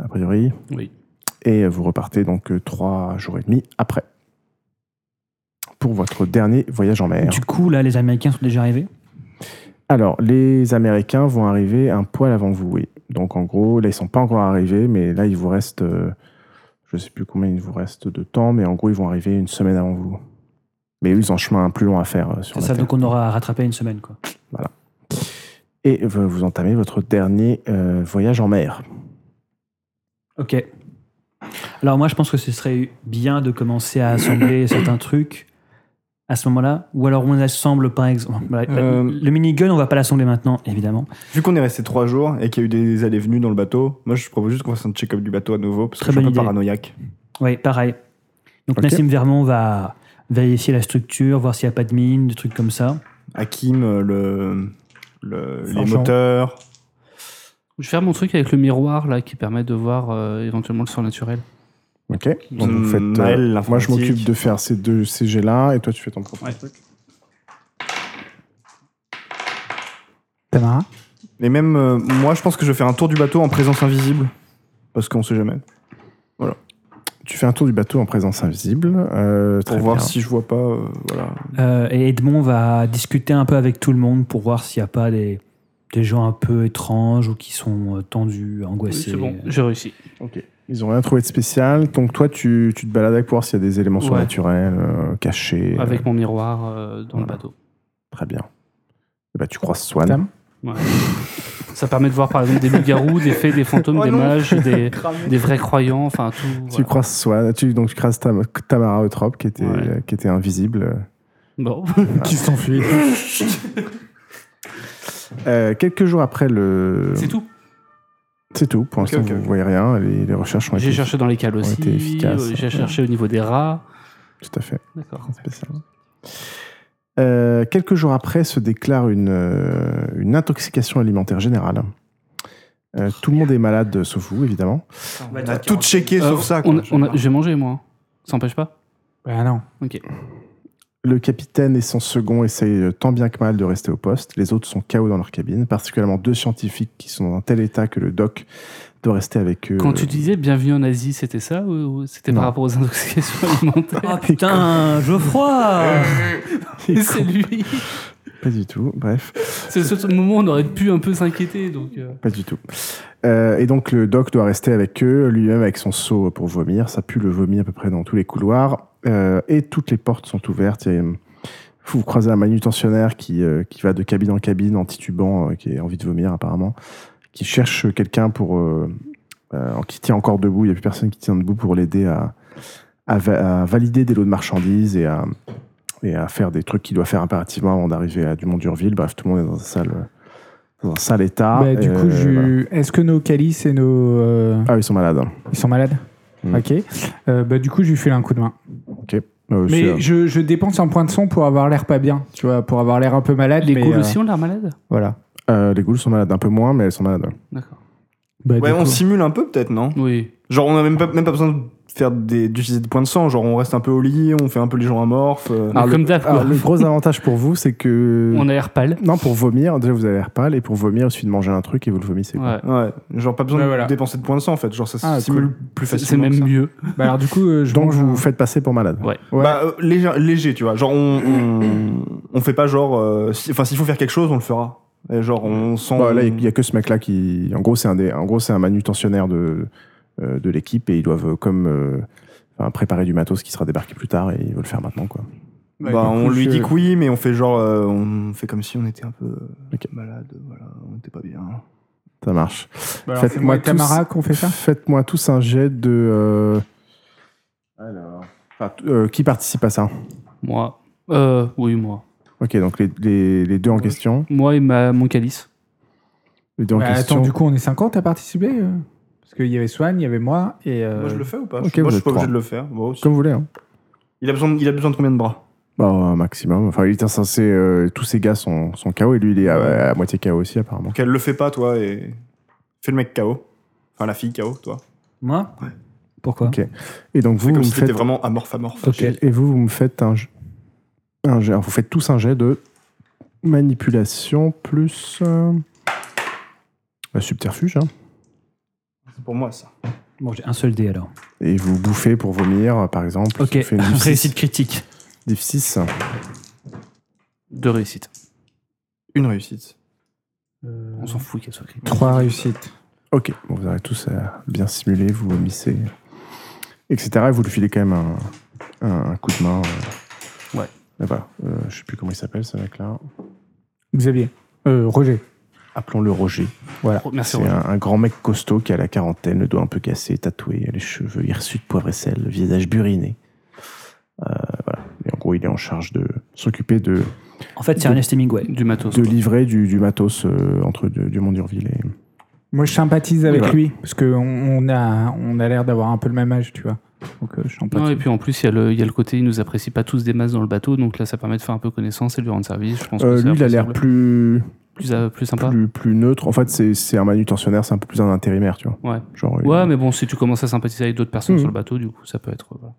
[SPEAKER 1] a priori,
[SPEAKER 2] Oui.
[SPEAKER 1] et vous repartez donc euh, trois jours et demi après pour votre dernier voyage en mer.
[SPEAKER 4] Du coup, là, les Américains sont déjà arrivés.
[SPEAKER 1] Alors, les Américains vont arriver un poil avant vous, oui. Donc, en gros, là, ils sont pas encore arrivés, mais là, il vous reste. euh, je sais plus combien il vous reste de temps, mais en gros, ils vont arriver une semaine avant vous. Mais eux, ils ont un chemin plus long à faire euh, sur
[SPEAKER 4] C'est
[SPEAKER 1] la
[SPEAKER 4] ça,
[SPEAKER 1] Terre.
[SPEAKER 4] donc on aura rattrapé une semaine. Quoi.
[SPEAKER 1] Et vous vous entamez votre dernier euh, voyage en mer.
[SPEAKER 4] Ok. Alors moi, je pense que ce serait bien de commencer à assembler certains trucs à ce moment-là. Ou alors on assemble, par exemple... voilà,
[SPEAKER 5] Euh,
[SPEAKER 4] Le minigun, on va pas l'assembler maintenant, évidemment.
[SPEAKER 5] Vu qu'on est resté trois jours et qu'il y a eu des allées-venues dans le bateau, moi je propose juste qu'on fasse un check-up du bateau à nouveau parce que
[SPEAKER 4] Très
[SPEAKER 5] je suis un
[SPEAKER 4] bonne
[SPEAKER 5] peu
[SPEAKER 4] idée.
[SPEAKER 5] paranoïaque.
[SPEAKER 4] Oui, pareil. Donc
[SPEAKER 1] Ok.
[SPEAKER 4] Nassim Vermont va vérifier la structure, voir s'il n'y a pas de mine, des trucs comme ça.
[SPEAKER 5] Hakim, euh, le, le- les
[SPEAKER 3] Sergent.
[SPEAKER 5] moteurs.
[SPEAKER 2] Je vais faire mon truc avec le miroir, là, qui permet de voir euh, éventuellement le surnaturel.
[SPEAKER 1] Bah, Ok Donc,
[SPEAKER 5] Hmm,
[SPEAKER 1] vous faites. euh,
[SPEAKER 5] Maël,
[SPEAKER 1] moi, je
[SPEAKER 5] l'informatique.
[SPEAKER 1] m'occupe de faire ces deux CG-là, et toi, tu fais ton propre
[SPEAKER 2] Ouais.
[SPEAKER 1] truc.
[SPEAKER 3] Tamara
[SPEAKER 5] Et même, euh, moi je pense que je vais faire un tour du bateau en présence invisible parce qu'on sait jamais.
[SPEAKER 1] Tu fais un tour du bateau en présence invisible. euh,
[SPEAKER 5] Pour
[SPEAKER 1] très
[SPEAKER 5] voir
[SPEAKER 1] bien.
[SPEAKER 5] si je vois pas. euh, voilà.
[SPEAKER 4] Euh, et Edmond va discuter un peu avec tout le monde pour voir s'il n'y a pas des, des gens un peu étranges ou qui sont euh, tendus,
[SPEAKER 2] Oui,
[SPEAKER 4] angoissés.
[SPEAKER 2] c'est bon, j'ai réussi.
[SPEAKER 1] Ok. Ils ont rien trouvé de spécial. Donc toi, tu, tu te balades avec pour voir s'il y a des éléments
[SPEAKER 2] Ouais.
[SPEAKER 1] surnaturels euh, cachés. euh,
[SPEAKER 2] Avec mon miroir euh, dans le
[SPEAKER 1] voilà.
[SPEAKER 2] bateau.
[SPEAKER 1] très bien. Et bah, tu croises Swan.
[SPEAKER 3] Tam.
[SPEAKER 2] Ouais. Ça permet de voir, par exemple, des loups-garous, des fées, des fantômes,
[SPEAKER 5] Oh
[SPEAKER 2] des
[SPEAKER 5] non.
[SPEAKER 2] mages, des, des vrais croyants, enfin tout.
[SPEAKER 1] Tu
[SPEAKER 2] voilà.
[SPEAKER 1] croises Swan. Tu, donc tu croises Tam- Tamara Eutrope qui était,
[SPEAKER 2] Ouais.
[SPEAKER 1] euh, qui était invisible.
[SPEAKER 2] Bon.
[SPEAKER 3] Qui s'enfuit.
[SPEAKER 1] Euh, quelques jours après le.
[SPEAKER 2] C'est tout.
[SPEAKER 1] C'est tout. Pour
[SPEAKER 5] Ok,
[SPEAKER 1] l'instant,
[SPEAKER 5] ok,
[SPEAKER 1] vous
[SPEAKER 5] ok.
[SPEAKER 1] voyez rien. Les, les recherches ont été.
[SPEAKER 2] J'ai cherché dans les cales aussi.
[SPEAKER 1] été efficaces.
[SPEAKER 2] euh, J'ai
[SPEAKER 1] Ouais.
[SPEAKER 2] cherché au niveau des rats.
[SPEAKER 1] Tout à fait.
[SPEAKER 2] D'accord.
[SPEAKER 1] Spécial. Euh, quelques jours après se déclare une, euh, une intoxication alimentaire générale. Euh, tout le monde est malade, sauf vous, évidemment.
[SPEAKER 5] On a tout checké
[SPEAKER 2] Euh,
[SPEAKER 5] sauf ça.
[SPEAKER 2] on-
[SPEAKER 5] quoi.
[SPEAKER 2] on a- J'ai mangé, moi. hein. Ça n'empêche pas
[SPEAKER 3] Bah non.
[SPEAKER 1] Le capitaine et son second essayent euh, tant bien que mal de rester au poste. Les autres sont KO dans leur cabine, particulièrement deux scientifiques qui sont dans un tel état que le doc doit rester avec eux.
[SPEAKER 2] Quand tu disais bienvenue en Asie, c'était ça ou ou c'était
[SPEAKER 1] Euh, Non.
[SPEAKER 2] par rapport aux intoxications alimentaires
[SPEAKER 4] Ah putain, Geoffroy
[SPEAKER 2] C'est lui.
[SPEAKER 1] Euh, Pas du tout, bref,
[SPEAKER 2] C'est ce moment où on aurait pu un peu s'inquiéter. Donc, euh,
[SPEAKER 1] pas du tout. Euh, et donc le doc doit rester avec eux, lui-même avec son seau pour vomir. Ça pue le vomi à peu près dans tous les couloirs. Euh, et toutes les portes sont ouvertes. Et, euh, vous croisez un manutentionnaire qui, euh, qui va de cabine en cabine en titubant, euh, qui a envie de vomir apparemment, qui cherche quelqu'un pour euh, euh, qui tient encore debout. Il n'y a plus personne qui tient debout pour l'aider à, à va- à valider des lots de marchandises et à, et à faire des trucs qu'il doit faire impérativement avant d'arriver à Dumont-Durville. Bref, tout le monde est dans un sale, dans un sale état.
[SPEAKER 3] Bah, du coup,
[SPEAKER 1] Euh,
[SPEAKER 3] je-
[SPEAKER 1] voilà.
[SPEAKER 3] est-ce que nos calices et nos. euh,
[SPEAKER 1] Ah, ils sont malades.
[SPEAKER 3] Ils sont malades
[SPEAKER 1] Mm.
[SPEAKER 3] Ok. Euh, bah, du coup, je lui file un coup de main.
[SPEAKER 1] Euh, c'est-
[SPEAKER 3] Mais je, je dépense un point de son pour avoir l'air pas bien, tu vois, pour avoir l'air un peu malade.
[SPEAKER 2] les
[SPEAKER 3] mais,
[SPEAKER 2] ghouls
[SPEAKER 3] euh,
[SPEAKER 2] aussi, on l'a malade
[SPEAKER 3] Voilà.
[SPEAKER 1] euh, les ghouls sont malades, un peu moins, mais elles sont malades.
[SPEAKER 2] D'accord.
[SPEAKER 3] Bah,
[SPEAKER 5] Ouais,
[SPEAKER 3] du
[SPEAKER 5] on
[SPEAKER 3] coup-
[SPEAKER 5] simule un peu peut-être, non
[SPEAKER 2] Oui.
[SPEAKER 5] Genre, on a même pas, même pas besoin de faire des- d'utiliser des points de sang. Genre, on reste un peu au lit, on fait un peu les gens amorphes. euh.
[SPEAKER 1] Ah.
[SPEAKER 2] Alors, comme d'hab, quoi.
[SPEAKER 1] Alors, le gros avantage pour vous, c'est que.
[SPEAKER 2] on a l'air pâle.
[SPEAKER 1] Non, pour vomir, déjà vous avez l'air pâle, et pour vomir, il suffit de manger un truc et vous le vomissez. quoi.
[SPEAKER 2] Ouais.
[SPEAKER 5] Ouais, genre pas besoin
[SPEAKER 3] Ouais,
[SPEAKER 5] de
[SPEAKER 3] voilà.
[SPEAKER 5] dépenser de points de sang en fait. Genre, ça
[SPEAKER 3] Ah,
[SPEAKER 5] simule plus
[SPEAKER 2] C'est- C'est
[SPEAKER 5] facilement. que
[SPEAKER 2] même
[SPEAKER 5] ça.
[SPEAKER 2] mieux.
[SPEAKER 3] Bah alors du coup, euh, je
[SPEAKER 1] Donc
[SPEAKER 3] mange
[SPEAKER 1] vous
[SPEAKER 3] un-
[SPEAKER 1] vous faites passer pour malade.
[SPEAKER 2] Ouais.
[SPEAKER 1] Ouais.
[SPEAKER 5] Bah, euh, léger, léger, tu vois. Genre, on, on, on fait pas genre. euh, si- Enfin, s'il faut faire quelque chose, on le fera. Et genre, on sent.
[SPEAKER 1] Bah, là, il n'y a, que ce mec-là qui. En gros, c'est un, des- en gros, c'est un manutentionnaire de, euh, de l'équipe et ils doivent, euh, comme. euh, enfin, préparer du matos qui sera débarqué plus tard et ils veulent le faire maintenant, quoi.
[SPEAKER 5] Bah,
[SPEAKER 3] du
[SPEAKER 5] on
[SPEAKER 3] coup,
[SPEAKER 5] lui
[SPEAKER 3] je-
[SPEAKER 5] dit que oui, mais on fait genre. euh, on fait comme si on était un peu euh,
[SPEAKER 1] Ok.
[SPEAKER 5] malade. Voilà, on était pas bien.
[SPEAKER 1] Ça marche.
[SPEAKER 3] Bah, alors, c'est
[SPEAKER 1] Faites-moi
[SPEAKER 3] moi et
[SPEAKER 1] tous-
[SPEAKER 3] Tamara qu'on fait ça.
[SPEAKER 1] Faites-moi tous un jet de. euh, Alors. enfin, t- euh, qui participe à ça
[SPEAKER 2] Moi. Euh, oui, moi.
[SPEAKER 1] Ok, donc les, les- les deux en question.
[SPEAKER 2] Moi et ma, mon calice.
[SPEAKER 1] Les deux en
[SPEAKER 3] Bah,
[SPEAKER 1] question.
[SPEAKER 3] attends, du coup, on est 50 à participer euh Parce qu'il y avait Swan, il y avait moi et. euh,
[SPEAKER 5] Moi, je le fais ou pas
[SPEAKER 1] ok,
[SPEAKER 5] Je- Moi,
[SPEAKER 1] vous
[SPEAKER 5] je
[SPEAKER 1] êtes
[SPEAKER 5] suis pas
[SPEAKER 1] trois.
[SPEAKER 5] obligé de le faire. Bon, si.
[SPEAKER 1] Comme vous voulez. Hein.
[SPEAKER 5] il, a besoin de, il a besoin de combien de bras
[SPEAKER 1] Bah, un maximum. Enfin, il était censé. euh, tous ces gars sont, sont KO et lui, il est à, à moitié KO aussi, apparemment.
[SPEAKER 5] Donc, elle le fait pas, toi, et. Fais le mec KO. Enfin, la fille KO, toi.
[SPEAKER 4] Moi Pourquoi
[SPEAKER 1] Ok. Et donc, vous,
[SPEAKER 5] C'est
[SPEAKER 1] vous me
[SPEAKER 5] comme si t'étais
[SPEAKER 1] faites.
[SPEAKER 5] vraiment amorphe-amorphe.
[SPEAKER 1] Ok. Et vous, vous me faites un, j- un jet. Alors, vous faites tous un jet de manipulation plus euh, bah, subterfuge. hein.
[SPEAKER 5] C'est pour moi, ça.
[SPEAKER 4] Bon, j'ai un seul dé alors.
[SPEAKER 1] Et vous bouffez pour vomir, par exemple.
[SPEAKER 4] Ok,
[SPEAKER 1] Vous faites une diff six-
[SPEAKER 4] réussite critique.
[SPEAKER 1] diff six.
[SPEAKER 2] De réussite.
[SPEAKER 5] Une réussite.
[SPEAKER 2] On s'en fout qu'elle soit critique.
[SPEAKER 3] Trois réussites.
[SPEAKER 1] Ok. Bon, vous avez tous euh, bien simulé, vous vomissez, etc. Et vous lui filez quand même un, un- un coup de main. euh.
[SPEAKER 2] Ouais.
[SPEAKER 1] Et voilà. Euh, je sais plus comment il s'appelle, ce mec-là.
[SPEAKER 3] Xavier. Euh, Roger.
[SPEAKER 1] Appelons-le Roger.
[SPEAKER 2] Oh, Merci,
[SPEAKER 1] C'est
[SPEAKER 2] Roger.
[SPEAKER 1] un, un grand mec costaud qui a la quarantaine, le doigt un peu cassé, tatoué, les cheveux hirsutes de poivre et sel, le visage buriné. Euh, voilà. Et en gros, il est en charge de s'occuper de,
[SPEAKER 4] En fait, c'est Ernest Hemingway.
[SPEAKER 2] Du matos.
[SPEAKER 1] de
[SPEAKER 2] quoi.
[SPEAKER 1] livrer du, du matos euh, entre du- Dumont d'Urville et.
[SPEAKER 3] Moi, je sympathise avec
[SPEAKER 1] Voilà.
[SPEAKER 3] lui parce qu'on on a, on a l'air d'avoir un peu le même âge, tu vois. Donc, euh, je
[SPEAKER 2] Non,
[SPEAKER 3] sympathise.
[SPEAKER 2] et puis en plus, il y, a le- il y a le côté, il nous apprécie pas tous des masses dans le bateau, donc là, ça permet de faire un peu connaissance et de lui rendre service. Je pense
[SPEAKER 1] Euh,
[SPEAKER 2] que c'est
[SPEAKER 1] lui, il a l'air
[SPEAKER 2] appréciable.
[SPEAKER 1] plus,
[SPEAKER 2] plus, euh, plus sympa.
[SPEAKER 1] plus, plus neutre. En fait, c'est c'est un manutentionnaire, c'est un peu plus un intérimaire, tu vois.
[SPEAKER 2] Ouais.
[SPEAKER 1] Genre, il-
[SPEAKER 2] Ouais, mais bon, si tu commences à sympathiser avec d'autres personnes
[SPEAKER 1] Mhm.
[SPEAKER 2] sur le bateau, du coup, ça peut être. euh, voilà.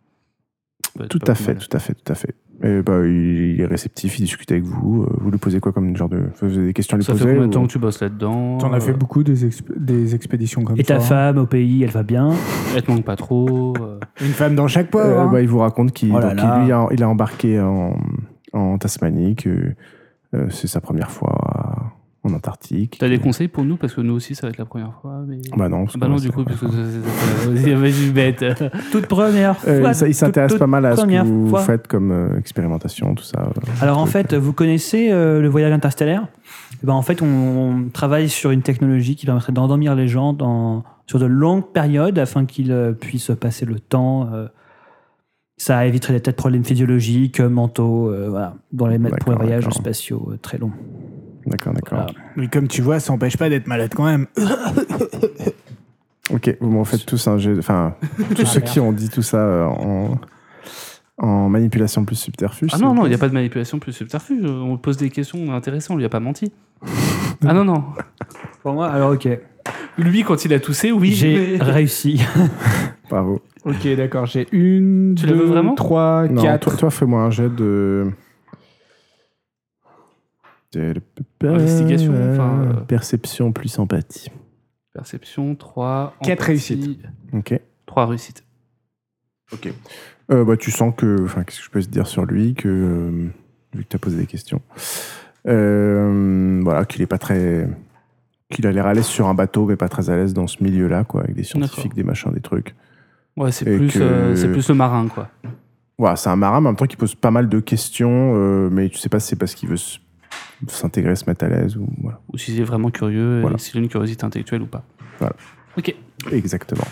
[SPEAKER 2] Ça peut être
[SPEAKER 1] Tout
[SPEAKER 2] pas
[SPEAKER 1] à
[SPEAKER 2] plus
[SPEAKER 1] fait,
[SPEAKER 2] mal.
[SPEAKER 1] tout à fait, tout à fait. Et bah, il il est réceptif, il discute avec vous. euh, Vous lui posez quoi comme genre de. Vous avez des questions à lui
[SPEAKER 2] Ça fait
[SPEAKER 1] poser
[SPEAKER 2] combien de
[SPEAKER 1] ou-
[SPEAKER 2] temps que tu bosses là-dedans
[SPEAKER 3] T'en as fait
[SPEAKER 2] euh,
[SPEAKER 3] beaucoup des, exp- des expéditions comme
[SPEAKER 4] Et
[SPEAKER 3] ça.
[SPEAKER 4] ta
[SPEAKER 3] hein.
[SPEAKER 4] femme au pays, elle va bien
[SPEAKER 2] Elle te manque pas trop. euh,
[SPEAKER 3] Une femme dans chaque poids.
[SPEAKER 1] Euh,
[SPEAKER 3] hein.
[SPEAKER 1] bah, il vous raconte qu'il
[SPEAKER 4] Oh là
[SPEAKER 1] donc,
[SPEAKER 4] là.
[SPEAKER 1] il- lui, a, il a embarqué en, en Tasmanie, que euh, c'est sa première fois à- en Antarctique.
[SPEAKER 2] T'as des conseils pour nous Parce que nous aussi, ça va être la première fois. Mais...
[SPEAKER 1] Bah non, parce
[SPEAKER 2] Ah bah
[SPEAKER 1] que
[SPEAKER 2] non,
[SPEAKER 1] c'est-
[SPEAKER 2] du coup, parce que c'est- c'est- c'est- vas-y, vas-y, bête. Ah
[SPEAKER 4] Toute première
[SPEAKER 1] Euh,
[SPEAKER 4] fois.
[SPEAKER 1] il s- il s'intéresse
[SPEAKER 4] toute-
[SPEAKER 1] pas mal à ce que
[SPEAKER 4] première
[SPEAKER 1] vous
[SPEAKER 4] fois.
[SPEAKER 1] faites comme euh, expérimentation, tout ça. euh.
[SPEAKER 4] Alors en fait, vous connaissez euh, le voyage interstellaire Eh ben, En fait, on, on travaille sur une technologie qui permettrait d'endormir les gens dans- sur de longues périodes afin qu'ils euh, puissent passer le temps. euh, ça éviterait des tas de problèmes physiologiques, euh, mentaux, euh, voilà, dans les mettre pour les
[SPEAKER 1] D'accord,
[SPEAKER 4] voyages
[SPEAKER 1] d'accord.
[SPEAKER 4] spatiaux euh, très longs.
[SPEAKER 1] D'accord, d'accord.
[SPEAKER 2] Ah.
[SPEAKER 4] Voilà.
[SPEAKER 3] Mais comme tu vois, ça n'empêche pas d'être malade quand même.
[SPEAKER 1] Ok, vous m'en faites tous un jeu. Enfin,
[SPEAKER 2] Ah,
[SPEAKER 1] tous ceux qui ont dit tout ça euh, en, en manipulation plus subterfuge.
[SPEAKER 2] Ah non, non, il n'y a pas de manipulation plus subterfuge. On pose des questions, on est intéressant, on lui a pas menti. Ah non, non.
[SPEAKER 4] Pour moi, alors ok,
[SPEAKER 2] Lui, quand il a toussé, oui,
[SPEAKER 4] j'ai
[SPEAKER 2] mais-
[SPEAKER 4] réussi.
[SPEAKER 1] Bravo.
[SPEAKER 3] Ok, d'accord, j'ai une,
[SPEAKER 2] Tu la veux
[SPEAKER 3] deux,
[SPEAKER 2] vraiment
[SPEAKER 3] trois,
[SPEAKER 1] Non,
[SPEAKER 3] quatre.
[SPEAKER 1] toi, toi, fais-moi un jet de. de-
[SPEAKER 2] Investigation, enfin, euh.
[SPEAKER 1] Perception plus empathie.
[SPEAKER 2] Perception, 3.
[SPEAKER 3] Quatre réussites.
[SPEAKER 1] Ok.
[SPEAKER 2] 3 réussites.
[SPEAKER 1] Euh, bah, tu sens que. Enfin, qu'est-ce que je peux te dire sur lui que, euh, Vu que tu as posé des questions. Euh, voilà, qu'il est pas très. Qu'il a l'air à l'aise sur un bateau, mais pas très à l'aise dans ce milieu-là, quoi, avec des scientifiques,
[SPEAKER 2] D'accord.
[SPEAKER 1] des machins, des trucs.
[SPEAKER 2] Ouais, c'est
[SPEAKER 1] Et
[SPEAKER 2] plus,
[SPEAKER 1] que-
[SPEAKER 2] euh, c'est plus le marin, quoi.
[SPEAKER 1] Voilà, c'est un marin, mais en même temps, qui pose pas mal de questions, euh, mais tu sais pas si c'est parce qu'il veut s- s'intégrer, se mettre à l'aise, ou voilà.
[SPEAKER 2] Ou s'il est vraiment curieux,
[SPEAKER 1] Voilà.
[SPEAKER 2] et s'il a une curiosité intellectuelle ou pas.
[SPEAKER 1] Voilà.
[SPEAKER 2] Ok.
[SPEAKER 1] Exactement.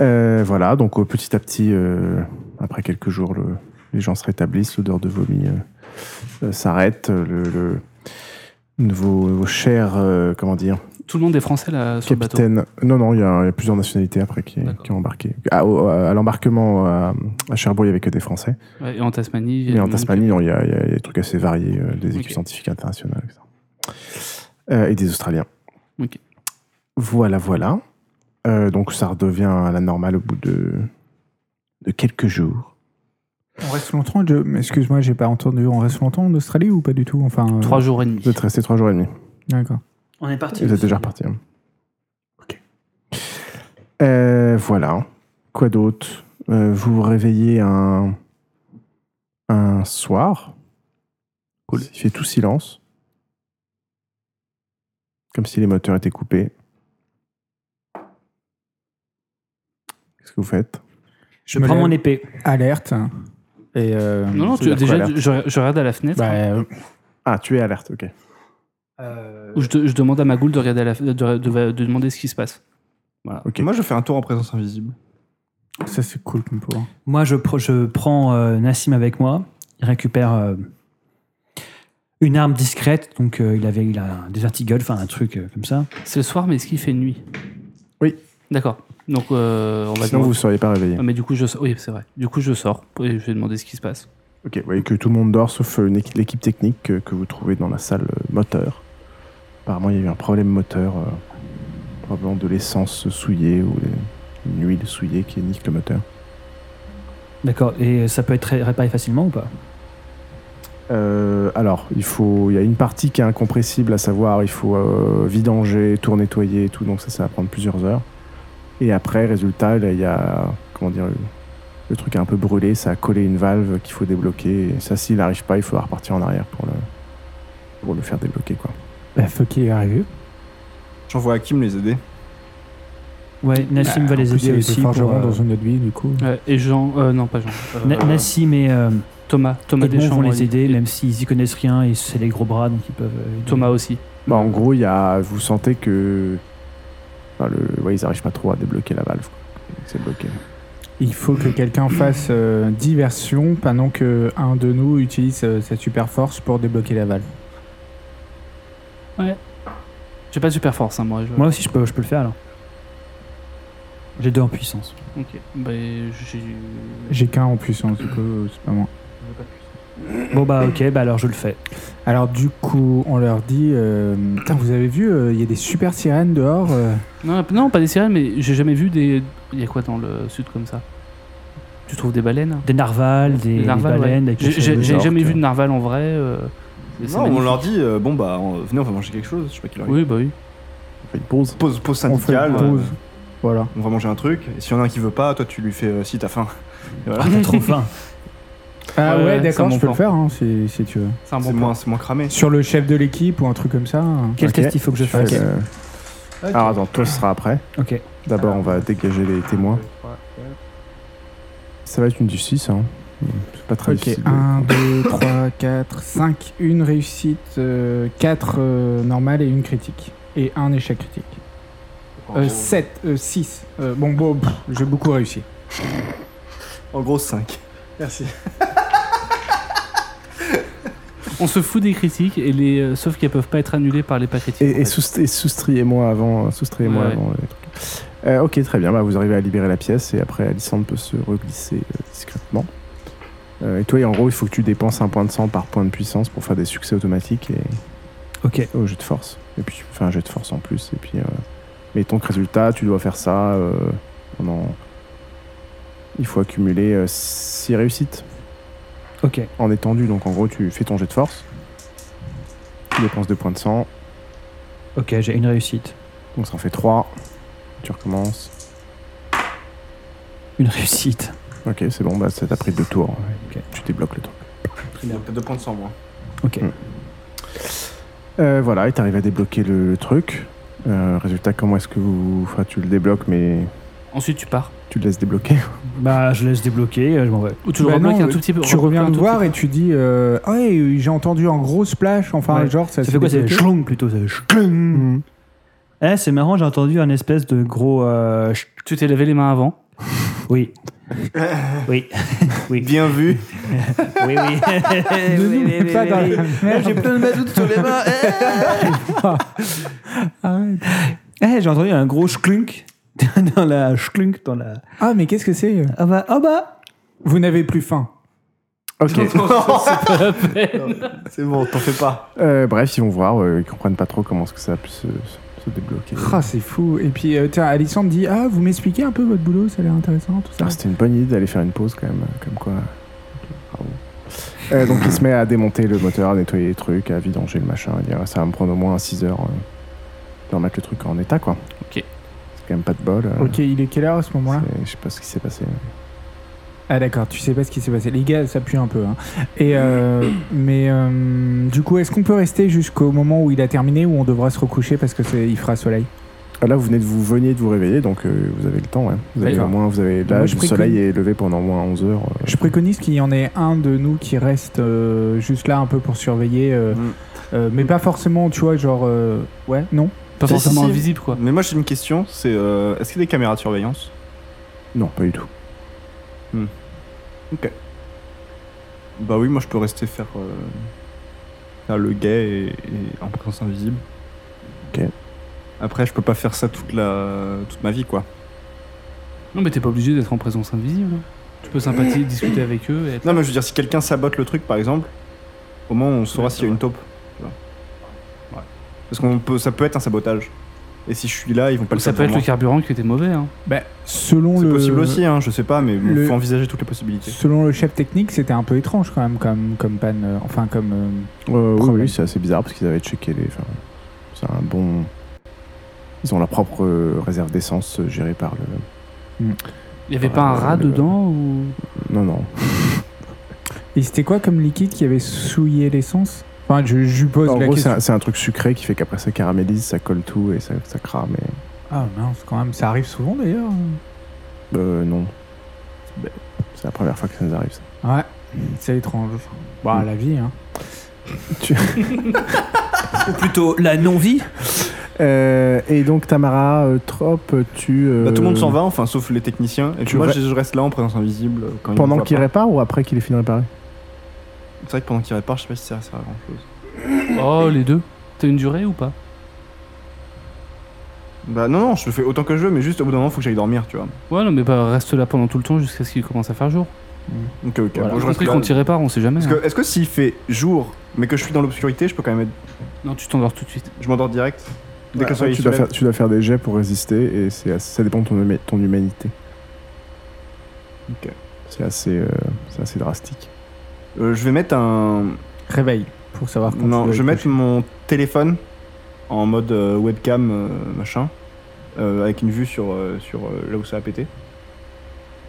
[SPEAKER 1] Euh, voilà, donc euh, petit à petit, euh, après quelques jours, le- les gens se rétablissent, l'odeur de vomi euh, euh, s'arrête, euh, le, le- vos, vos chers, euh, comment dire,
[SPEAKER 2] Tout le monde est français, là, sur le bateau.
[SPEAKER 1] capitaines. Non, non, il y, a il y a plusieurs nationalités après qui,
[SPEAKER 2] D'accord.
[SPEAKER 1] qui ont embarqué. À, au- à l'embarquement à, à Cherbourg, il n'y avait que des Français.
[SPEAKER 2] Ouais, et en Tasmanie. il y a
[SPEAKER 1] Mais en
[SPEAKER 2] du monde
[SPEAKER 1] Tasmanie, non, il y, a il y a- il y a des trucs assez variés, euh, des équipes
[SPEAKER 2] Ok.
[SPEAKER 1] scientifiques internationales, etc. Euh, et des Australiens.
[SPEAKER 2] Ok.
[SPEAKER 1] Voilà, voilà. Euh, donc ça redevient à la normale au bout de, de quelques jours.
[SPEAKER 3] On reste longtemps, je- excuse-moi, j'ai pas entendu. On reste longtemps en Australie ou pas du tout Enfin, euh,
[SPEAKER 2] Trois jours et demi.
[SPEAKER 1] Vous êtes resté trois jours et demi.
[SPEAKER 3] D'accord.
[SPEAKER 4] On est parti.
[SPEAKER 1] Vous êtes déjà reparti. hein. Euh, voilà. Quoi d'autre Euh, Vous vous réveillez un, un soir. Il fait tout silence. Comme si les moteurs étaient coupés. Qu'est-ce que vous faites
[SPEAKER 4] Je prends
[SPEAKER 3] me
[SPEAKER 4] mon
[SPEAKER 3] lève.
[SPEAKER 4] épée.
[SPEAKER 3] Alerte. Et euh,
[SPEAKER 2] Non, non,
[SPEAKER 1] Ça
[SPEAKER 2] tu,
[SPEAKER 1] veut dire
[SPEAKER 2] déjà,
[SPEAKER 1] quoi,
[SPEAKER 2] je, je regarde à la fenêtre
[SPEAKER 3] bah, euh,
[SPEAKER 1] Ah, tu es alerte, ok.
[SPEAKER 4] Euh,
[SPEAKER 2] où je, de- je demande à ma goule de, regarder à la, f- de, de- de demander ce qui se passe.
[SPEAKER 1] Ok.
[SPEAKER 5] Moi, je fais un tour en présence invisible.
[SPEAKER 3] ça c'est cool comme pouvoir.
[SPEAKER 4] Moi, je, pr- je prends euh, Nassim avec moi. Il récupère euh, une arme discrète. Donc, euh, il avait il a un vertigoles, enfin un truc euh, comme ça.
[SPEAKER 2] C'est le soir, mais est-ce qu'il fait nuit
[SPEAKER 1] Oui.
[SPEAKER 2] D'accord. Donc, euh, on va
[SPEAKER 1] Sinon, vous ne seriez pas réveillé.
[SPEAKER 2] Ah, mais du coup, je sors. Oui, c'est vrai. Du coup, je sors et je vais demander ce qui se passe.
[SPEAKER 1] Ok, vous voyez que tout le monde dort sauf euh, une équi- l'équipe technique que, que vous trouvez dans la salle euh, moteur. Apparemment, il y a eu un problème moteur, euh, probablement de l'essence souillée ou euh, une huile souillée qui nique le moteur.
[SPEAKER 4] D'accord. Et euh, ça peut être ré- réparé facilement ou pas
[SPEAKER 1] Euh, alors, il faut, il y a une partie qui est incompressible, à savoir, il faut euh, vidanger, tout nettoyer et tout, donc ça, ça va prendre plusieurs heures. Et après, résultat, là, il y a, comment dire, le, le truc est un peu brûlé, ça a collé une valve qu'il faut débloquer. Et ça, s'il n'arrive pas, il faudra repartir en arrière pour le, pour le faire débloquer, quoi.
[SPEAKER 3] Bah, fuck, il est arrivé.
[SPEAKER 5] J'envoie Hakim les aider.
[SPEAKER 4] Ouais, Nassim va les
[SPEAKER 3] Bah, En plus, il
[SPEAKER 4] aider
[SPEAKER 3] était
[SPEAKER 4] aussi. pour,
[SPEAKER 3] forgeron
[SPEAKER 4] euh,
[SPEAKER 3] dans une autre vie, du coup.
[SPEAKER 2] Euh, et Jean. euh, non, pas Jean. Euh,
[SPEAKER 4] Na- Nassim et euh,
[SPEAKER 2] Thomas. Thomas
[SPEAKER 4] Edmond
[SPEAKER 2] Deschamps
[SPEAKER 4] vont les
[SPEAKER 2] et-
[SPEAKER 4] aider,
[SPEAKER 2] et
[SPEAKER 4] même s'ils y connaissent rien et c'est les gros bras, donc ils peuvent. euh, aider.
[SPEAKER 2] Thomas aussi.
[SPEAKER 1] Bah, en gros, il y a, vous sentez que. enfin, le, ouais, ils n'arrivent pas trop à débloquer la valve. quoi. C'est bloqué.
[SPEAKER 3] Il faut que quelqu'un fasse euh, diversion pendant que un de nous utilise euh, sa super force pour débloquer la valve.
[SPEAKER 2] J'ai pas de super force, hein, moi. je-
[SPEAKER 4] Moi aussi, je peux, je peux le faire alors. J'ai deux en puissance.
[SPEAKER 2] Ok. Ben, j'ai.
[SPEAKER 3] J'ai qu'un en puissance, du coup, euh, c'est pas moi.
[SPEAKER 4] Bon, bah, ok, bah alors je le fais.
[SPEAKER 3] Alors, du coup, on leur dit euh, Putain, vous avez vu, euh, il y a des super sirènes dehors. euh.
[SPEAKER 2] Non, non, pas des sirènes, mais j'ai jamais vu des. Il y a quoi dans le sud comme ça Tu trouves des baleines
[SPEAKER 4] Des narvals, des,
[SPEAKER 2] Des
[SPEAKER 4] des
[SPEAKER 2] narvals,
[SPEAKER 4] baleines, des
[SPEAKER 2] J'ai-
[SPEAKER 4] quelque
[SPEAKER 2] J'ai
[SPEAKER 4] chose
[SPEAKER 2] j'ai
[SPEAKER 4] de
[SPEAKER 2] jamais
[SPEAKER 4] genre,
[SPEAKER 2] vu de narval en vrai. euh, c'est- c'est
[SPEAKER 5] Non, on
[SPEAKER 2] magnifique.
[SPEAKER 5] leur dit, euh, bon, bah, on- venez, on va manger quelque chose. Je sais pas qui leur dit.
[SPEAKER 2] Oui, bah oui.
[SPEAKER 1] On fait une pause.
[SPEAKER 5] Pause, pause
[SPEAKER 3] On fait
[SPEAKER 5] syndicale.
[SPEAKER 3] une
[SPEAKER 5] euh,
[SPEAKER 3] pause. Voilà.
[SPEAKER 5] on va manger un truc. Et s'il y en a un qui veut pas, toi, tu lui fais euh, si t'as faim. Et voilà.
[SPEAKER 4] Ah, t'as trop faim.
[SPEAKER 2] Ouais,
[SPEAKER 3] Ah ouais,
[SPEAKER 2] ouais, c'est un
[SPEAKER 3] d'accord,
[SPEAKER 2] bon
[SPEAKER 3] je peux
[SPEAKER 2] plan.
[SPEAKER 3] le faire hein, si, si tu veux.
[SPEAKER 2] C'est un
[SPEAKER 5] C'est
[SPEAKER 2] bon
[SPEAKER 5] moins, c'est moins cramé.
[SPEAKER 3] Sur le chef de l'équipe ou un truc comme ça. hein.
[SPEAKER 4] Quel
[SPEAKER 1] Ok.
[SPEAKER 4] test il Euh, faut que je
[SPEAKER 1] Tu fais
[SPEAKER 4] fasse
[SPEAKER 1] le- Alors attends, toi ce sera après.
[SPEAKER 4] Ok.
[SPEAKER 1] D'abord, on va dégager les témoins. Ça va être une du 6, hein. C'est pas très
[SPEAKER 3] Ok,
[SPEAKER 1] difficile.
[SPEAKER 3] 1, 2, 3, 4, 5. Une réussite, euh, 4 normales et une critique. Et un échec critique. Euh, 7, 6. Euh, bon, bon, pff, j'ai beaucoup réussi.
[SPEAKER 5] En gros, 5. Merci.
[SPEAKER 2] plan. On se fout des critiques, et les... euh, sauf qu'elles peuvent pas être annulées par les pas critiques.
[SPEAKER 1] Et,
[SPEAKER 2] en
[SPEAKER 1] et
[SPEAKER 2] fait.
[SPEAKER 1] soust- et soustrayez-moi avant. euh, Soustrayez-moi
[SPEAKER 2] Ouais, ouais.
[SPEAKER 1] avant. les trucs. Euh, ok, très bien. Bah, vous arrivez à libérer la pièce et après, Alissandre peut se reglisser euh, discrètement. Euh, et toi, en gros, il faut que tu dépenses un point de sang par point de puissance pour faire des succès automatiques et
[SPEAKER 4] Ok.
[SPEAKER 1] au jet de force. Et puis, tu fais un jet de force en plus. Et puis, euh, mais ton résultat, tu dois faire ça euh, pendant. Il faut accumuler 6 réussites
[SPEAKER 4] Ok.
[SPEAKER 1] en étendue. Donc, en gros, tu fais ton jet de force. Tu dépenses 2 points de sang.
[SPEAKER 4] Ok, j'ai une réussite.
[SPEAKER 1] Donc ça en fait 3. Tu recommences.
[SPEAKER 4] Une réussite.
[SPEAKER 1] Ok, c'est bon, bah ça t'a pris deux tours.
[SPEAKER 4] Ok.
[SPEAKER 1] Tu débloques le truc.
[SPEAKER 5] Deux points de sang, moi.
[SPEAKER 4] Ok.
[SPEAKER 1] Mm. Euh, voilà, et t'arrives à débloquer le, le truc. Euh, résultat, comment est-ce que vous. Enfin, tu le débloques, mais
[SPEAKER 2] Ensuite, tu pars.
[SPEAKER 1] tu le laisses débloquer.
[SPEAKER 4] Bah, je laisse débloquer, euh, je m'en vais.
[SPEAKER 2] Ou tu le
[SPEAKER 3] Bah
[SPEAKER 2] rebloques
[SPEAKER 3] non,
[SPEAKER 2] un tout petit peu.
[SPEAKER 3] Tu reviens
[SPEAKER 2] un
[SPEAKER 3] le
[SPEAKER 2] tout
[SPEAKER 3] voir
[SPEAKER 2] petit
[SPEAKER 3] et tu dis euh, Ah Ouais, j'ai entendu un gros splash. Enfin,
[SPEAKER 4] Ouais.
[SPEAKER 3] genre, ça,
[SPEAKER 4] Ça
[SPEAKER 3] s'est
[SPEAKER 4] fait quoi C'est
[SPEAKER 3] débloqué.
[SPEAKER 4] chlong plutôt. ça fait chlong.
[SPEAKER 3] Mhm.
[SPEAKER 4] Eh, c'est marrant, j'ai entendu un espèce de gros. euh, ch-
[SPEAKER 2] peu. Tu t'es lavé les mains avant.
[SPEAKER 4] Oui. oui.
[SPEAKER 5] Bien vu.
[SPEAKER 4] Oui, oui.
[SPEAKER 5] Eh
[SPEAKER 3] Ne nous mets pas dans la merde.
[SPEAKER 4] plein de mazout sur les mains.
[SPEAKER 3] Arrête.
[SPEAKER 4] Eh, j'ai entendu un gros schlunk dans la schlunk dans la.
[SPEAKER 3] Ah, mais qu'est-ce que c'est
[SPEAKER 4] Ah bah, ah bah.
[SPEAKER 3] Vous n'avez plus faim.
[SPEAKER 1] Ok.
[SPEAKER 5] C'est bon, t'en fais pas.
[SPEAKER 1] Euh, bref, ils vont voir, euh, ils comprennent pas trop comment est-ce que ça a pu se, se- se se débloquer.
[SPEAKER 3] Ah, c'est fou. Et puis, euh, tiens, Alissandre dit Ah, vous m'expliquez un peu votre boulot, ça a l'air intéressant, tout ça.
[SPEAKER 1] Ah, C'était une bonne idée d'aller faire une pause quand même, euh, comme quoi. Bravo. Euh, donc il se met à démonter le moteur, à nettoyer les trucs, à vidanger le machin, à dire ça va me prendre au moins 6 heures euh, de remettre le truc en état quoi.
[SPEAKER 2] Ok.
[SPEAKER 1] C'est quand même pas de bol. euh,
[SPEAKER 3] ok, il est quelle heure à ce moment-là
[SPEAKER 1] c'est- Je sais pas ce qui s'est passé.
[SPEAKER 3] Ah, d'accord, tu sais pas ce qui s'est passé. Les gars, ça pue un peu. hein. Et, euh, mais euh, du coup, est-ce qu'on peut rester jusqu'au moment où il a terminé ou on devra se recoucher parce que c'est- il fera soleil
[SPEAKER 1] Ah, là vous venez de vous veniez de vous réveiller donc euh, vous avez le temps. ouais. Vous avez
[SPEAKER 3] D'accord.
[SPEAKER 1] au moins vous avez là
[SPEAKER 3] Moi,
[SPEAKER 1] le
[SPEAKER 3] je préconise-
[SPEAKER 1] soleil est levé pendant au moins 11 heures. euh,
[SPEAKER 3] Je préconise qu'il y en ait un de nous qui reste euh, juste là un peu pour surveiller. euh,
[SPEAKER 5] Mm.
[SPEAKER 3] euh, mais pas forcément, tu vois, genre. euh, ouais, non
[SPEAKER 2] Pas
[SPEAKER 5] Si,
[SPEAKER 2] forcément
[SPEAKER 5] si, si.
[SPEAKER 2] invisible, quoi.
[SPEAKER 5] Mais moi, j'ai une question c'est euh, est-ce qu'il y a des caméras de surveillance
[SPEAKER 1] Non pas du tout.
[SPEAKER 5] Bah oui, moi, je peux rester faire, euh, faire le gay et, et en présence invisible.
[SPEAKER 1] Ok.
[SPEAKER 5] Après, je peux pas faire ça toute, la, toute ma vie, quoi.
[SPEAKER 2] Non, mais t'es pas obligé d'être en présence invisible. hein. Tu peux sympathiser, discuter avec eux. Et être-
[SPEAKER 5] Non, mais je veux dire, si quelqu'un sabote le truc, par exemple, au moins on saura
[SPEAKER 2] Ouais,
[SPEAKER 5] s'il y a une taupe. tu vois. Parce qu'on peut, ça peut être un sabotage. Et si je suis là, ils vont pas le
[SPEAKER 2] ça
[SPEAKER 5] savoir.
[SPEAKER 2] peut être le carburant qui était mauvais. Hein.
[SPEAKER 3] bah, Selon
[SPEAKER 5] C'est
[SPEAKER 3] le.
[SPEAKER 5] possible aussi, hein, je sais pas, mais il
[SPEAKER 3] le-
[SPEAKER 5] faut envisager toutes les possibilités.
[SPEAKER 3] Selon le chef technique, c'était un peu étrange quand même comme, comme panne. euh, enfin, comme. euh,
[SPEAKER 1] Euh, oui,
[SPEAKER 3] Problème.
[SPEAKER 1] oui, c'est assez bizarre parce qu'ils avaient checké les. Enfin, c'est un bon. Ils ont leur propre euh, réserve d'essence euh, gérée par le.
[SPEAKER 2] Il y avait
[SPEAKER 1] Ouais,
[SPEAKER 2] pas un
[SPEAKER 1] ouais,
[SPEAKER 2] rat
[SPEAKER 1] le-
[SPEAKER 2] dedans ou...
[SPEAKER 1] Non, non.
[SPEAKER 3] Et c'était quoi comme liquide qui avait souillé l'essence Enfin, je, je lui pose
[SPEAKER 1] en
[SPEAKER 3] la
[SPEAKER 1] gros, c'est
[SPEAKER 3] question.
[SPEAKER 1] un, c'est un truc sucré qui fait qu'après ça caramélise, ça colle tout et ça, ça crame. et-
[SPEAKER 3] Ah mince, quand même, ça arrive souvent d'ailleurs.
[SPEAKER 1] Euh, non. Ben, C'est la première fois que ça nous arrive. ça.
[SPEAKER 3] Ouais, c'est étrange. Bah,
[SPEAKER 1] Mm.
[SPEAKER 3] la vie, hein.
[SPEAKER 4] Ou plutôt la non-vie.
[SPEAKER 1] Euh, et donc, Tamara, euh, Trop, tu. euh,
[SPEAKER 5] Bah, tout le monde s'en va, enfin, sauf les techniciens. Et
[SPEAKER 1] tu
[SPEAKER 5] puis moi,
[SPEAKER 1] re-
[SPEAKER 5] je je reste là en présence invisible. euh, Quand ils me
[SPEAKER 1] Pendant
[SPEAKER 5] voient
[SPEAKER 1] qu'il
[SPEAKER 5] pas.
[SPEAKER 1] répare ou après qu'il ait fini de réparer
[SPEAKER 5] C'est vrai que pendant qu'il répare, je sais pas si ça sert à grand chose.
[SPEAKER 2] Oh, les deux. T'as une durée ou pas
[SPEAKER 5] Bah non, non, je le fais autant que je veux, mais juste au bout d'un moment, faut que j'aille dormir, tu vois.
[SPEAKER 2] Ouais, non, mais bah, reste là pendant tout le temps jusqu'à ce qu'il commence à faire jour.
[SPEAKER 5] Ok, ok.
[SPEAKER 2] Voilà.
[SPEAKER 5] bon, je
[SPEAKER 2] Compris
[SPEAKER 5] reste là.
[SPEAKER 2] qu'on t'y répare, on sait jamais.
[SPEAKER 5] Parce
[SPEAKER 2] hein.
[SPEAKER 5] que- Est-ce que s'il fait jour, mais que je suis dans l'obscurité, je peux quand même être.
[SPEAKER 2] Non, tu t'endors tout de suite.
[SPEAKER 5] Je m'endors direct Dès que le
[SPEAKER 1] Ouais,
[SPEAKER 5] soleil
[SPEAKER 1] tu,
[SPEAKER 5] se
[SPEAKER 1] dois
[SPEAKER 5] lève.
[SPEAKER 1] faire, tu dois faire des jets pour résister et c'est assez- ça dépend de ton, huma- ton humanité.
[SPEAKER 5] Ok.
[SPEAKER 1] C'est assez, euh, c'est assez drastique.
[SPEAKER 5] Euh, je vais mettre un.
[SPEAKER 3] Réveil, pour savoir quand tu
[SPEAKER 5] Non,
[SPEAKER 3] dois
[SPEAKER 5] je
[SPEAKER 3] te
[SPEAKER 5] vais mettre
[SPEAKER 3] coucher.
[SPEAKER 5] mon téléphone en mode euh, webcam, euh, machin, euh, avec une vue sur, euh, sur euh, là où ça a pété.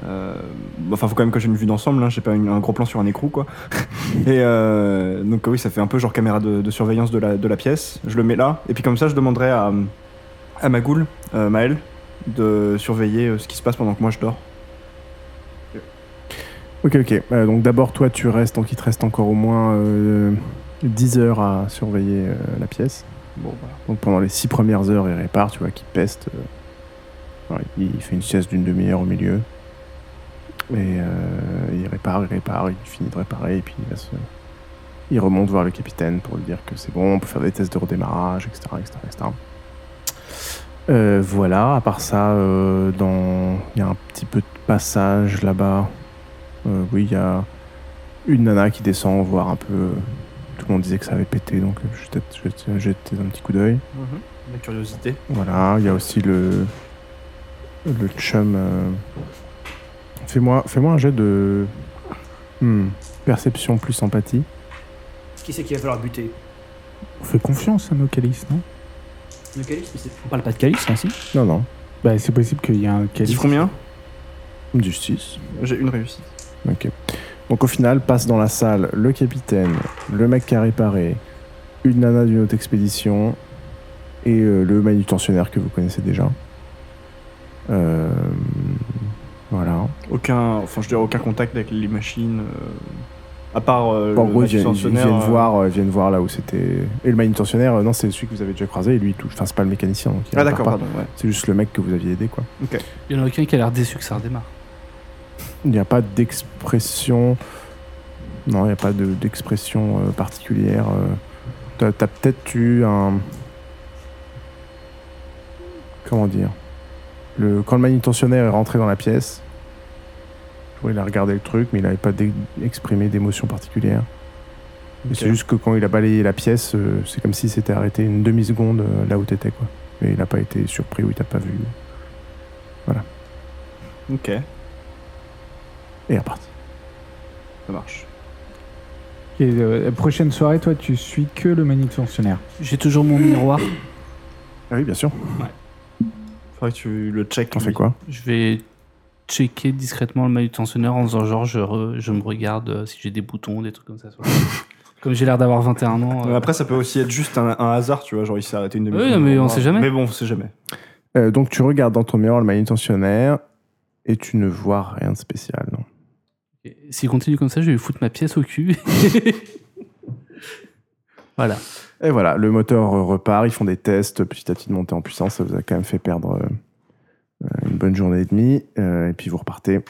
[SPEAKER 5] Euh, bon, enfin, faut quand même que j'ai une vue d'ensemble, hein, j'ai pas une- un gros plan sur un écrou, quoi. et euh, donc, oui, ça fait un peu genre caméra de, de surveillance de la, de la pièce. Je le mets là, et puis comme ça, je demanderai à, à ma goule, euh, Maël, de surveiller euh, ce qui se passe pendant que moi je dors.
[SPEAKER 1] Ok, ok. Euh, donc d'abord, toi, tu restes, donc il te reste encore au moins euh, 10 heures à surveiller euh, la pièce.
[SPEAKER 5] Bon, voilà.
[SPEAKER 1] Donc pendant les 6 premières heures, il répare, tu vois, qu'il peste. euh. Enfin, il, il fait une sieste d'une demi-heure au milieu. Et euh, il répare, il répare, il finit de réparer, et puis il va se- Il remonte voir le capitaine pour lui dire que c'est bon, on peut faire des tests de redémarrage, etc. etc., etc. Euh, voilà, à part ça, euh, dans... il y a un petit peu de passage là-bas. Euh, oui, il y a une nana qui descend voir un peu. euh, Tout le monde disait que ça avait pété, donc euh, je vais peut-être jeter- jeter un petit coup d'œil.
[SPEAKER 5] La curiosité.
[SPEAKER 1] Voilà, il y a aussi le. Le chum. euh, Fais-moi fais un jet de. hmm, Perception plus empathie.
[SPEAKER 4] Qui c'est qui va falloir buter
[SPEAKER 3] On fait confiance à nos calices, non
[SPEAKER 4] Le calice mais c'est- On parle pas de calice, là, si
[SPEAKER 1] Non, non.
[SPEAKER 3] Bah, c'est possible qu'il y ait un
[SPEAKER 5] Dis
[SPEAKER 3] calice.
[SPEAKER 5] combien
[SPEAKER 1] Du 6.
[SPEAKER 5] J'ai une réussite.
[SPEAKER 1] Ok. Donc au final, passe dans la salle le capitaine, le mec qui a réparé, une nana d'une autre expédition et euh, le manutentionnaire que vous connaissez déjà. Euh, voilà.
[SPEAKER 5] Aucun, enfin je dirais aucun contact avec les machines, euh, à part euh,
[SPEAKER 1] Bon, en
[SPEAKER 5] le
[SPEAKER 1] gros, ils viennent, ils
[SPEAKER 5] manutentionnaire,
[SPEAKER 1] viennent
[SPEAKER 5] euh,
[SPEAKER 1] voir, euh, ils viennent voir là où c'était. Et le manutentionnaire, euh, non, c'est celui que vous avez déjà croisé. Et lui, il touche. Enfin, c'est pas le mécanicien. donc il
[SPEAKER 5] Ah
[SPEAKER 1] répare
[SPEAKER 5] d'accord,
[SPEAKER 1] pas.
[SPEAKER 5] pardon. Ouais.
[SPEAKER 1] C'est juste le mec que vous aviez aidé, quoi.
[SPEAKER 2] Il y en a aucun qui a l'air déçu que ça redémarre.
[SPEAKER 1] Il n'y a pas d'expression. Non, il n'y a pas de- d'expression euh, particulière. euh. T'as t'as peut-être eu un. Comment dire le... Quand le manutentionnaire est rentré dans la pièce, tu vois, il a regardé le truc, mais il n'avait pas dé- exprimé d'émotion particulière. Et C'est juste que quand il a balayé la pièce, euh, c'est comme si s'était arrêté une demi-seconde euh, là où t'étais, quoi. mais il n'a pas été surpris ou il t'a pas vu.
[SPEAKER 5] Ok,
[SPEAKER 1] Et il est reparti.
[SPEAKER 5] ça marche.
[SPEAKER 3] Et, euh, la prochaine soirée, toi, tu suis que le manutentionnaire.
[SPEAKER 2] J'ai toujours mon miroir.
[SPEAKER 1] Ah oui, bien sûr.
[SPEAKER 5] Faudrait que tu le check.
[SPEAKER 1] T'en fais quoi
[SPEAKER 2] Je vais checker discrètement le manutentionnaire en faisant genre je, re- je me regarde euh, si j'ai des boutons, des trucs comme ça. sur le- comme j'ai l'air d'avoir 21 ans. euh,
[SPEAKER 5] Après, ça peut aussi être juste un, un hasard, tu vois. Genre, il s'est arrêté une demi-heure.
[SPEAKER 2] Oui, mais on sait jamais.
[SPEAKER 5] Mais bon, on sait jamais.
[SPEAKER 1] Euh, Donc tu regardes dans ton miroir le manutentionnaire et tu ne vois rien de spécial, non
[SPEAKER 2] et S'il continue comme ça, je vais lui foutre ma pièce au cul. voilà.
[SPEAKER 1] Et voilà, le moteur euh, repart, ils font des tests petit à petit de montée en puissance, ça vous a quand même fait perdre euh, euh, une bonne journée et demie, euh, et puis vous repartez.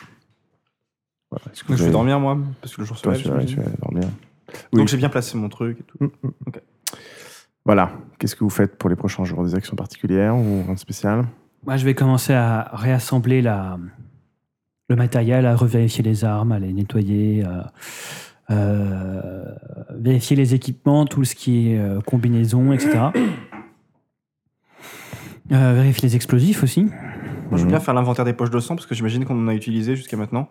[SPEAKER 1] Voilà. Est-ce que
[SPEAKER 5] Donc,
[SPEAKER 1] vous
[SPEAKER 5] je vais
[SPEAKER 1] avez-
[SPEAKER 5] dormir, moi, parce que le jour se
[SPEAKER 1] Toi,
[SPEAKER 5] lève,
[SPEAKER 1] tu vas,
[SPEAKER 5] j'imagine.
[SPEAKER 1] tu vas dormir. oui.
[SPEAKER 5] Donc, j'ai bien placé mon truc et tout.
[SPEAKER 1] Voilà, qu'est-ce que vous faites pour les prochains jours Des actions particulières ou rien de spécial
[SPEAKER 4] Moi, je vais commencer à réassembler la, le matériel, à revérifier les armes, à les nettoyer, à, euh, vérifier les équipements, tout ce qui est euh, combinaison, etc. Euh, vérifier les explosifs aussi.
[SPEAKER 5] Moi, je veux
[SPEAKER 1] Mhm.
[SPEAKER 5] bien faire l'inventaire des poches de sang parce que j'imagine qu'on en a utilisé jusqu'à maintenant.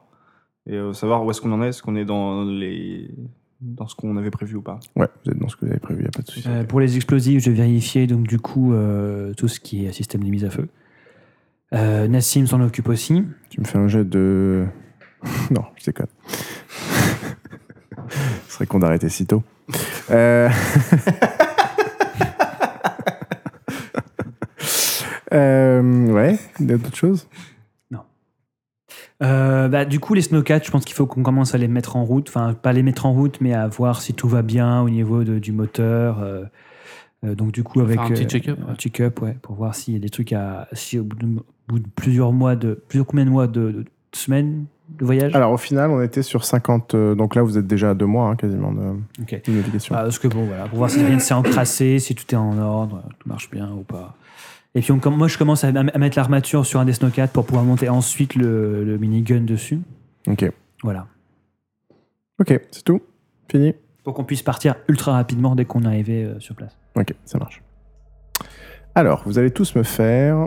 [SPEAKER 5] Et euh, savoir où est-ce qu'on en est, est-ce qu'on est dans les dans ce qu'on avait prévu ou pas.
[SPEAKER 1] Ouais, vous êtes dans ce que vous avez prévu, il a pas de souci.
[SPEAKER 4] Euh, pour les explosifs, je vais vérifier donc du coup euh, tout ce qui est système de mise à feu. Euh, Nassim s'en occupe aussi.
[SPEAKER 1] Tu me fais un jet de... non, je déconne. Ce serait con d'arrêter si tôt. Euh, euh, ouais, il y a d'autres choses
[SPEAKER 4] Euh, bah, du coup, les snowcats, je pense qu'il faut qu'on commence à les mettre en route. Enfin, pas les mettre en route, mais à voir si tout va bien au niveau de- du moteur. euh, euh, donc, du coup, avec
[SPEAKER 2] un petit
[SPEAKER 4] euh,
[SPEAKER 2] check-up,
[SPEAKER 4] un
[SPEAKER 2] ouais.
[SPEAKER 4] check-up, ouais, pour voir s'il y a des trucs à. Si au bout de, au bout de plusieurs mois, de plusieurs combien de mois de, de- de semaines de voyage.
[SPEAKER 1] Alors au final, on était sur 50. euh, donc là, vous êtes déjà à deux mois hein, quasiment de,
[SPEAKER 4] Ok.
[SPEAKER 1] de navigation.
[SPEAKER 4] Ah, parce que bon, voilà, pour voir si rien ne s'est encrassé, si tout est en ordre, euh, tout marche bien ou pas. Et puis, on, com- moi, je commence à, à mettre l'armature sur un des snowcats pour pouvoir monter ensuite le, le minigun dessus.
[SPEAKER 1] Ok,
[SPEAKER 4] Voilà.
[SPEAKER 1] ok, c'est tout. Fini.
[SPEAKER 4] Pour qu'on puisse partir ultra rapidement dès qu'on est arrivé euh, sur place.
[SPEAKER 1] Ok, ça marche. Alors, vous allez tous me faire.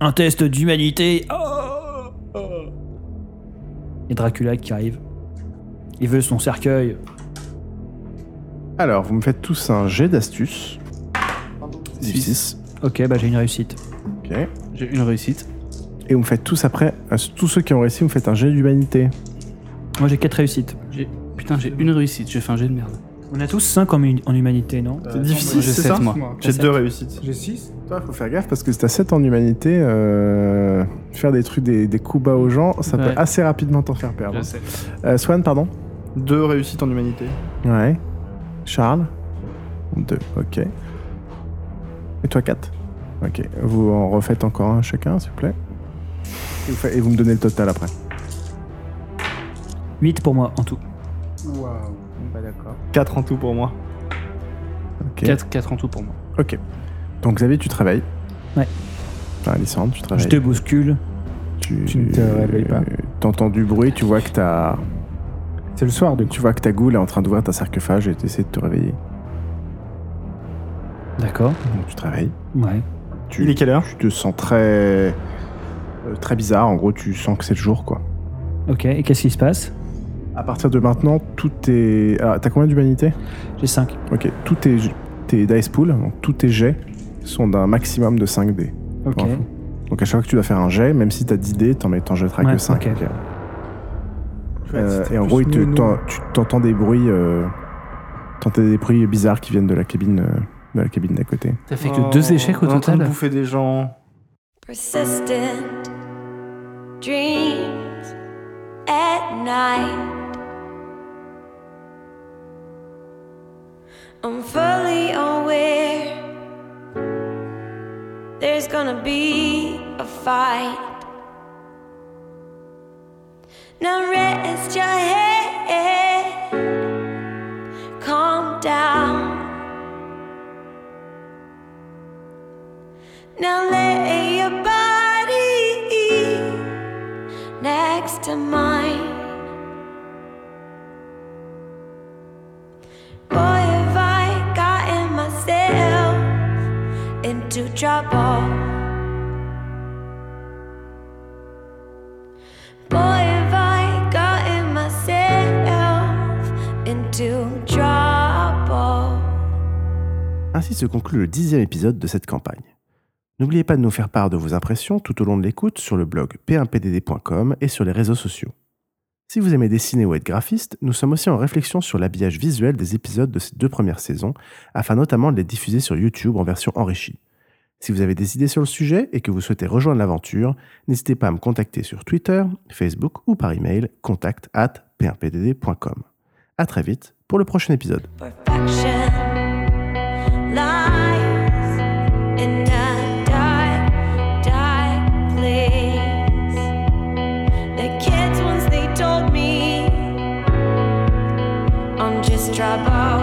[SPEAKER 4] Un test d'humanité. Oh Et Dracula qui arrive. Il veut son cercueil.
[SPEAKER 1] Alors, vous me faites tous un jet d'astuce. Six.
[SPEAKER 4] Ok, bah j'ai une réussite.
[SPEAKER 1] Ok.
[SPEAKER 2] J'ai une réussite.
[SPEAKER 1] Et vous me faites tous après, euh, tous ceux qui ont réussi, vous me faites un jet d'humanité.
[SPEAKER 4] Moi j'ai 4 réussites.
[SPEAKER 2] Putain, j'ai une réussite. J'ai fait un jet de merde.
[SPEAKER 4] On a tous 5 en, hu- en humanité, non
[SPEAKER 5] Euh, C'est difficile,
[SPEAKER 2] j'ai
[SPEAKER 5] c'est
[SPEAKER 2] sept,
[SPEAKER 5] ça
[SPEAKER 2] moi.
[SPEAKER 5] J'ai deux réussites.
[SPEAKER 3] J'ai 6.
[SPEAKER 1] Toi, faut faire gaffe parce que si t'as 7 en humanité, euh, faire des trucs, des, des coups bas aux gens, ça
[SPEAKER 2] Ouais.
[SPEAKER 1] peut assez rapidement t'en faire perdre.
[SPEAKER 2] Je sais.
[SPEAKER 1] Euh, Swan, pardon
[SPEAKER 5] Deux réussites en humanité.
[SPEAKER 1] Ouais. Charles 2, ok. Et toi 4 Ok. Vous en refaites encore un chacun, s'il vous plaît. Et vous, fa- et vous me donnez le total après.
[SPEAKER 4] 8 pour moi en tout.
[SPEAKER 3] Waouh. Bah d'accord.
[SPEAKER 5] Quatre en tout pour moi.
[SPEAKER 1] Ok.
[SPEAKER 2] 4, en tout pour moi.
[SPEAKER 1] Donc Xavier, tu travailles.
[SPEAKER 4] Ouais.
[SPEAKER 1] Enfin, Alessandre, tu travailles.
[SPEAKER 4] Je te bouscule.
[SPEAKER 1] Tu,
[SPEAKER 3] tu ne te réveilles pas.
[SPEAKER 1] T'entends du bruit, tu vois que ta,
[SPEAKER 3] C'est le soir, du coup.
[SPEAKER 1] tu vois que ta goule est en train d'ouvrir ta sarcophage et t'essaies de te réveiller.
[SPEAKER 4] D'accord.
[SPEAKER 3] Mhm.
[SPEAKER 1] Donc tu travailles.
[SPEAKER 4] Ouais.
[SPEAKER 1] Tu,
[SPEAKER 5] Il est quelle heure
[SPEAKER 1] tu te sens très, euh, très bizarre. En gros, tu sens que c'est le jour, quoi.
[SPEAKER 4] Ok, et qu'est-ce qui se passe
[SPEAKER 1] À partir de maintenant, tout est. Alors, t'as combien d'humanité
[SPEAKER 4] J'ai 5.
[SPEAKER 1] Ok, tous tes, tes dice pool, donc tous tes jets, sont d'un maximum de 5 dés.
[SPEAKER 4] Ok.
[SPEAKER 1] Pour info. Donc à chaque fois que tu dois faire un jet, même si t'as 10 dés, t'en, mets- t'en jetteras
[SPEAKER 4] Ouais,
[SPEAKER 1] que 5.
[SPEAKER 4] ok.
[SPEAKER 1] et en gros, il te- t'en- tu t'entends des bruits. euh, t'entends des bruits bizarres qui viennent de la cabine, euh, de la cabine d'à côté.
[SPEAKER 2] T'as fait
[SPEAKER 4] Oh.
[SPEAKER 2] que deux échecs au
[SPEAKER 5] On est en train de
[SPEAKER 2] total.
[SPEAKER 5] bouffer des gens.
[SPEAKER 7] Persistent dreams at night. I'm fully aware there's gonna be a fight. Now rest your head, calm down. Now lay your body next to mine. Boy, have I gotten myself into trouble. Boy, have I gotten myself into trouble.
[SPEAKER 1] Ainsi se conclut le dixième épisode de cette campagne. N'oubliez pas de nous faire part de vos impressions tout au long de l'écoute sur le blog p1pdd.com et sur les réseaux sociaux. Si vous aimez dessiner ou être graphiste, nous sommes aussi en réflexion sur l'habillage visuel des épisodes de ces deux premières saisons, afin notamment de les diffuser sur YouTube en version enrichie. Si vous avez des idées sur le sujet et que vous souhaitez rejoindre l'aventure, n'hésitez pas à me contacter sur Twitter, Facebook ou par email contact at p1pdd.com. À très vite pour le prochain épisode.
[SPEAKER 7] Perfection lies in a dark, dark place. The kids once they told me I'm just trouble.